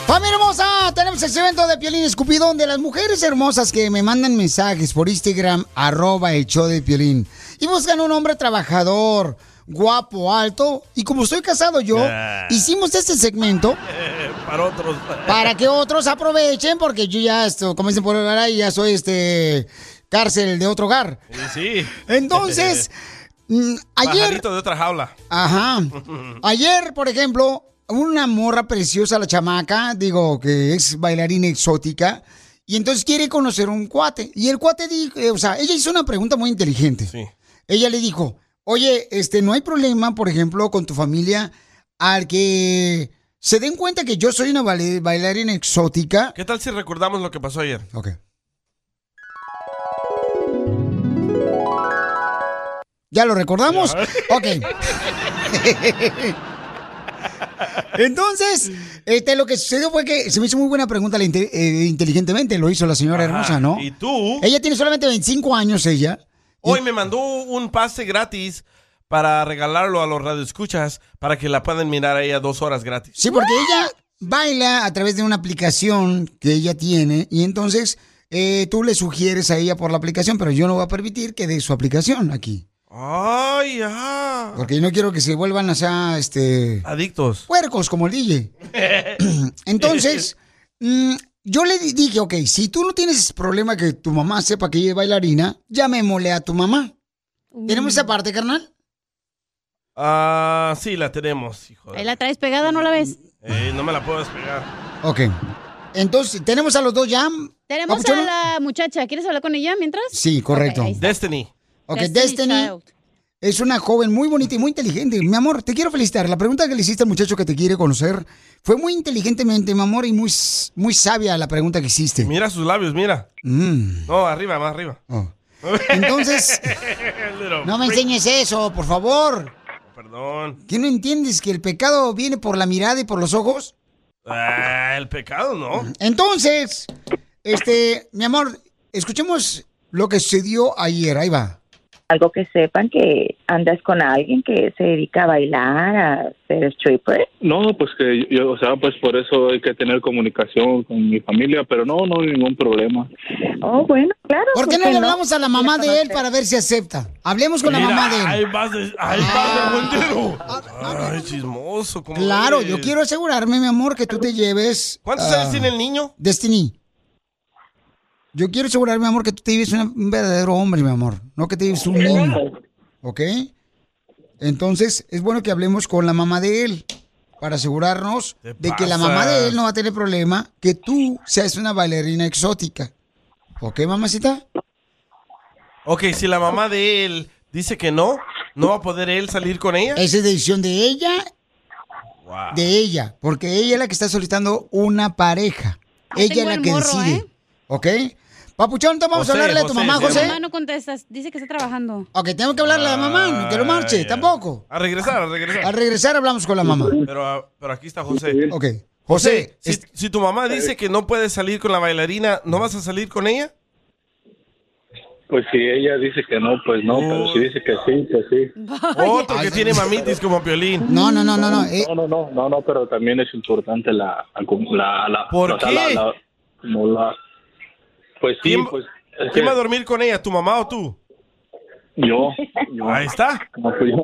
¡Familia hermosa! Tenemos el evento de Piolín Escupido donde las mujeres hermosas que me mandan mensajes por Instagram, arroba el show de Piolín, y buscan un hombre trabajador, guapo, alto, y como estoy casado yo,
Ah.
hicimos este segmento
Eh, para otros.
para que otros aprovechen, porque yo ya, esto, como dicen por ahora, ya soy este cárcel de otro hogar.
Sí. sí.
Entonces, mm, ayer...
Pajarito de otra jaula.
Ajá. Ayer, por ejemplo, una morra preciosa, la chamaca, digo, que es bailarina exótica, y entonces quiere conocer un cuate. Y el cuate dijo, eh, o sea, ella hizo una pregunta muy inteligente. Ella le dijo, oye, este, ¿no hay problema, por ejemplo, con tu familia al que se den cuenta que yo soy una baile- bailarina exótica?
¿Qué tal si recordamos lo que pasó ayer?
Ok. ¿Ya lo recordamos? Ok. Entonces, este, lo que sucedió fue que se me hizo muy buena pregunta la inte- eh, inteligentemente, lo hizo la señora
Ajá.
hermosa, ¿no?
¿Y tú?
Ella tiene solamente 25 años, ella.
Hoy me mandó un pase gratis para regalarlo a los radioescuchas para que la puedan mirar ahí a ella dos horas gratis.
Sí, porque ella baila a través de una aplicación que ella tiene y entonces eh, tú le sugieres a ella por la aplicación, pero yo no voy a permitir que dé su aplicación aquí.
Ay, ya.
Porque yo no quiero que se vuelvan o sea, este...
Adictos.
Puercos como el DJ. Entonces, mm, yo le di- dije, ok, si tú no tienes problema que tu mamá sepa que ella es bailarina, llamémosle a tu mamá. ¿Tenemos esa parte, carnal?
Ah, sí, la tenemos, hijo. de-
Ahí la traes pegada, ¿no la ves?
Eh, no me la puedo despegar.
Ok. Entonces, ¿tenemos a los dos ya?
Tenemos
Papuchón?
a la muchacha. ¿Quieres hablar con ella mientras?
Sí, correcto.
Destiny.
Ok,
Destiny
Destiny.
Child.
Es una joven muy bonita y muy inteligente. Mi amor, te quiero felicitar. La pregunta que le hiciste al muchacho que te quiere conocer fue muy inteligentemente, mi amor, y muy, s- muy sabia la pregunta que hiciste.
Mira sus labios, mira.
Mm.
No, arriba, más arriba.
Oh. Entonces, No me enseñes eso, por favor.
Perdón.
¿Qué no entiendes? ¿Que el pecado viene por la mirada y por los ojos?
Ah, el pecado, ¿no?
Entonces, este, mi amor, escuchemos lo que sucedió ayer. Ahí va.
algo que sepan que andas con alguien que se dedica a bailar, a ser stripper.
No, pues que yo, o sea, pues por eso hay que tener comunicación con mi familia, pero no, no hay ningún problema.
Oh, bueno, claro.
¿Por qué no
pues,
le hablamos a la mamá de él para ver si acepta? Hablemos con la
Mira,
mamá de él. Ah.
Ahí vas de, ahí vas de montero. Ay, chismoso. ¿cómo
Claro,
eres?
yo quiero asegurarme, mi amor, que tú te lleves.
¿Cuántos
ah,
años tiene el niño?
Destiny. Yo quiero asegurarme, mi amor, que tú te lleves una- un verdadero hombre, mi amor. No que te lleves un niño. ¿Ok? Entonces, es bueno que hablemos con la mamá de él. Para asegurarnos
Te
de que la mamá de él no va a tener problema que tú seas una bailarina exótica. ¿Ok, mamacita?
Ok, si la mamá de él dice que no, ¿no va a poder él salir con ella?
Esa es decisión de ella, de ella, porque ella es la que está solicitando una pareja. ella es
Ah, tengo
la
el
que
morro,
decide.
¿eh?
¿Ok? Papuchón, entonces vamos
José,
a hablarle a tu
José,
mamá,
se llama.
José. Ah.
Mamá no contestas. Dice que está trabajando.
Ok, tengo que hablarle a la
Ah,
mamá, que no marche,
Ay,
tampoco.
A regresar, a regresar.
Al regresar hablamos con la mamá.
Pero, ah, pero aquí está José.
Ok. José,
si, si tu mamá dice que no puedes salir con la bailarina, ¿no vas a salir con ella?
Pues si ella dice que no, pues no, pero si dice que sí, que sí.
Otro que Oh, tiene mamitis como Piolín.
No, no, no, no, eh. no.
No, no, no, no, no, pero también es importante la... la, la
¿Por
o sea, la-
qué?
la- no la- pues sí,
¿Quién-
pues...
¿Quién
es que
va a dormir con ella, tu mamá o tú?
Yo, yo.
Ahí está.
no fui yo.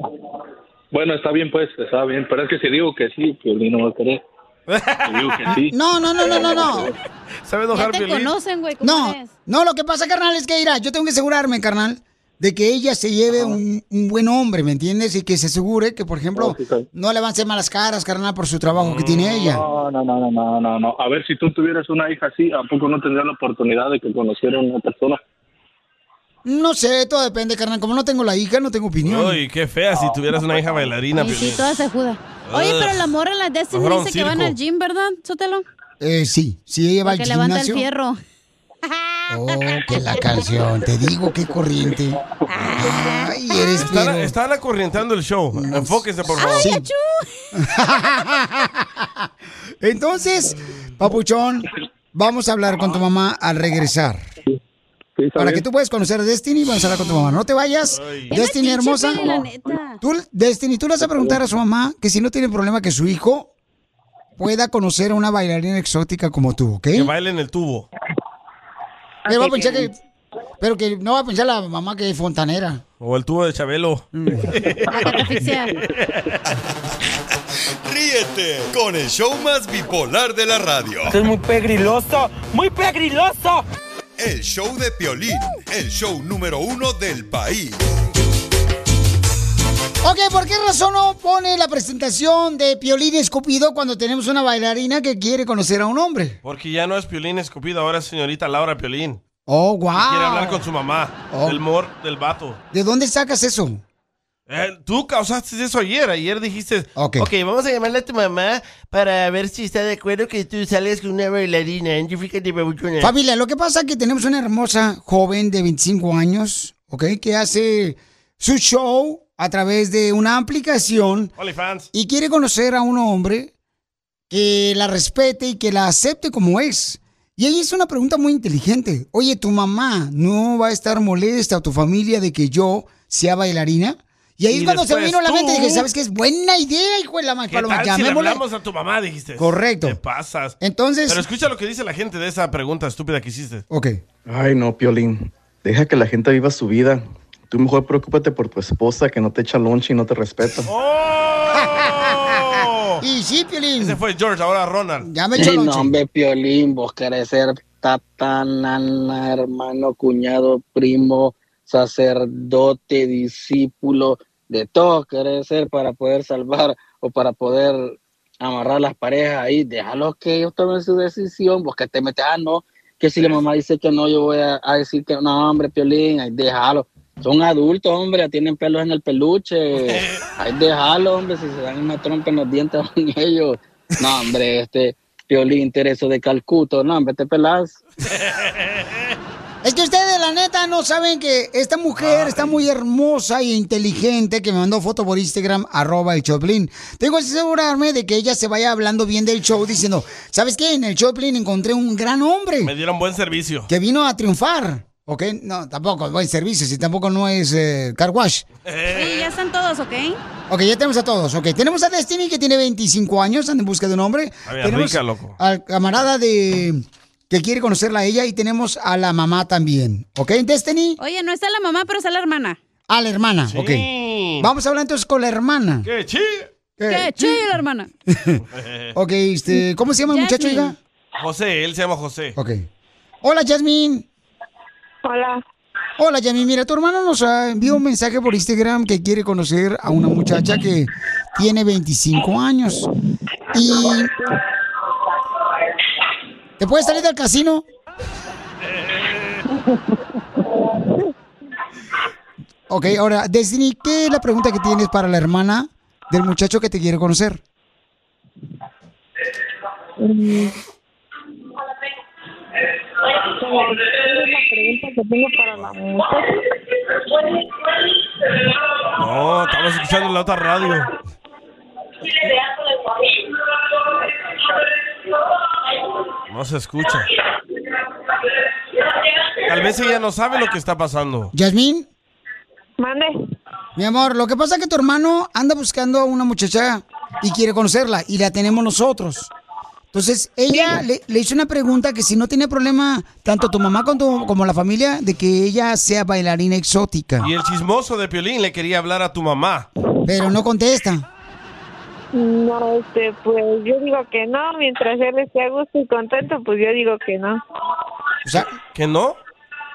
Bueno, está bien, pues, está bien, pero es que si digo que sí, Piolín no va a querer. Si digo que sí.
No, no, no, no, no, no.
¿Sabe
enojar,
ya te
Piolín?
conocen, güey. ¿cómo
No,
crees?
no, lo que pasa, carnal, es que mira, yo tengo que asegurarme, carnal, de que ella se lleve un, un buen hombre, ¿me entiendes? Y que se asegure que, por
Oh,
ejemplo, no le van a hacer malas caras, carnal, por su trabajo que tiene ella.
No, no, no, no, no, no, no. A ver, si tú tuvieras una hija así, ¿a poco no tendrías la oportunidad de que conociera a una persona?
No sé, todo depende, carnal. Como no tengo la hija, no tengo opinión.
Uy, qué fea si tuvieras una hija bailarina,
Y sí,
Piolín.
toda se juda. Oye, pero la morra en la Destiny
Mejor a un
dice que van
circo.
al gym, ¿verdad, Sotelo?
Eh, sí, sí, ella va al
Que levanta el
gimnasio.
fierro.
Oh, que la canción, te digo, qué corriente. Ay, eres
Están,
pero-
están acorrientando el show. Enfóquense, por favor.
Sí. Entonces, papuchón, vamos a hablar con tu mamá al regresar. Para que tú puedas conocer a Destiny, vamos a hablar con tu mamá. No te vayas. Destiny
Qué metiche,
hermosa.
Piolín, la neta.
Tú, Destiny, tú le vas a preguntar a su mamá que si no tiene problema que su hijo pueda conocer a una bailarina exótica como tú, ¿ok?
Que bailen el tubo.
Pero, va a pensar que, pero que no va a pensar la mamá que es fontanera.
O el tubo de Chabelo.
Mm.
Ríete con el show más bipolar de la radio.
Esto es muy pegriloso, muy pegriloso.
El show de Piolín, el show número uno del país.
Ok, ¿por qué razón no pone la presentación de Piolín Escupido cuando tenemos una bailarina que quiere conocer a un hombre?
Porque ya no es Piolín escupido, ahora es señorita Laura Piolín.
Oh, wow.
Quiere hablar con su mamá. Del mor, del vato.
¿De dónde sacas eso?
Eh, tú causaste eso ayer. Ayer dijiste, ok, vamos a llamarle a tu mamá para ver si está de acuerdo que tú sales con una bailarina. ¿eh? Fíjate, babuchona.
Familia, lo que pasa es que tenemos una hermosa joven de 25 años, ¿ok? Que hace su show a través de una aplicación
OnlyFans.
y quiere conocer a un hombre que la respete y que la acepte como es. Y ahí es una pregunta muy inteligente. Oye, ¿tu mamá no va a estar molesta o tu familia de que yo sea bailarina? Y ahí es
Y
cuando se me
después
vino a la mente
tú.
dije, ¿sabes qué? Es buena idea, hijo de la
¿Qué
paloma.
tal si le
Llamémosle.
hablamos a tu mamá, dijiste?
Correcto.
Te pasas.
Entonces-
Pero escucha lo que dice la gente de esa pregunta estúpida que hiciste.
Ok.
Ay, no, Piolín. Deja que la gente viva su vida. Tú mejor preocúpate por tu esposa que no te echa lonche y no te respeta.
y sí, Piolín.
¡Oh! Ese fue George, ahora Ronald.
Ya
Sí, no, hombre, Piolín, vos querés ser tata, nana, hermano, cuñado, primo, sacerdote, discípulo, de todo querés ser para poder salvar o para poder amarrar las parejas ahí. Déjalos que ellos tomen su decisión, vos que te metes, ah, no, que si la mamá dice que no, yo voy a, a decir que no, hombre, Piolín, ay, déjalo. Son adultos, hombre, ya tienen pelos en el peluche. Ay, déjalo, hombre, si se dan una trompa en los dientes con ellos. No, hombre, este Piolín Tereso de Calcuto, no, hombre, te pelas.
Es que ustedes, la neta, no saben que esta mujer
Ah,
está muy hermosa e inteligente que me mandó foto por Instagram, arroba el Choplin. Tengo que asegurarme de que ella se vaya hablando bien del show diciendo, ¿sabes qué? En el Choplin encontré un gran hombre.
Me dieron buen servicio.
que vino a triunfar. ¿Ok? No, tampoco es buen servicio, si tampoco no es eh, car wash.
Sí,
Eh.
ya están todos, ¿ok?
Ok, ya tenemos a todos. Ok, tenemos a Destiny que tiene 25 años, anda en busca de un hombre.
A ver,
tenemos
Ah, rica, loco.
al camarada de que quiere conocerla a ella y tenemos a la mamá también. ¿Ok, Destiny?
Oye, no está la mamá, pero está la hermana.
A la hermana, ok. Vamos a hablar entonces con la hermana.
¡Qué chi!
¡Qué chido, la hermana!
Ok, este, ¿cómo se llama el muchacho,
Jasmine.
oiga?
José, él se llama José.
Ok. Hola, Jasmine. Hola. Hola, Jasmine. Mira, tu hermano nos ah, envió un mensaje por Instagram que quiere conocer a una muchacha que tiene 25 años. Y... ¿Te puedes salir del casino? Ok, ahora, Destiny, ¿qué es la pregunta que tienes para la hermana del muchacho que te quiere conocer?
pregunta que tengo para la
No, estamos escuchando la otra radio. No se escucha. Tal vez ella no sabe lo que está pasando.
Yasmín. Mande. Mi amor, lo que pasa es que tu hermano anda buscando a una muchacha y quiere conocerla y la tenemos nosotros. Entonces, ella le, le hizo una pregunta que si no tiene problema tanto tu mamá como, tu- como la familia de que ella sea bailarina exótica.
Y el chismoso de Piolín le quería hablar a tu mamá.
Pero no contesta.
No, este, pues yo digo que no, mientras él esté a gusto y contento, pues yo digo que no.
O sea,
¿que no?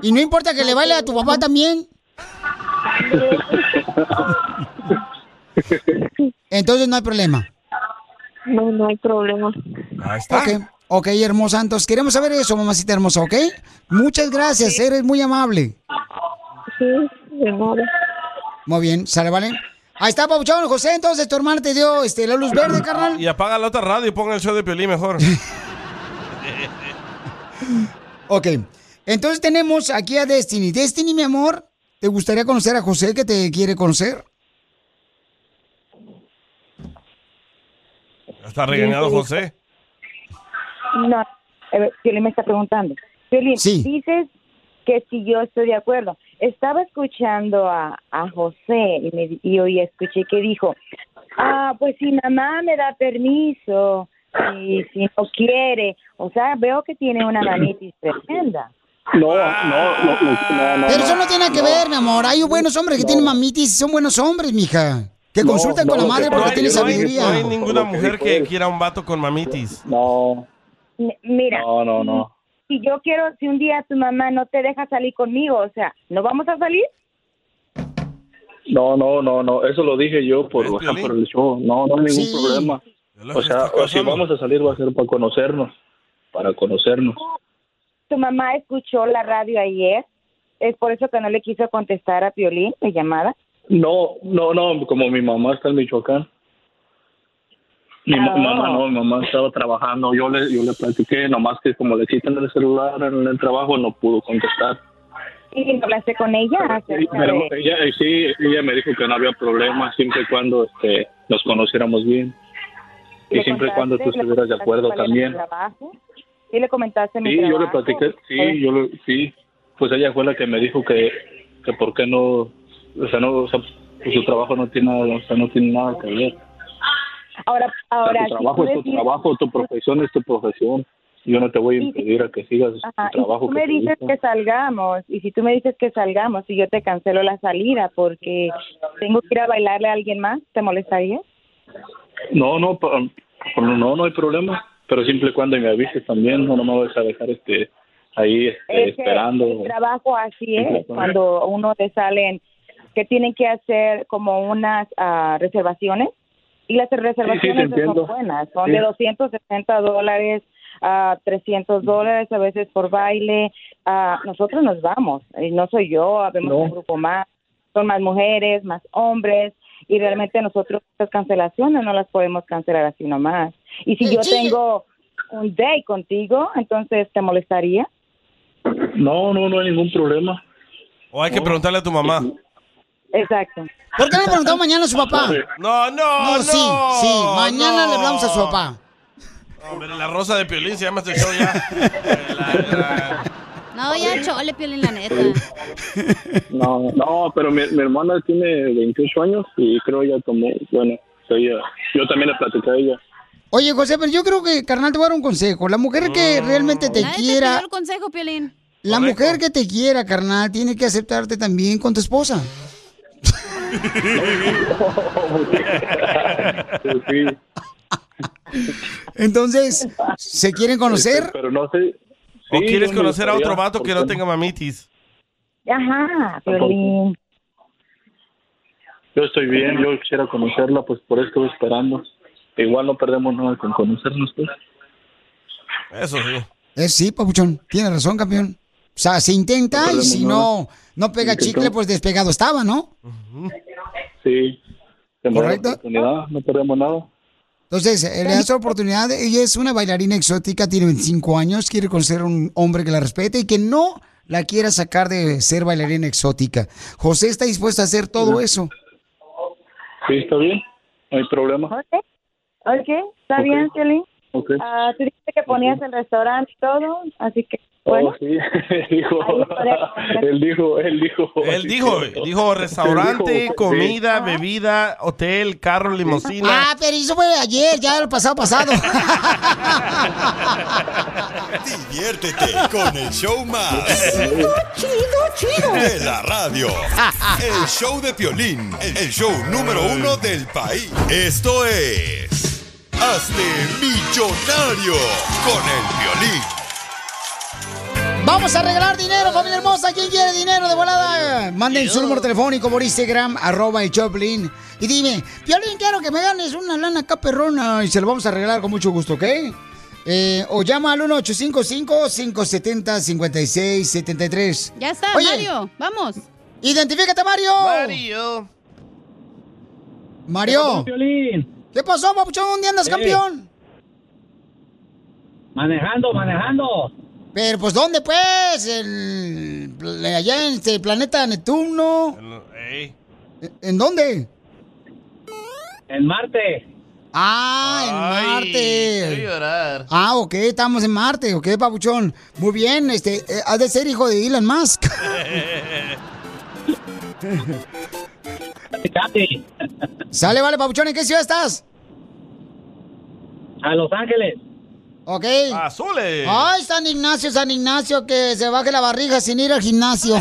Y no importa que le baile a tu papá también. Entonces no hay problema.
No, no hay problema.
Ahí está.
Ok, ok, hermosa. Entonces queremos saber eso, mamacita hermosa, ¿ok? Muchas gracias, eres muy amable. Sí, Muy bien, sale, vale. Ahí está, Pabuchón, José. Entonces tu hermana te dio este, la luz verde, carnal.
Y apaga la otra radio y ponga el show de Piolín mejor.
Ok, entonces tenemos aquí a Destiny. Destiny, mi amor, ¿te gustaría conocer a José que te quiere conocer?
Está regañado José.
No, a ver, Piolín me está preguntando. Piolín, dices que si yo estoy de acuerdo. Estaba escuchando a, a José y, me, y hoy escuché que dijo, ah, pues si mamá me da permiso y si no quiere, o sea, veo que tiene una mamitis tremenda.
No, no, no, no, no.
Pero eso no tiene nada que ver, mi amor. Hay buenos hombres que tienen mamitis y son buenos hombres, mija. Que
No,
consultan
no,
con la
lo
madre
que
porque
pasa
tiene
es que no hay-
sabiduría.
No hay ninguna
Lo que
mujer
dijo
que
él.
quiera un vato con mamitis.
No.
M- Mira,
No, no, no.
si yo quiero, si un día tu mamá no te deja salir conmigo, o sea, ¿no vamos a salir?
No, no, no, no, eso lo dije yo por, o sea, por el show, no, no hay ningún
Sí.
problema. O sea, o si vamos a salir va a ser para conocernos, para conocernos.
Tu mamá escuchó la radio ayer, es por eso que no le quiso contestar a Piolín mi llamada.
No, no, no, como mi mamá está en Michoacán. Mi ma-
Ah.
mamá no, mi mamá estaba trabajando, yo le, yo le platiqué, nomás que como le quitan el celular en el trabajo no pudo contestar.
Y hablaste con ella. acerca
Pero
de-
ella, eh, sí, ella me dijo que no había problema siempre y cuando este, nos conociéramos bien. Y
le
siempre y cuando tú
contaste- le
estuvieras de
comentaste
acuerdo
cuál era tu
también.
trabajo. Sí, le comentaste mi
Sí, yo le
trabajo.
platiqué, sí, yo le- sí, pues ella fue la que me dijo que, que por qué no, o sea, no, o sea, pues su trabajo no tiene, nada- o sea, no tiene nada que ver.
Ahora,
O sea,
ahora,
tu
si
trabajo
tú
es tu
decides-
trabajo, tu profesión es tu profesión. Yo no te voy a impedir a que sigas
Ajá,
tu
y si
trabajo.
tú me
te
dices
gusta.
que salgamos, y si tú me dices que salgamos y yo te cancelo la salida porque tengo que ir a bailarle a alguien más, ¿te molestaría?
No, no, pa- pa- no, no hay problema. Pero siempre y cuando me avises también, no, no me vas a dejar este ahí este,
Es que
esperando.
el trabajo así es,
Exacto.
cuando uno te salen, que tienen que hacer como unas ah, reservaciones, y las reservaciones no
entiendo.
son buenas, son
Sí.
de 260 dólares a
Mm.
300 dólares a veces por baile. Ah, nosotros nos vamos, y no soy yo, habemos
No.
un grupo más, son más mujeres, más hombres, y realmente nosotros estas cancelaciones no las podemos cancelar así nomás. Y si
Eh,
yo
sí.
tengo un day contigo, entonces te molestaría.
No, no, no hay ningún problema.
O hay que preguntarle a tu mamá.
Exacto.
¿Por qué no le preguntamos mañana a su papá?
No, no, no.
sí, sí. Mañana
no.
le hablamos a su papá.
Hombre, la rosa de Piolín se llama este show ya.
No, ya chole, Piolín, la neta.
No, no, pero mi, mi hermana tiene 28 años y creo ella tomó, bueno, ella, yo también le platicé a ella.
Oye, José, pero yo creo que, carnal, te voy a dar un consejo. La mujer que realmente te
Nadie te pidió
quiera,
el consejo, Piolín.
la mujer que te quiera, carnal, tiene que aceptarte también con tu esposa.
Sí.
Entonces, ¿se quieren conocer?
Pero no sé.
¿O
Sí,
quieres
no me
conocer a otro
gustaría,
vato que
porque-
no tenga mamitis?
Ajá,
Piolín. Yo estoy bien, yo quisiera conocerla, pues por eso estoy esperando. Igual no perdemos nada con conocernos, pues.
Eso sí.
Este.
Eh, sí, papuchón, tienes razón, campeón. O sea, se intenta y si no, no pega chicle, pues despegado estaba, ¿no?
Sí. Se me da la
Correcto.
oportunidad, no perdemos nada.
Entonces, eh, le das la oportunidad. Ella es una bailarina exótica, tiene 25 años, quiere conocer a un hombre que la respete y que no la quiera sacar de ser bailarina exótica. José está dispuesto a hacer todo eso.
Sí, está bien, no hay problema.
Ok, ok, está
Ok.
bien, Piolín.
Ok.
Ah, tú dijiste que ponías el restaurante y todo, así que, bueno.
Oh, sí, dijo, él dijo, él dijo.
Él dijo, dijo restaurante, comida, bebida, hotel, carro, limosina.
Ah, pero eso fue ayer, ya el pasado pasado. Ah.
Diviértete con el show más.
Chido,
De la radio. El show de Piolín. El show número uno del país. Esto es... Hazte millonario con el violín.
Vamos a regalar dinero, familia hermosa. ¿Quién quiere dinero de volada? Manden su número telefónico por Instagram, arroba el Choplin. Y dime, Piolín, quiero que me ganes una lana acá perrona. Y se lo vamos a regalar con mucho gusto, ¿ok? Eh, o llama al 1-855-570-5673.
Ya está,
Oye.
Mario, vamos.
¡Identifícate, Mario!
Mario.
Mario.
¿Qué pasó,
¿Qué pasó, papuchón? ¿Dónde andas,
Eh.
campeón?
Manejando, manejando.
Pero, pues, ¿dónde, pues? El- allá en este planeta Neptuno. ¿En dónde?
En Marte.
Ah, en Marte. Ah, ok, estamos en Marte, ok, papuchón. Muy bien, este, eh, has de ser hijo de Elon Musk. Sale, vale, papuchón, ¿en qué ciudad estás?
A Los Ángeles.
Ok.
Azules.
Ay, San Ignacio, San Ignacio, que se baje la barriga sin ir al gimnasio.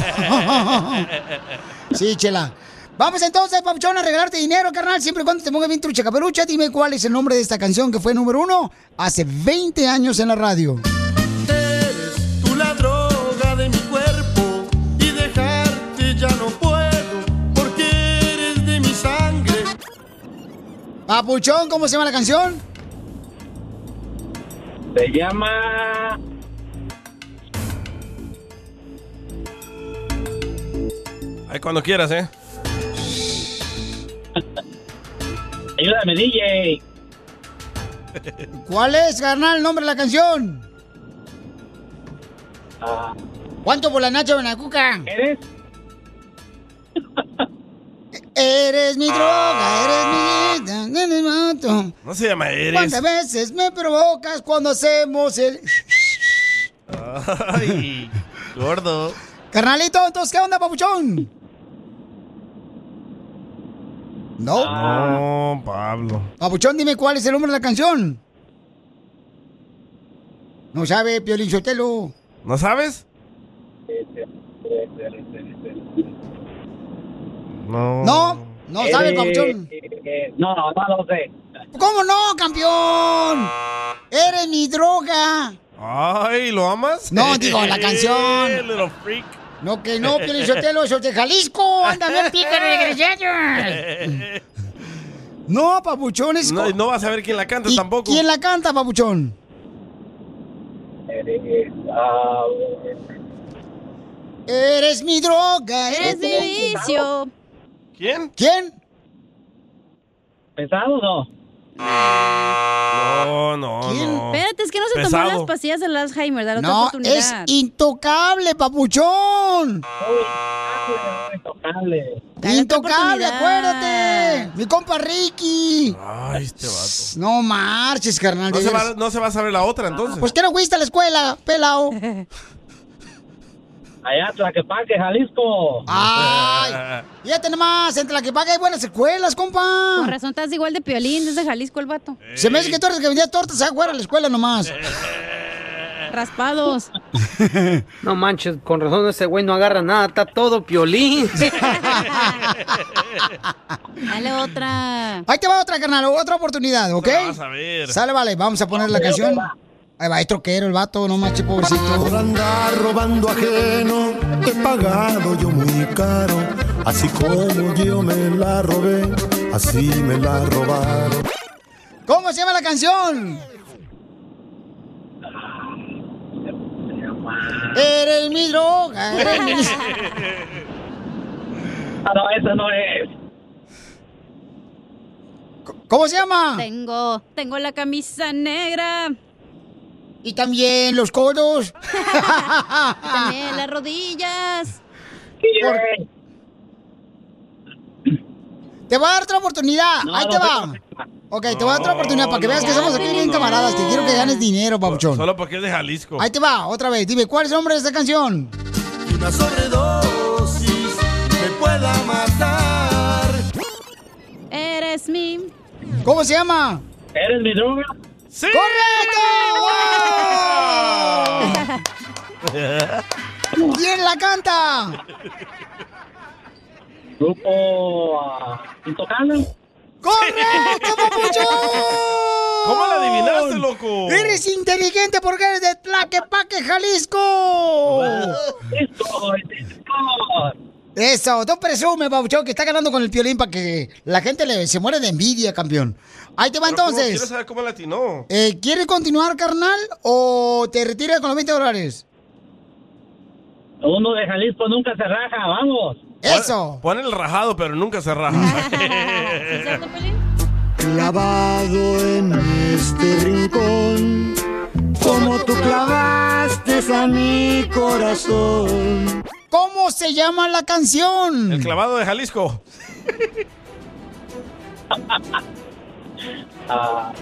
sí, chela. Vamos entonces, papuchón, a regalarte dinero, carnal, siempre y cuando te pongas bien trucha caperucha. Dime cuál es el nombre de esta canción que fue número uno hace 20 años en la radio.
Eres tú la droga de mi cuerpo y dejarte ya no puedo porque eres de mi sangre.
Papuchón, ¿cómo se llama la canción?
Se llama.
Ahí cuando quieras, ¿eh?
Ayúdame, DJ.
¿Cuál es, carnal, el nombre de la canción?
Ah,
¿Cuánto por la Nacha Benacuca? ¿Eres? E-, Eres mi droga, eres mi vida, eres mi mato.
No se llama Eres.
¿Cuántas veces me provocas cuando hacemos el...
Ay, gordo.
Carnalito, entonces, ¿qué onda, papuchón? No. Ah.
No, Pablo.
Papuchón, dime cuál es el nombre de la canción. No sabe, Piolín Sotelo.
¿No sabes? No.
No, no sabe,
Eh,
Papuchón.
No, no, no lo sé.
¿Cómo no, campeón? Eres mi droga.
Ay, ¿lo amas?
No, digo, la canción.
Little freak.
No, que no, Piolín Sotelo, sos de Jalisco. Anda bien pícaro de greñas. No, Papuchón, es...
No, y no vas a ver quién la canta tampoco.
¿Quién la canta, Papuchón? Eres mi droga.
Eres mi vicio.
¿Quién?
¿Quién?
¿Pesado o no?
No, no, no.
Espérate, es que no se tomó
Pesado.
las pastillas del Alzheimer, dale otra
No, es
oportunidad.
intocable, Papuchón. Intocable,
oportunidad.
acuérdate. Mi compa Ricky.
Ay, este vato.
No marches, carnal.
No
de
se,
veras.
va, no se va a saber la otra entonces.
Pues que no fuiste a la escuela, pelao.
Allá, Tlaquepaque, Jalisco.
Ay. Fíjate nomás, entre la que paga hay buenas escuelas, compa.
Por razón estás igual de piolín, desde Jalisco el vato.
Se me dice que tú eres el que vendía tortas afuera a la escuela nomás.
Raspados.
No manches, con razón ese güey no agarra nada, está todo piolín.
Dale otra.
Ahí te va otra, carnal, otra oportunidad, ¿ok?
vas a ver.
Sale, vale, vamos a poner la canción. Ahí va, es troquero el vato, no manches, pobrecito.
Por andar robando ajeno, he pagado yo muy caro. Así como yo me la robé, así me la robaron.
¿Cómo se llama la canción? Eres mi droga. eres mi-
Ah, no, esa no es.
¿Cómo se llama?
Tengo, tengo la camisa negra.
Y también los codos.
Y también las rodillas.
Por- Te voy a dar otra oportunidad. Ahí te va. Ok, te voy a dar otra oportunidad para que veas que somos aquí bien camaradas. Te quiero que ganes dinero, papuchón.
Solo porque es de Jalisco.
Ahí te va, otra vez. Dime, ¿cuál es el nombre de esta canción?
Una sobredosis me pueda matar.
Eres mi.
¿Cómo se llama?
¿Eres mi droga?
¡Sí!
¡Correcto! ¡Wow! ¿Quién la canta?
Grupo ah, Intocable.
¡Correcto, papuchón!
¿Cómo la adivinaste, loco?
¡Eres inteligente porque eres de Tlaquepaque, Jalisco! Eso, tú presume, Pabuchón, que está ganando con el piolín para que la gente le, se muere de envidia, campeón. Ahí te va
Pero ¿cómo? Quiero
entonces.
saber cómo la atinó.
Eh, ¿Quieres continuar, carnal? ¿O te retiras con los 20 dólares?
Uno de Jalisco nunca se raja, vamos.
¡Eso!
Pon el rajado, pero nunca se raja.
Clavado en este rincón, como tú clavaste a mi corazón.
¿Cómo se llama la canción?
el clavado de Jalisco.
Ah,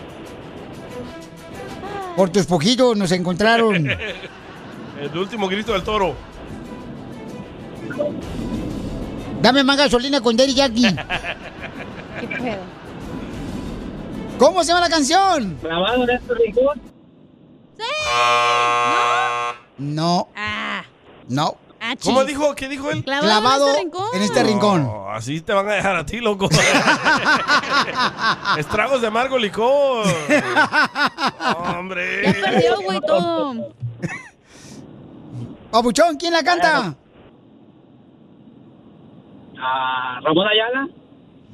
Por tus poquitos nos encontraron.
el último grito del toro.
Dame más gasolina con Derry Jackie. ¿Cómo se llama la canción?
clavado en este rincón.
No. No.
¿Cómo dijo? ¿Qué dijo él?
Ah. Clavado, en este rincón.
No, así te van a dejar a ti, loco. Estragos de amargo licor. Hombre.
Ya perdió, güey, todo.
Papuchón, ¿quién la canta?
Ah, Ramón Ayala.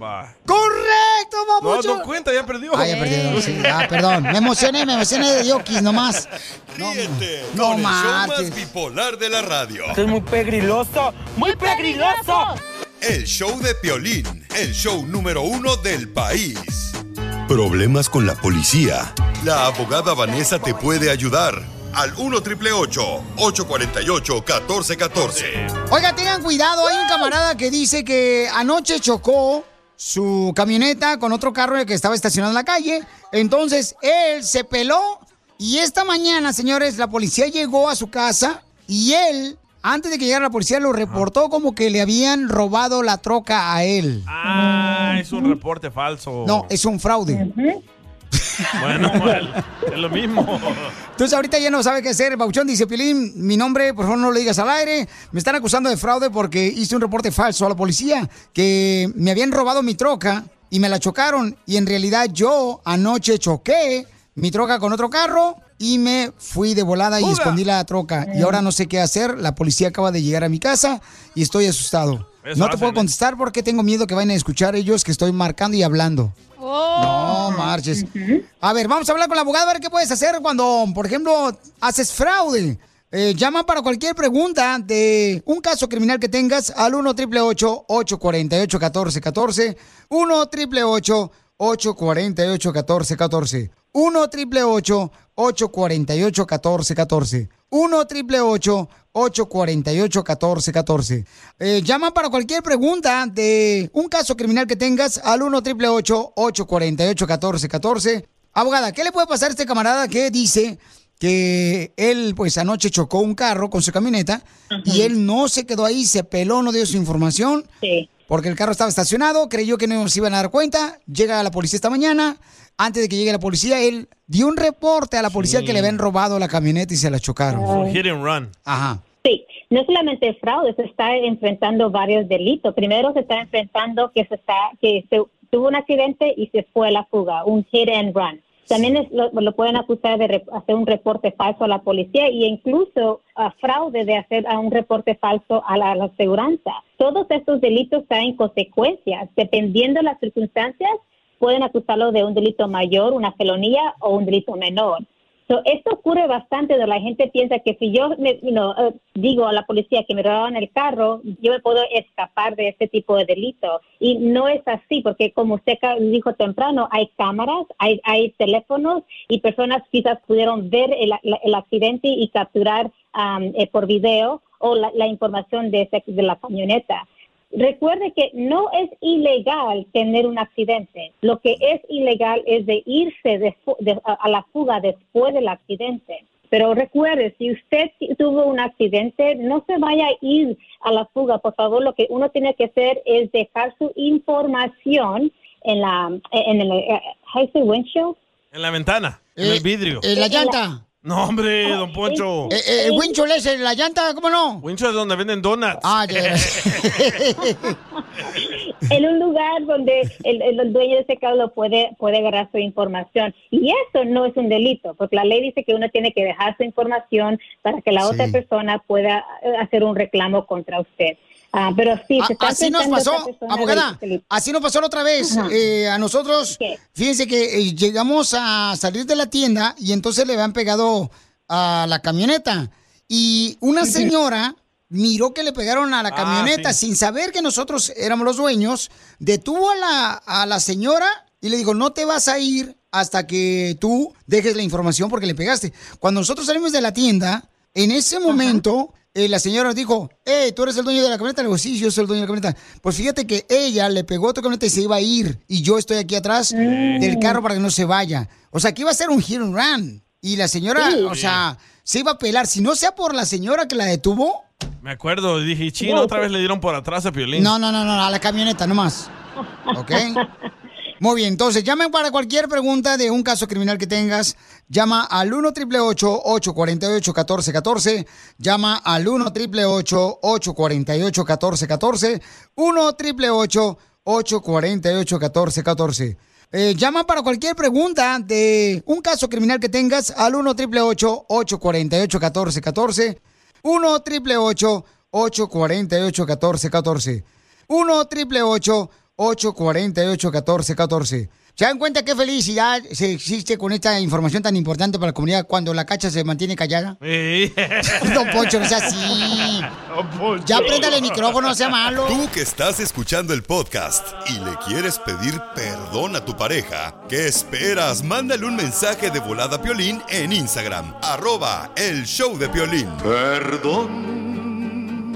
Va.
¡Correcto,
No,
papuchón!
no cuenta, ya perdió.
Ah, ya perdieron, sí. Ah, perdón. Me emocioné, me emocioné de Yokis nomás.
Ríete
No
con el show
marches.
más bipolar de la radio.
es muy pegriloso, muy pegriloso.
El show de Piolín, el show número uno del país.
Problemas con la policía.
La abogada Vanessa te puede ayudar al 1 848 1414.
Oiga, tengan cuidado, hay un camarada que dice que anoche chocó su camioneta con otro carro que estaba estacionado en la calle. Entonces, él se peló y esta mañana, señores, la policía llegó a su casa y él, antes de que llegara la policía, lo reportó como que le habían robado la troca a él.
Ah, oh. es un reporte falso.
No, es un fraude.
Bueno, mal. es lo mismo.
Entonces ahorita ya no sabe qué hacer. Bauchón dice, Pilín, mi nombre, por favor no lo digas al aire. Me están acusando de fraude porque hice un reporte falso a la policía que me habían robado mi troca y me la chocaron. Y en realidad yo anoche choqué mi troca con otro carro y me fui de volada y
¡Fuga!
escondí la troca. Y ahora no sé qué hacer. La policía acaba de llegar a mi casa y estoy asustado.
Eso
No te puedo
hacen, ¿eh?
contestar porque tengo miedo que vayan a escuchar ellos que estoy marcando y hablando. No marches. A ver, vamos a hablar con la abogada a ver qué puedes hacer cuando, por ejemplo, haces fraude. Eh, llama para cualquier pregunta de un caso criminal que tengas al 1 888 848 1414 1 888 848 1414 1 888 848 1414 1 888 848 1414 Eh, llama para cualquier pregunta de un caso criminal que tengas al 1 888 848 1414 Abogada, ¿qué le puede pasar a este camarada que dice que él pues anoche chocó un carro con su camioneta y él no se quedó ahí, se peló, no dio su información? Porque el carro estaba estacionado, creyó que no se iban a dar cuenta, llega la policía esta mañana, antes de que llegue la policía, él dio un reporte a la policía que le habían robado la camioneta y se la chocaron.
Fue hit and run.
Ajá.
Sí, no solamente fraude, se está enfrentando varios delitos. Primero se está enfrentando que se está que se tuvo un accidente y se fue a la fuga, un hit and run. También es- lo, lo pueden acusar de rep- hacer un reporte falso a la policía e incluso a fraude de hacer a un reporte falso a la, a la aseguranza. Todos estos delitos traen consecuencias. Dependiendo de las circunstancias, pueden acusarlo de un delito mayor, una felonía o un delito menor. So, esto ocurre bastante, de la gente piensa que si yo me, you know, eh, digo a la policía que me robaron el carro, yo me puedo escapar de este tipo de delito. Y no es así, porque como usted ca- dijo temprano, hay cámaras, hay, hay teléfonos y personas quizás pudieron ver el, la- el accidente y capturar am, eh, por video o la, la información de, ese- de la camioneta. Recuerde que no es ilegal tener un accidente. Lo que es ilegal es de irse de fu- de- a, a la fuga después del accidente. Pero recuerde, si usted ti- tuvo un accidente, no se vaya a ir a la fuga. Por favor, lo que uno tiene que hacer es dejar su información en la en el eh, ¿cómo se dice? windshield.
En la ventana, en el vidrio.
eh, la llanta.
No, hombre, don Poncho.
Eh, eh, el wincho es el- la llanta, ¿cómo no?
Wincho es donde venden donuts.
Ah, ya.
en un lugar donde el, el- el dueño de ese carro lo puede, puede agarrar su información. Y eso no es un delito, porque la ley dice que uno tiene que dejar su información para que la
Sí.
otra persona pueda eh, hacer un reclamo contra usted. Ah, pero sí, se está
A- así nos
enfrentando a otra
pasó,
persona
abogada.
de- de-
Así nos pasó la otra vez.
Ajá.
Eh, a nosotros, fíjense que eh, llegamos a salir de la tienda y entonces le habían pegado a la camioneta. Y una señora miró que le pegaron
Ah,
a la camioneta sin saber que nosotros éramos los dueños. Detuvo a la, a la señora y le dijo, no te vas a ir hasta que tú dejes la información porque le pegaste. Cuando nosotros salimos de la tienda, en ese momento, eh, la señora nos dijo, hey, tú eres el dueño de la camioneta. Le digo, sí, yo soy el dueño de la camioneta. Pues fíjate que ella le pegó a tu camioneta y se iba a ir. Y yo estoy aquí atrás del carro para que no se vaya. O sea, que iba a ser un hit and run. Y la señora,
Sí.
o sea, se iba a pelar. Si no sea por la señora que la detuvo,
Me acuerdo, dije, chino, otra vez le dieron por atrás a Piolín.
no, no, no, no, a la camioneta nomás. ¿Ok? Muy bien, entonces llamen para cualquier pregunta de un caso criminal que tengas. Llama al 1 888 848 1414 Llama al 1 888 848 1414 1 888 848 1414 Eh, llama para cualquier pregunta de un caso criminal que tengas al 1 888 848 1414 1 888 848 1414 1 888 848 1414 Se dan cuenta qué felicidad se existe con esta información tan importante para la comunidad cuando la cacha se mantiene callada. Don Poncho, no sea así. Ya préndale el micrófono, no sea malo.
Tú que estás escuchando el podcast y le quieres pedir perdón a tu pareja, ¿qué esperas? Mándale un mensaje de volada Piolín en Instagram, arroba el show de Piolín. Perdón.